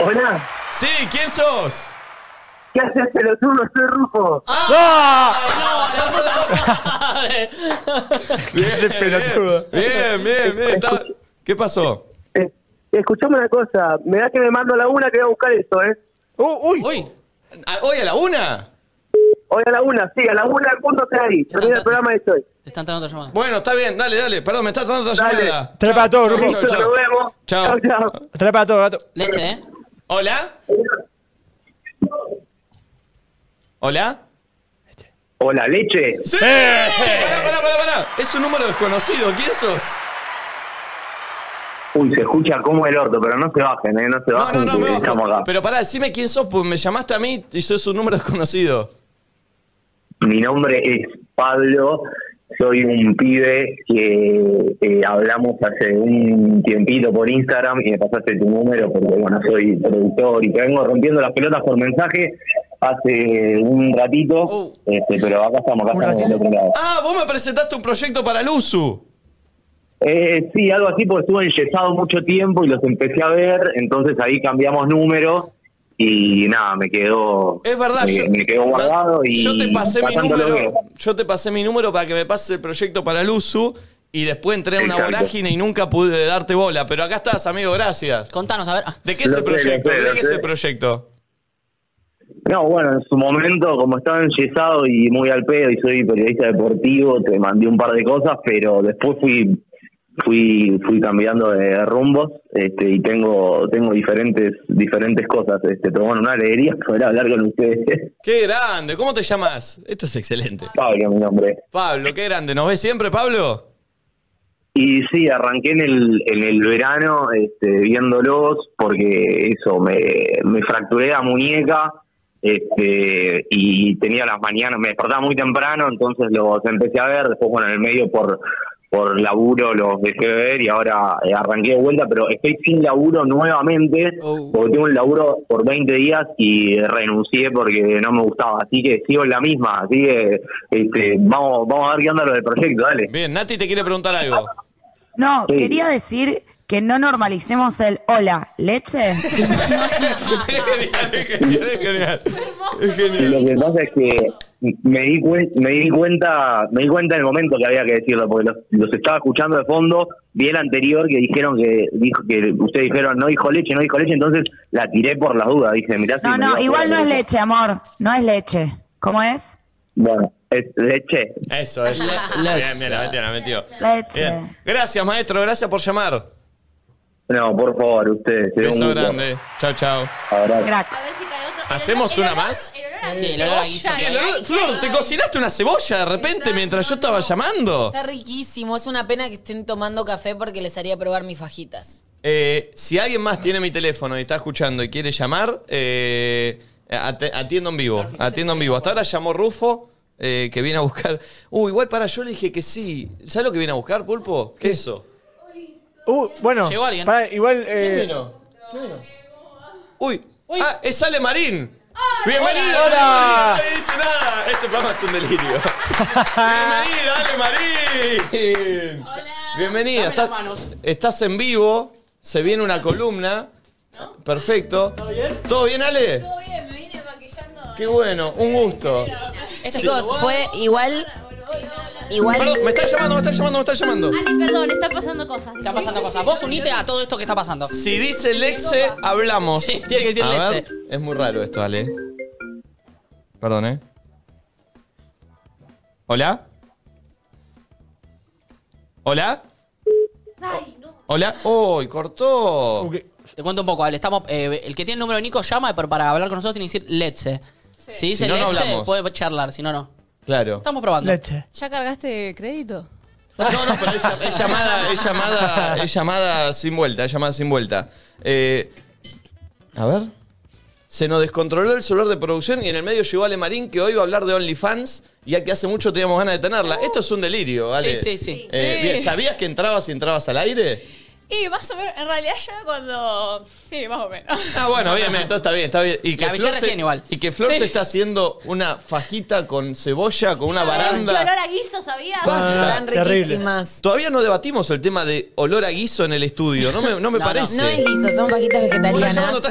U: Hola.
A: Sí, ¿quién sos?
U: ¿Qué haces, pelotudo? Soy Rufo. ¡Ah!
A: Bien, bien, bien, bien. está- ¿Qué pasó?
U: Escuchame una cosa, me da que me mando a la una que voy a buscar eso, ¿eh?
F: uy.
A: Uh, ¿A- ¿Hoy a la una?
U: Hoy a la una, sí, a la una al punto está ahí. Termina el programa de hoy.
C: Te están dando otra llamada.
A: Bueno, está bien, dale, dale. Perdón, me está dando otra
U: Dale.
A: llamada.
F: Trae para todo, Rufo.
A: Chau, chau. Chao.
F: Trae para todo, gato.
C: Leche, ¿eh?
A: ¿Hola? ¿Hola?
U: Hola, leche. Eh.
A: ¡Sí! Che, pará, pará, pará, pará. Es un número desconocido. ¿Quién sos?
U: Uy, se escucha como el orto, pero no se bajen, ¿eh? No se bajen, que estamos acá.
A: Pero pará, decime quién sos, pues me llamaste a mí y sos un número desconocido.
U: Mi nombre es Pablo, soy un pibe que eh, hablamos hace un tiempito por Instagram y me pasaste tu número porque, bueno, soy productor y te vengo rompiendo las pelotas por mensaje hace un ratito,
A: Oh.
U: este, pero acá estamos, acá estamos del otro lado.
A: Ah, vos me presentaste un proyecto para el USU.
U: Eh, sí, algo así, porque estuve enyesado mucho tiempo y los empecé a ver, entonces ahí cambiamos número y nada, me quedó...
A: Es verdad,
U: me,
A: yo- Ah,
U: me quedó guardado y...
A: Yo te pasé mi
U: pasándolo
A: número.
U: bien.
A: Yo te pasé mi número para que me pases el proyecto para el USU y después entré a una
U: Exacto.
A: vorágine y nunca pude darte bola. Pero acá estás, amigo, gracias.
C: Contanos, a ver. Ah.
A: ¿De qué es
U: Lo
A: el
U: sé, lo
A: proyecto?
U: sé,
A: ¿De
U: lo
A: qué es
U: sé.
A: el proyecto?
U: No, bueno, en su momento, como estaba enyesado y muy al pedo y soy periodista deportivo, te mandé un par de cosas, pero después fui fui fui cambiando de rumbos este, y tengo tengo diferentes diferentes cosas, este, pero bueno, una alegría poder hablar con ustedes.
A: Qué grande, ¿cómo te llamas? Esto es excelente.
U: Pablo, mi nombre.
A: Pablo, qué grande. ¿Nos ves siempre, Pablo?
U: Y sí, arranqué en el, en el verano este, viéndolos porque eso, me, me fracturé la muñeca este, y tenía las mañanas, me despertaba muy temprano, entonces los empecé a ver, después bueno, en el medio por por laburo los dejé de ver y ahora eh, arranqué de vuelta, pero estoy sin laburo nuevamente porque tengo un laburo por 20 días y renuncié porque no me gustaba, así que sigo en la misma, así que este, vamos, vamos a ver qué onda lo del proyecto, dale.
A: Bien, Nati te quiere preguntar algo.
E: No,
U: Sí.
E: quería decir que no normalicemos el hola, leche.
A: es genial. Es genial.
U: Lo que pasa es que me di, cuen- me di cuenta me di cuenta en el momento que había que decirlo, porque los, los estaba escuchando de fondo, vi el anterior que dijeron que dijo que ustedes dijeron no dijo leche, no dijo leche, entonces la tiré por las dudas, dije, mirá si
E: No,
U: me
E: no,
U: digo-
E: igual no es leche, amor. No es leche. ¿Cómo es?
U: Bueno, es leche.
A: Eso, es Bien, bien, la metió, la metió.
E: Leche.
A: Bien. Gracias, maestro, gracias por llamar.
U: No, por favor, ustedes. se ven
A: Beso
U: mucho.
A: grande. Chao, chao.
U: Abrazo.
A: ¿Hacemos una más?
C: Sí, el olor a guiso.
A: Sí, el olor- Flor, ¿te cocinaste una cebolla de repente mientras yo estaba llamando?
B: Está riquísimo. Es una pena que estén tomando café porque les haría probar mis fajitas.
A: Eh, si alguien más tiene mi teléfono y está escuchando y quiere llamar, eh, ate- atiendo en vivo. Atiendo en vivo. Hasta ahora llamó Rufo, eh, que viene a buscar. Uh, igual para yo le dije que sí. ¿Sabes lo que viene a buscar, Pulpo? Queso.
F: Uh, bueno.
A: Llegó alguien.
F: Pará, igual. Eh,
A: ¿Quién vino? Uy. Ah, es Ale Marín. Bienvenido.
F: Hola.
A: Ale Marín. Nadie dice nada. Este programa es un delirio. Bienvenida, Ale Marín. Hola. Bienvenida. Estás, estás en vivo. Se viene una columna. perfecto. ¿Todo bien? ¿Todo bien, Ale? Todo bien, me vine maquillando. Qué bueno, un gusto. Sí.
B: Chicos, fue igual. Igual.
A: Perdón, me está llamando, me está llamando, me está llamando.
D: Ale, perdón, está pasando cosas.
C: Está pasando cosas. Vos unite a todo esto que está pasando.
A: Si dice Lexe, hablamos.
C: Sí, tiene que decir
A: A ver,
C: Lexe.
A: Es muy raro esto, Ale. Perdón, ¿eh? ¿Hola? ¿Hola?
C: Hola.
A: ¡Uy, cortó!
C: Te cuento un poco, Ale. Estamos, eh, el que tiene el número de Nico llama, pero para hablar con nosotros tiene que decir Letze. Si dice
A: Si no, no
C: Letze,
A: hablamos.
C: puede charlar, si no, no.
A: Claro.
C: Estamos probando. Letze.
G: ¿Ya cargaste crédito?
A: No, no, pero ella- Es llamada, es llamada, es llamada sin vuelta, es llamada sin vuelta. Eh, a ver. Se nos descontroló el celular de producción y en el medio llegó Ale Marín que hoy va a hablar de OnlyFans, ya que hace mucho teníamos ganas de tenerla. Esto es un delirio, Ale.
C: Sí, sí, sí.
A: Eh,
G: Sí.
A: bien, ¿Sabías que entrabas y entrabas al aire?
G: Y más o menos, en realidad ya cuando... Sí, más o menos.
A: Ah, bueno, bien, bien, todo está bien, está bien. Y que
C: avisé
A: se-
C: recién igual.
A: Y que Flor se está haciendo una fajita con cebolla, con una
D: Qué
A: baranda.
D: olor a guiso, ¿sabías?
A: Basta.
B: riquísimas.
A: Todavía no debatimos el tema de olor a guiso en el estudio, no me, no me
B: No, no.
A: parece.
B: No es guiso, son fajitas vegetarianas.
A: Está llamando,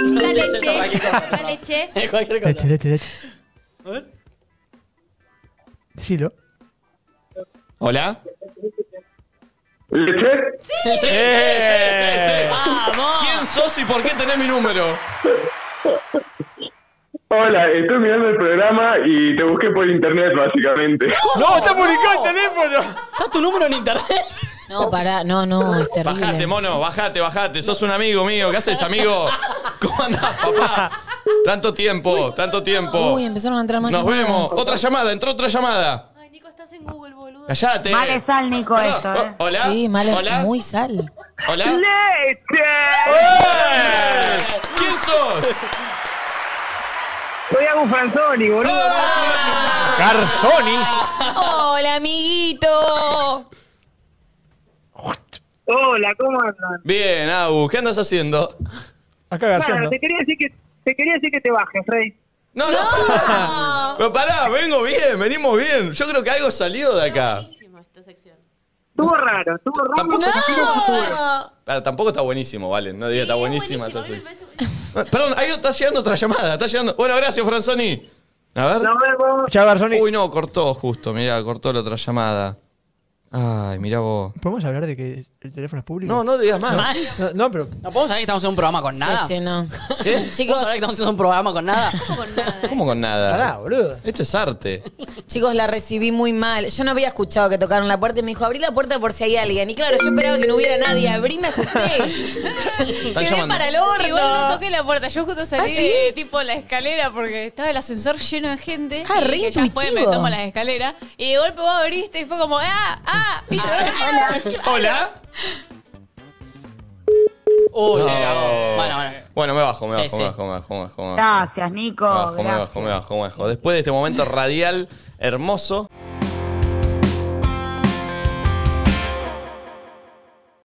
D: Una leche, una leche.
F: Eh,
C: Cualquier
F: Leche, leche, leche.
D: A ver.
F: Decilo.
A: ¿Hola?
U: ¿Leche?
A: Sí, sí, sí, sí, sí.
C: ¡Vamos!
A: Eh. ¿Quién sos y por qué tenés mi número?
V: Hola, estoy mirando el programa y te busqué por internet, básicamente.
F: ¡No, está publicado el teléfono!
C: ¿Está tu número en internet?
B: No, pará, no, no, es terrible.
A: Bajate, mono, bajate, bajate. Sos un amigo mío. ¿Qué haces, amigo? ¿Cómo andás, papá? Tanto tiempo, tanto tiempo.
B: Uy, empezaron a entrar más
A: Nos
B: llamadas.
A: vemos. Otra llamada, entró otra llamada. Callate.
E: Mal es sal, Nico, esto, ¿eh?
A: Hola.
B: Sí, mal es
A: Hola.
B: muy sal.
A: Hola. ¡Eh! ¿Quién sos?
V: Soy Agus Franzoni, boludo.
F: Garzoni.
B: Hola, amiguito.
V: Hola, ¿cómo andan?
A: Bien, Agus, ¿qué andas haciendo?
F: Acá
V: Bueno, te quería decir que te quería decir que te bajes, Rey.
A: No, no. Pero pará, vengo bien, venimos bien. Yo creo que algo salió de acá.
V: Estuvo raro, estuvo raro.
A: Pará, tampoco está buenísimo, vale. No diga, está buenísima. entonces. Perdón, ahí está llegando otra llamada, está llegando. Bueno, gracias, Franzoni. A ver.
V: Nos vemos.
A: Chao, Franzoni. Uy, no, cortó justo, mirá, cortó la otra llamada. Ay, mirá vos.
F: ¿Podemos hablar de que el teléfono es público?
A: No, no digas más.
F: No, no, pero.
C: ¿No podemos saber que estamos en un programa con nada?
B: Sí, sí, no.
C: Chicos. que estamos haciendo un programa con nada?
A: ¿Cómo con nada?
F: Pará, boludo.
A: Esto es arte.
B: Chicos, la recibí muy mal. Yo no había escuchado que tocaron la puerta y me dijo, abrí la puerta por si hay alguien. Y claro, yo esperaba que no hubiera nadie. Abrí, me asusté.
A: Están
B: Quedé
A: llamando.
B: para el orto.
G: Igual no toqué la puerta. Yo justo salí
B: ¿Ah, sí?
G: de tipo la escalera porque estaba el ascensor lleno de gente.
B: Ah,
G: y
B: re
G: dije, ya fue, me
B: intuitivo.
G: tomo las escaleras. Y de golpe vos abriste y fue como, ¡ah! ¡ah! y-
A: Hola.
C: Uy,
A: No.
C: bueno, bueno.
A: Bueno, me bajo, me bajo,
C: Sí, sí.
A: me bajo, me bajo, me bajo. me bajo.
E: Gracias, Nico.
A: Me bajo, me
E: gracias.
A: bajo, me bajo, me bajo. Después de este momento radial hermoso.